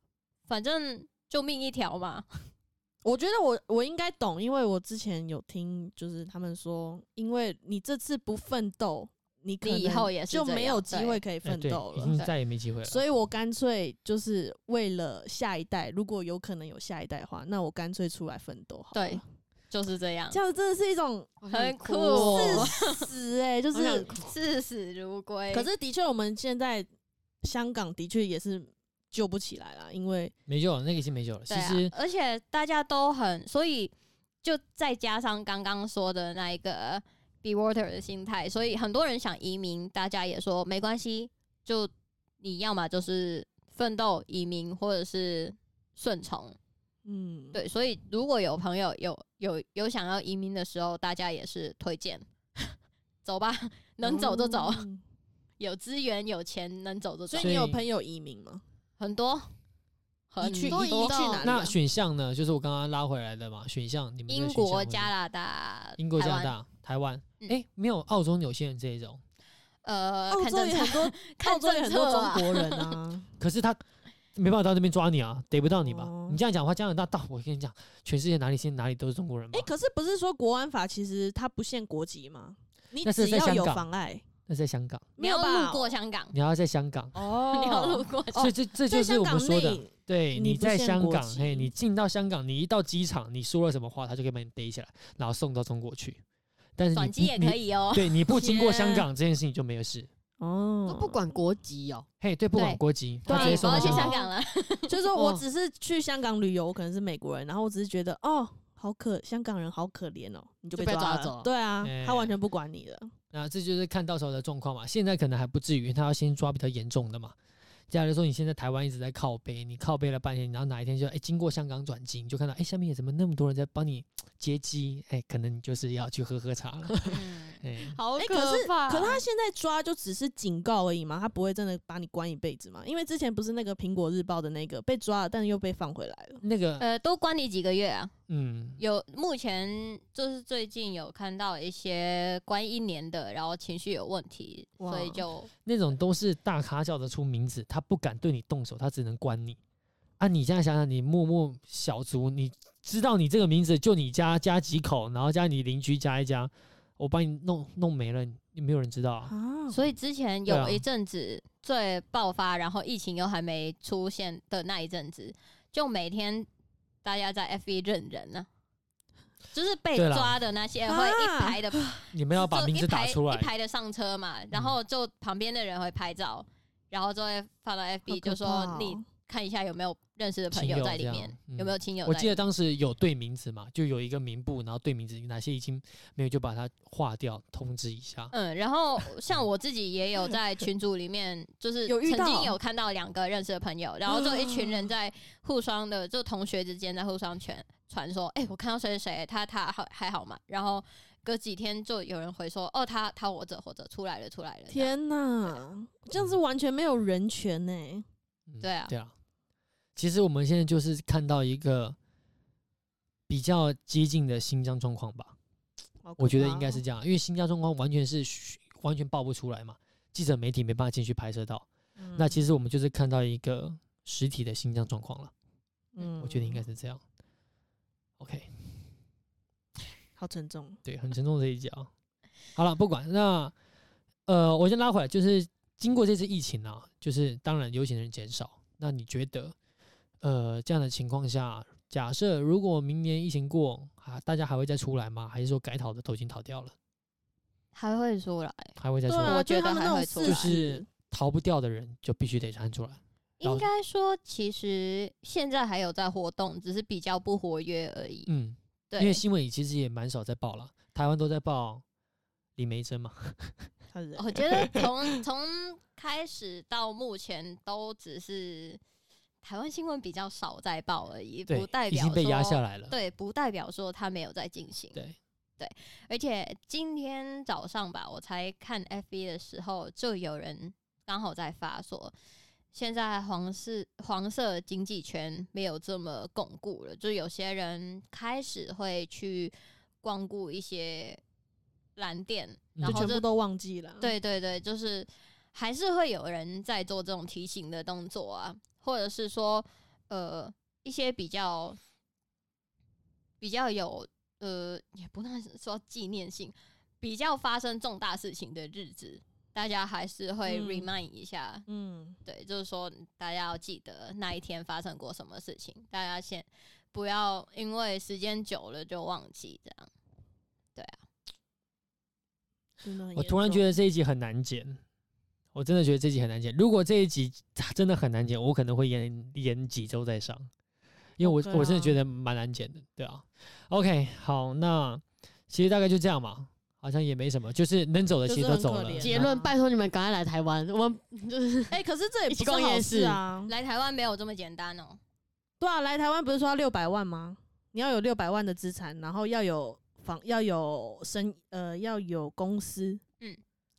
S4: 反正救命一条嘛。 [LAUGHS]
S3: 我觉得我我应该懂，因为我之前有听，就是他们说，因为你这次不奋斗，你可能
S4: 你以后也是
S3: 就
S4: 这
S3: 没
S4: 样
S3: 有机
S4: 对
S3: 会可以
S2: 哎
S3: 奋
S2: 对
S3: 斗
S2: 已
S3: 了。
S2: 经
S4: 对
S2: 再也没机会了。
S3: 所以我干脆就是为了下一代，如果有可能有下一代的话，那我干脆出来奋斗好了。
S4: 对，就是这样
S3: 这，样真的是一种
S4: 很酷
S1: 哦
S4: 哦，
S3: 事实哎、就
S1: 好想
S3: 是。
S2: 哦
S1: 哭
S4: 视死如归。
S3: 可是的确，我们现在香港的确也是救不起来啦，因为
S2: 没救了，那个已经没救了。其
S4: 对
S2: 实
S4: 啊、而且大家都很，所以就再加上刚刚说的那一个呃 be water 的心态，所以很多人想移民，大家也说没关系，就你要么就是奋斗移民，或者是顺从。
S3: 嗯，
S4: 对，所以如果有朋友有有有想要移民的时候，大家也是推荐 [LAUGHS] 走吧，能走就走，
S3: 嗯
S4: 有资源有钱能走就走
S3: 所以，你有
S2: 所以
S3: 朋友移民吗？
S4: 很多很
S3: 你去
S4: 多
S3: 移民去哪里啊
S2: 那选项呢，就是我刚刚拉回来的嘛，选项你们的
S4: 英
S2: 选项
S4: 国、
S2: 会是
S4: 加拿大、
S2: 英国、
S4: 台
S2: 加
S4: 湾
S2: 拿大、台湾，
S4: 嗯
S2: 哎，没有澳洲、纽西兰这一种，
S4: [LAUGHS] 呃，
S3: 澳
S4: 看
S3: 洲
S4: 政
S3: 也
S4: 策
S3: 很多，
S4: 看
S3: 澳洲也
S4: 政
S3: 很多
S4: 策
S3: 中
S4: 啊，
S3: 国人啊，
S4: [LAUGHS]
S2: 可是他没办法到那边抓你啊，逮不到你吧？
S3: 哦
S2: 你这样讲的话，加拿大 [LAUGHS] 到我跟你讲，全世界哪里现在哪里都是中国人吧
S3: 哎、？可是不是说国安法其实它不限国籍吗？你
S2: 那是
S3: 只
S2: 在
S3: 要
S2: 香
S3: 有
S2: 港
S3: 妨碍，
S2: 那在香港，
S4: 你
S3: 没有
S4: 要
S3: 吧
S4: 路？过香港，
S2: 你要在香港，
S3: 哦，
S4: [LAUGHS] 你要路过香
S2: 所以这这
S3: 在
S2: 就是
S3: 香
S2: 我
S3: 港
S2: 们说的。
S3: 内
S2: 对，
S3: 你
S2: 你
S3: 不
S2: 在
S3: 限
S2: 香
S3: 国
S2: 港，
S3: 籍
S2: 嘿，你进到香港，你一到机场，你说了什么话，他就可以把你逮起来，然后送到中国去。但是你
S4: 转机也可
S2: 以，
S4: 以哦
S2: 你。对你不经过香
S3: 天
S2: 港这件事情就没有事。
S1: 都
S3: 哦
S1: 不管国籍哦、
S2: 嘿，对，不管
S4: 对
S2: 国籍，
S3: 对
S2: 他
S3: 啊
S2: 直接
S4: 你
S2: 送到
S4: 我要去
S2: 香港
S4: 香。港了，
S3: [LAUGHS] 就是说我
S1: 哦
S3: 只是去香港旅游，我可能是美国人，然后我只是觉得哦，好可香港人好可怜哦，你就
S1: 就
S3: 被
S1: 被抓
S3: 了
S1: 走
S3: 对啊，
S2: 哎
S3: 他完全不管你了。
S2: 那这就是看到时候的状况嘛。现在可能还不至于，因为他要先抓比较严重的嘛。假如说你现在台湾一直在靠背，你靠背了半天，然后哪一天就哎经过香港转机，你就看到哎下面有怎么那么多人在帮你接机，哎可能你就是要去喝喝茶
S3: [LAUGHS]
S2: 了。哎，
S1: 好
S3: 哎可是
S1: 怕
S3: 可他现在抓就只是警告而已嘛，他不会真的把你关一辈子嘛？因为之前不是那个苹果日报的那个被抓了，但是又被放回来了。
S2: 那个
S4: [LAUGHS] 呃，都关你几个月啊？
S2: 嗯，
S4: 有目前就是最近有看到一些关一年的，然后情绪有问题，
S3: 哇
S4: 所以就
S2: 那种都是大咖叫得出名字，他不敢对你动手，他只能关你。啊，你这样想想，你默默小卒，你知道你这个名字，就你家家几口，然后加你邻居加一加，我把你弄弄没了，没有人知道啊。
S3: 啊，
S4: 所以之前
S2: 对啊
S4: 有一阵子最爆发，然后疫情又还没出现的那一阵子，就每天大家在 F 一认人呢、就是被
S2: 对啦
S4: 抓的那些会一排的，
S2: 你们要把
S4: 就
S2: 名
S4: 一
S2: 字打
S4: 排
S2: 出
S4: 一
S2: 来，
S4: 排的上车嘛，然后就旁边的人会拍照，然后就会放到
S3: 好可
S4: FB，就
S3: 怕
S4: 说
S3: 哦
S4: 你看一下有没有认识的朋
S2: 亲友
S4: 在
S2: 这
S4: 里
S2: 样
S4: 面，
S2: 嗯
S4: 有没有亲友在
S2: 我
S4: 里面？
S2: 记得当时有对名字嘛，就有一个名簿，然后对名字哪些已经没有就把它划掉，通知一下。
S4: 嗯，然后像我自己也有在群组里面，就是
S3: [LAUGHS] 有遇
S4: 曾
S3: 到
S4: 经有看到两个认识的朋友，然后就一群人在互相的，就同学之间在互相传传说，哎、我看到谁谁谁，他他好还好嘛？然后隔几天就有人回说，哦，他他活着活着出来了出来了。这样，
S3: 天哪，这样是完全没有人权呢、
S2: 嗯
S4: 对啊
S2: 对啊。其实我们现在就是看到一个比较接近的新疆状况吧，
S3: 好可
S2: 我觉得
S3: 怕
S2: 应该是
S3: 哦
S2: 这样，因为新疆状况完全是虚完全爆不出来嘛，记者媒体没办法进去拍摄到。
S3: 嗯
S2: 那其实我们就是看到一个实体的新疆状况了，
S3: 嗯
S2: 我觉得应该是这样。OK，
S3: 好沉重。
S2: 对，很沉重这一集啊。 [LAUGHS] 好了，不管那呃，我先拉回来，就是经过这次疫情啊，就是当然游行的人减少，那你觉得呃这样的情况下，假设如果明年疫情过啊，大家还会再出来吗？还是说该逃的都已经逃掉了，
S4: 还会出来，
S2: 还会再出
S3: 对啊
S2: 来？
S4: 我
S3: 就
S4: 觉
S3: 是他
S4: 得
S3: 们
S4: 还
S3: 那
S4: 会
S3: 种
S4: 出来
S2: 就
S3: 事
S2: 是
S3: 实
S2: 逃不掉的人就必须得站出来。
S4: 应该说其实现在还有在活动，只是比较不活跃而已。
S2: 嗯，
S4: 对，
S2: 因为新闻里其实也蛮少在报了，台湾都在报李梅珍嘛。
S3: 他人
S4: 我觉得从从开始到目前都只是台湾新闻比较少在报而已，
S2: 对
S4: 不代，
S2: 已
S4: 表
S2: 经被压下
S4: 说
S2: 来了。
S4: 对，不代表说它没有在进行。
S2: 对
S4: 而且今天早上吧，我才看 F 1的时候，就有人刚好在发说，现在黄色黄色经济圈没有这么巩固了，就有些人开始会去光顾一些蓝店，
S2: 嗯
S4: 然
S2: 就
S4: 后
S3: 全
S4: 就
S3: 部都忘记了。，
S4: 对对对，就是还是会有人在做这种提醒的动作啊，或者是说，呃，一些比较比较有呃，也不能说纪念性，比较发生重大事情的日子，大家还是会
S3: 嗯
S4: remind 一下，
S3: 嗯，
S4: 对，就是说大家要记得那一天发生过什么事情，大家先不要因为时间久了就忘记这样。
S3: 真的很
S2: 我
S3: 严
S2: 突然
S3: 重
S2: 觉得这一集很难剪，我真的觉得这一集很难剪。如果这一集真的很难剪，我可能会延延几周再上，因为我、
S3: 对
S2: 我真的
S3: 啊
S2: 觉得蛮难剪的，对啊。OK，好，那其实大概就这样嘛，好像也没什么，就是能走的
S3: 就
S2: 其实
S3: 是
S2: 都
S3: 很
S2: 走
S3: 可
S2: 了。
S3: 怜啊
S1: 结
S2: 那
S1: 论，拜托你们赶快来台湾，我们
S3: 哎、可是这也
S1: 一
S3: 不
S1: 起
S3: 是
S1: 逛夜
S3: 好
S1: 市
S3: 事啊。
S4: 来台湾没有这么简单哦、
S3: 对啊，来台湾不是说要六百万吗？你要有六百万的资产，然后要有房，要有生，呃，要有公司，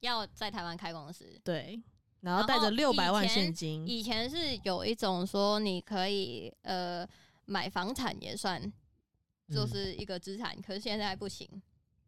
S4: 要在台湾开公司，
S3: 对，然后
S4: 然
S3: 带着
S4: 后
S3: 六百万
S4: 以前
S3: 现金。
S4: 以前是有一种说你可以呃买房产也算，就
S2: 嗯
S4: 是一个资产，可是现在不行，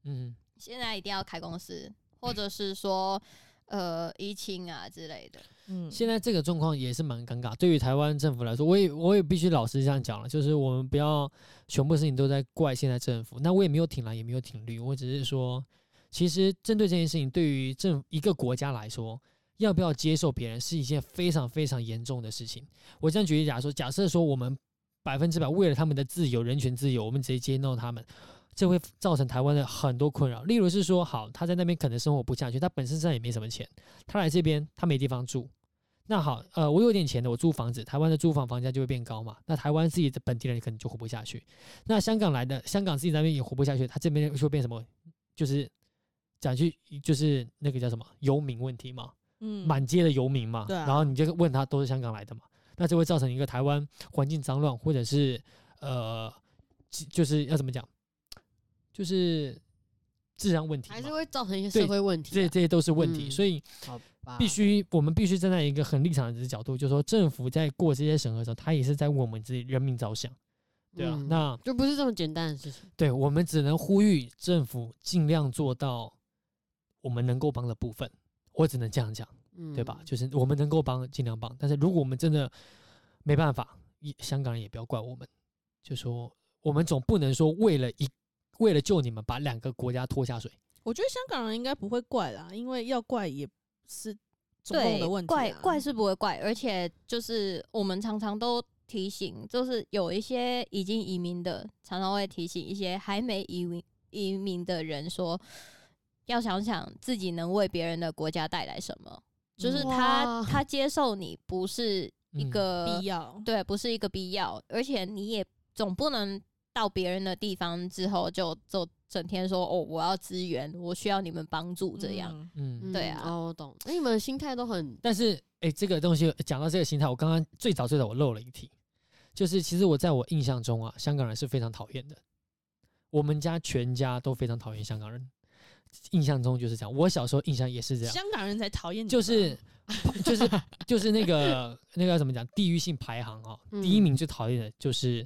S2: 嗯
S4: 现在一定要开公司，或者是说呃移亲啊之类的。
S3: 嗯，
S2: 现在这个状况也是蛮尴尬。对于台湾政府来说，我也我也必须老实这样讲了，就是我们不要全部事情都在怪现在政府。那我也没有挺蓝，也没有挺绿，我只是说，其实针对这件事情，对于政一个国家来说，要不要接受别人是一件非常非常严重的事情。我这样举例假说，假设说我们百分之百为了他们的自由、人权自由，我们直接接纳他们。这会造成台湾的很多困扰，例如是说，好，他在那边可能生活不下去，他本身上也没什么钱，他来这边他没地方住，那好，呃，我有点钱的，我租房子，台湾的租房房价就会变高嘛。那台湾自己的本地人可能就活不下去。那香港来的，香港自己那边也活不下去，他这边就会变什么？就是讲句，就是那个叫什么游民问题嘛，
S3: 嗯
S2: 满街的游民嘛。
S3: 对啊
S2: 然后你就问他都是香港来的嘛，那就会造成一个台湾环境脏乱，或者是呃，就就是要怎么讲，就是治安问题
S1: 还是
S2: 嘛。
S1: 会造成一些社会问题
S2: 这
S1: 啊。
S2: 这些都是问题，
S1: 嗯
S2: 所以
S1: 好吧
S2: 必须，我们必须站在一个很立场的角度，就是说政府在过这些审核的时候，他也是在为我们自己人民着想，对啊。
S1: 嗯
S2: 那
S1: 就不是这么简单的事情。
S2: 对我们只能呼吁政府尽量做到我们能够帮的部分，我只能这样讲，
S1: 嗯，
S2: 对吧？就是我们能够帮尽量帮，但是如果我们真的没办法，也香港人也不要怪我们，就说我们总不能说为了一为了救你们把两个国家拖下水，
S3: 我觉得香港人应该不会怪啦，因为要怪也是中共
S4: 对，
S3: 的问题、啊，
S4: 怪怪是不会怪，而且就是我们常常都提醒，就是有一些已经移民的，常常会提醒一些还没移民移民的人说，要想想自己能为别人的国家带来什么。就是他
S1: 哇
S4: 他接受你不是一
S2: 嗯
S4: 个
S3: 必要。
S4: 对，不是一个必要，而且你也总不能到别人的地方之后就就整天说哦，我要支援，我需要你们帮助这样。
S3: 嗯
S2: 嗯，
S4: 对啊
S1: 嗯哦，我懂。那你们的心态都很
S2: 但是哎、这个东西讲到这个心态，我刚刚最早最早我漏了一题，就是其实我在我印象中啊，香港人是非常讨厌的，我们家全家都非常讨厌香港人，印象中就是这样。我小时候印象也是这样，
S3: 香港人才讨厌你吧，
S2: 就是。就是就是那个 [LAUGHS] 那个要怎么讲？地域性排行哦，第一
S1: 嗯
S2: 名最讨厌的就是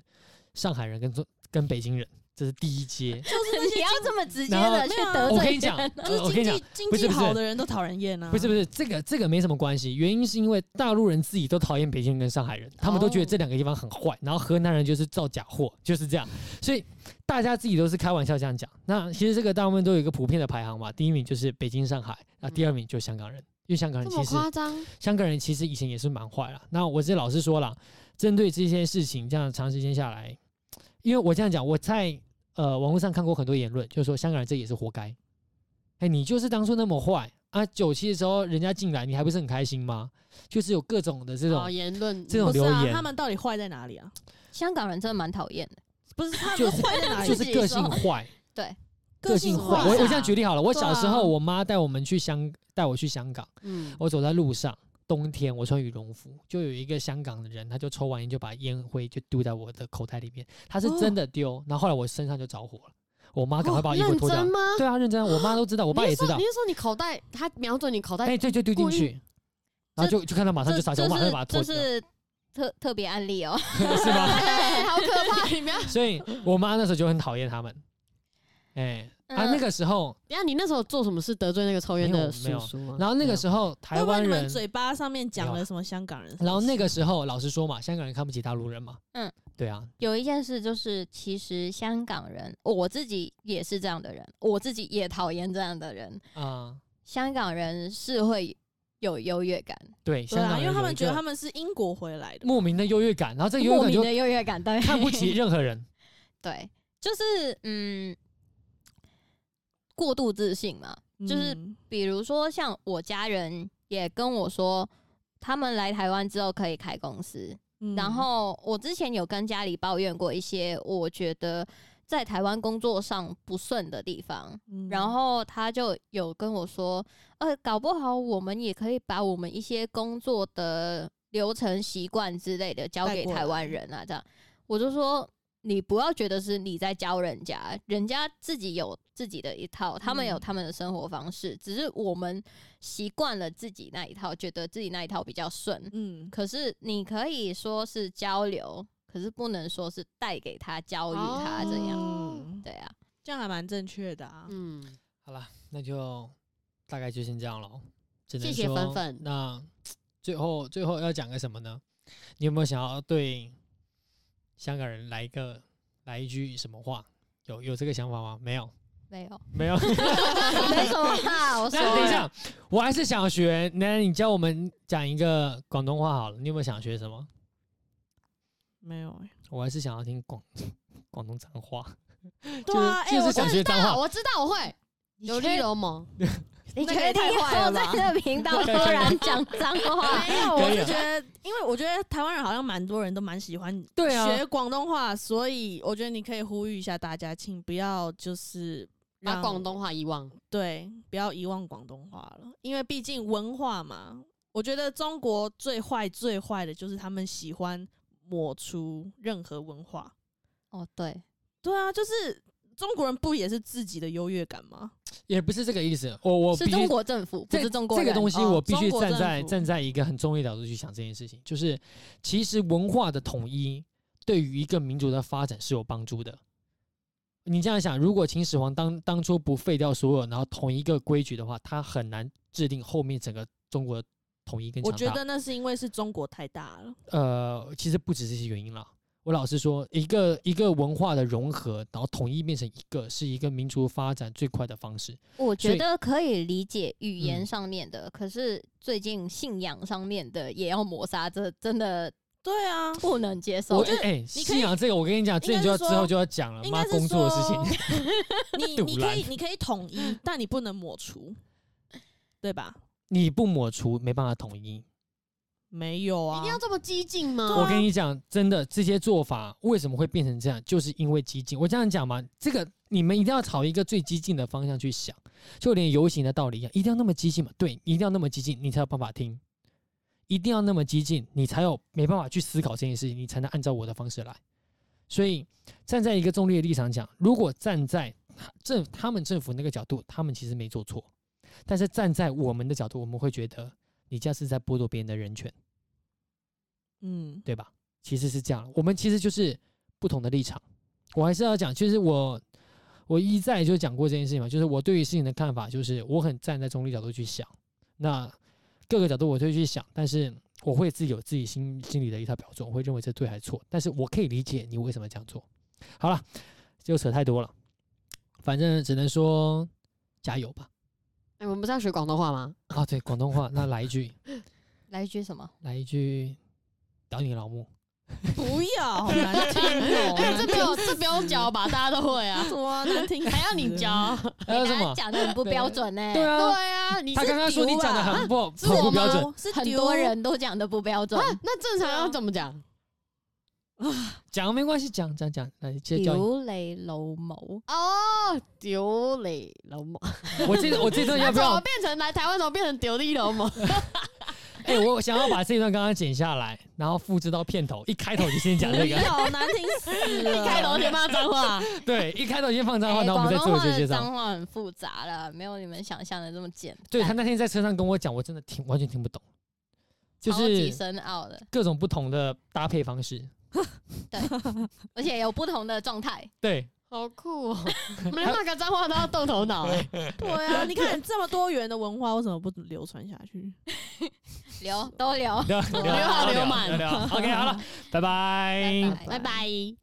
S2: 上海人跟中跟北京人，这是第一
S3: [LAUGHS]
S2: 阶。
S4: 就是 [LAUGHS] 你要这么直接
S2: 然后
S4: 的去
S3: 没有啊
S4: 得
S2: 我
S4: 罪
S2: 跟你
S4: 人，
S2: 讲，
S3: 就
S2: 呃我
S3: 是
S2: 跟你
S3: 经
S2: 讲
S3: 济，经
S2: 不是
S3: 济
S2: 不是
S3: 好的人都讨人厌啊，
S2: 不是不是，这个这个没什么关系，原因是因为大陆人自己都讨厌北京人跟上海人，他们都觉得这两个地方很坏，然后河南人就是造假货，就是这样，所以大家自己都是开玩笑这样讲。那其实这个大部分都有一个普遍的排行嘛，第一名就是北京、上海，那第二名就是香港人，因为香港
S1: 这
S2: 人
S1: 么
S2: 其实
S1: 夸张，啊
S2: 香港人其实以前也是蛮坏啦。那我这老实说啦，针对这些事情，这样长时间下来，因为我这样讲，我在呃网络上看过很多言论，就是说香港人这也是活该。哎、你就是当初那么坏啊，九七的时候人家进来，你还不是很开心吗？就是有各种的这种，
S1: 哦，言论
S2: 这
S3: 不
S2: 种
S3: 是
S2: 留
S3: 啊，
S2: 言
S3: 他们到底坏在哪里啊？
S4: 香港人真的蛮讨厌的。
S3: 不是
S2: [LAUGHS]
S3: 他
S2: 就
S3: 们
S2: 是
S3: 坏在 [LAUGHS] 哪
S2: 就
S3: 里？
S2: 是
S4: 自己
S2: 个性
S4: 说
S2: 坏，
S3: 个
S2: 性
S3: 化
S2: 坏。
S3: 啊
S2: 我我这样举例好了，我
S3: 对
S2: 小时候
S3: 啊
S2: 我妈带我们去香，带我去香港。
S1: 嗯，
S2: 我走在路上，冬天我穿羽绒服，就有一个香港的人，他就抽完烟就把烟灰就丢在我的口袋里面，他是真的丢，然后后来我身上就着火了，我妈赶快把我衣服
S1: 哦认
S2: 脱掉。
S3: 哦
S1: 真吗？
S2: 对啊，认真，我妈都知道，我
S1: 我
S2: 爸也知道
S1: 你。是说你口袋，他瞄准你口
S2: 哎、
S1: 袋，
S2: 对，就丢进
S1: 故意
S2: 去，然后就就看到马啊上就撒娇，
S4: 这
S2: 我马上
S4: 这
S2: 就把它脱掉，
S4: 这是特特别案例哦。
S2: [LAUGHS] 是吗？
S1: 哎 [LAUGHS] 好可
S2: [LAUGHS]
S1: 怕！你不要，
S2: 所以我妈那时候就很讨厌他们。哎、啊，那
S4: 嗯
S2: 个时候，
S1: 等一下你那时候做什么事得罪那个抽烟的
S2: 没
S1: 叔
S2: 有
S1: 叔吗？
S2: 然后那个时候台
S3: 嗯会不会
S2: 湾
S3: 你们
S2: 人，
S3: 嘴巴上面讲
S2: 没有啊
S3: 了什么香港人？
S2: 然后那个时候老实说嘛，香港人看不起大陆人嘛。
S4: 嗯，
S2: 对啊，
S4: 有一件事就是，其实香港人，我自己也是这样的人，我自己也讨厌这样的人。
S2: 啊、
S4: 香港人是会有优越感，
S2: 对，
S3: 对
S2: 香港
S3: 啊，
S2: 人
S3: 因为他
S2: 有
S3: 们
S2: 一
S3: 觉得
S2: 个
S3: 他们是英国回来的，
S2: 莫名的优越感，然后这个优越
S4: 莫
S2: 感
S4: 名
S2: 就
S4: 的优越感，对，
S2: 看不起任何人。
S4: [LAUGHS] 对，就是嗯，过度自信嘛。就是
S3: 嗯
S4: 比如说，像我家人也跟我说，他们来台湾之后可以开公司，
S3: 嗯
S4: 然后我之前有跟家里抱怨过一些我觉得在台湾工作上不顺的地方，
S3: 嗯
S4: 然后他就有跟我说，呃，搞不好我们也可以把我们一些工作的流程、习惯之类的交
S3: 带
S4: 给
S3: 过
S4: 台湾
S3: 来
S4: 人啊，这样我就说。你不要觉得是你在教人家，人家自己有自己的一套，他们有
S3: 嗯
S4: 他们的生活方式，只是我们习惯了自己那一套，觉得自己那一套比较顺，
S3: 嗯，
S4: 可是你可以说是交流，可是不能说是带给他教育他这样。
S1: 哦
S3: 嗯
S4: 对啊，
S3: 这样还蛮正确的啊。
S1: 嗯，
S2: 好了，那就大概就先这样了。只能
S1: 谢谢
S2: 说
S1: 粉粉
S2: 那最后最后要讲个什么呢？你有没有想要对香港人来一个来一句什么话？有有这个想法吗？没有，
S4: 没 [LAUGHS] 有，
S2: 没有。
S4: 没什么话。我说，
S2: 那等一下，我还是想学。那你教我们讲一个广东话好了。你有没有想学什么？
S3: 没有欸，
S2: 我还是想要听广 [LAUGHS] 广东脏话。
S3: 对啊，
S2: 就是
S3: 哎，
S2: 就是
S3: 我
S2: 想学脏
S1: 啊，
S2: 话。
S1: 我知道我会，有力有猛，
S4: 你
S3: 那
S4: 确
S3: 个也
S4: 定
S3: 太坏
S4: 要
S3: 了
S4: [LAUGHS] 在
S3: 吧
S4: 这个频道突然讲脏话？
S3: 没有， [LAUGHS] 我
S2: 可以啊
S3: 是觉得，因为我觉得台湾人好像蛮多人都蛮喜欢
S2: 对啊，
S3: 学广东话，所以我觉得你可以呼吁一下大家，请不要就是
S1: 把
S3: 让
S1: 广东话遗忘。
S3: 对，不要遗忘广东话了，因为毕竟文化嘛。我觉得中国最坏最坏的就是他们喜欢抹除任何文化。
S4: 哦，对，
S3: 对啊，就是中国人不也是自己的优越感吗？
S2: 也不是这个意思。我我
S4: 是
S2: 必须
S4: 中国政府，不
S2: 这
S4: 是中国
S2: 这
S4: 人。
S2: 个东西，
S3: 哦
S2: 我必须
S3: 中国
S2: 站
S3: 政
S2: 在、
S3: 府
S2: 站在一个很中立的角度去想这件事情，就是其实文化的统一对于一个民族的发展是有帮助的。你这样想，如果秦始皇当当初不废掉所有，然后统一一个规矩的话，他很难制定后面整个中国的统一跟
S3: 我
S2: 强大。
S3: 觉得那是因为是中国太大了。
S2: 呃，其实不止这些原因啦。我老实说，一个一个文化的融合，然后统一变成一个，是一个民族发展最快的方式。
S4: 我
S2: 所
S4: 觉
S2: 以
S4: 得可以理解语言
S2: 嗯
S4: 上面的，可是最近信仰上面的也要抹杀，这真的
S3: 对啊，
S4: 不能接
S2: 我
S4: 受。
S2: 哎、哎
S3: 你可以
S2: 信仰这个，我跟你讲，之前就要
S3: 应该
S2: 之
S3: 是说
S2: 后就要讲了，
S3: 应
S2: 妈
S3: 该是
S2: 工作的事
S3: 说
S2: 情。 [LAUGHS]
S3: 你
S2: 杜
S3: 你可
S2: 兰
S3: 以你可以统
S1: [LAUGHS]
S3: 一，但你不能抹除，对吧？
S2: 你不抹除，没办法统一。
S3: 没有
S1: 一
S3: 啊
S1: 定，要这么激进
S3: 对
S1: 吗
S2: 我
S3: 啊？
S2: 跟你讲，真的，这些做法为什么会变成这样，就是因为激进。我这样讲嘛，这个你们一定要朝一个最激进的方向去想，就连游行的道理一样，一定要那么激进嘛？对，你一定要那么激进，你才有办法听；一定要那么激进，你才有没办法去思考这件事情，你才能按照我的方式来。所以，站在一个中立的立场讲，如果站在政他们政府那个角度，他们其实没做错，但是站在我们的角度，我们会觉得你这样是在剥夺别人的人权。
S3: 嗯，
S2: 对吧？其实是这样，我们其实就是不同的立场。我还是要讲，就是我我一再就讲过这件事情嘛，就是我对于事情的看法，就是我很站在中立角度去想，那各个角度我都会去想，但是我会自己有自己心心里的一套标准，我会认为这对还是错，但是我可以理解你为什么这样做。好了，就扯太多了，反正只能说加油吧。
S1: 哎，我们不是要学广东话
S2: [LAUGHS]
S1: 吗？，
S2: 啊，对，广东话，那来一句，
S4: 来一句什么？
S2: 来一句，屌你老母。
S3: 不要，好难听哦
S4: [LAUGHS]
S1: 哎，这不用这不用教吧，大家都会
S2: [LAUGHS]
S1: 啊，
S3: 什么难听，
S1: 还要你教？
S2: 还有什
S4: 刚刚
S2: 么？
S4: 讲哎的很不标准欸呢、
S2: 啊对啊，
S1: 对啊，你
S2: 他
S1: 是
S2: 刚刚说你讲的很不
S3: 是
S2: 很不
S3: 我
S2: 标准，
S3: 吗？是
S4: 很
S3: 丢
S4: 多人都讲的不标准
S1: 啊。，那正常要怎么讲？
S2: 讲没关系，讲讲讲，来接着教你。
S4: 刘雷楼某，
S1: 哦，丢嘞老母，
S2: 我这我这段要
S1: 那怎
S2: 啊不
S4: 哎
S1: 么
S2: 要？
S1: 变成来台湾怎么变成丢嘞老
S2: [LAUGHS]
S1: 母？
S2: 哎、我想要把这一段刚刚剪下来，然后复制到片头，一开头就先讲这
S3: 不 [LAUGHS]
S2: 个，
S3: 要，难听死
S2: [LAUGHS]
S3: 了，
S1: 开头先骂脏话，
S2: 对，一开头先放脏话，
S4: 哎
S2: 然后我
S4: 广
S2: 们再
S4: 东
S2: 做
S4: 话
S2: 这些
S4: 的
S2: 脏。
S4: 脏话很复杂了，没有你们想象的这么简单，
S2: 对他那天在车上跟我讲，我真的听完全听不懂，就
S4: 超级
S2: 是
S4: 深奥的，
S2: 各种不同的搭配方式。
S4: 而且有不同的状态。
S2: 对，
S1: 好酷哦！连骂个脏话都要动头脑哎。
S3: 对啊，你看这么多元的文化，为什么不流传下去？
S4: 留都留。
S2: 留
S1: 好留
S2: 留
S1: 满
S2: 留好 OK，好了，拜
S4: 拜拜
S1: 拜拜。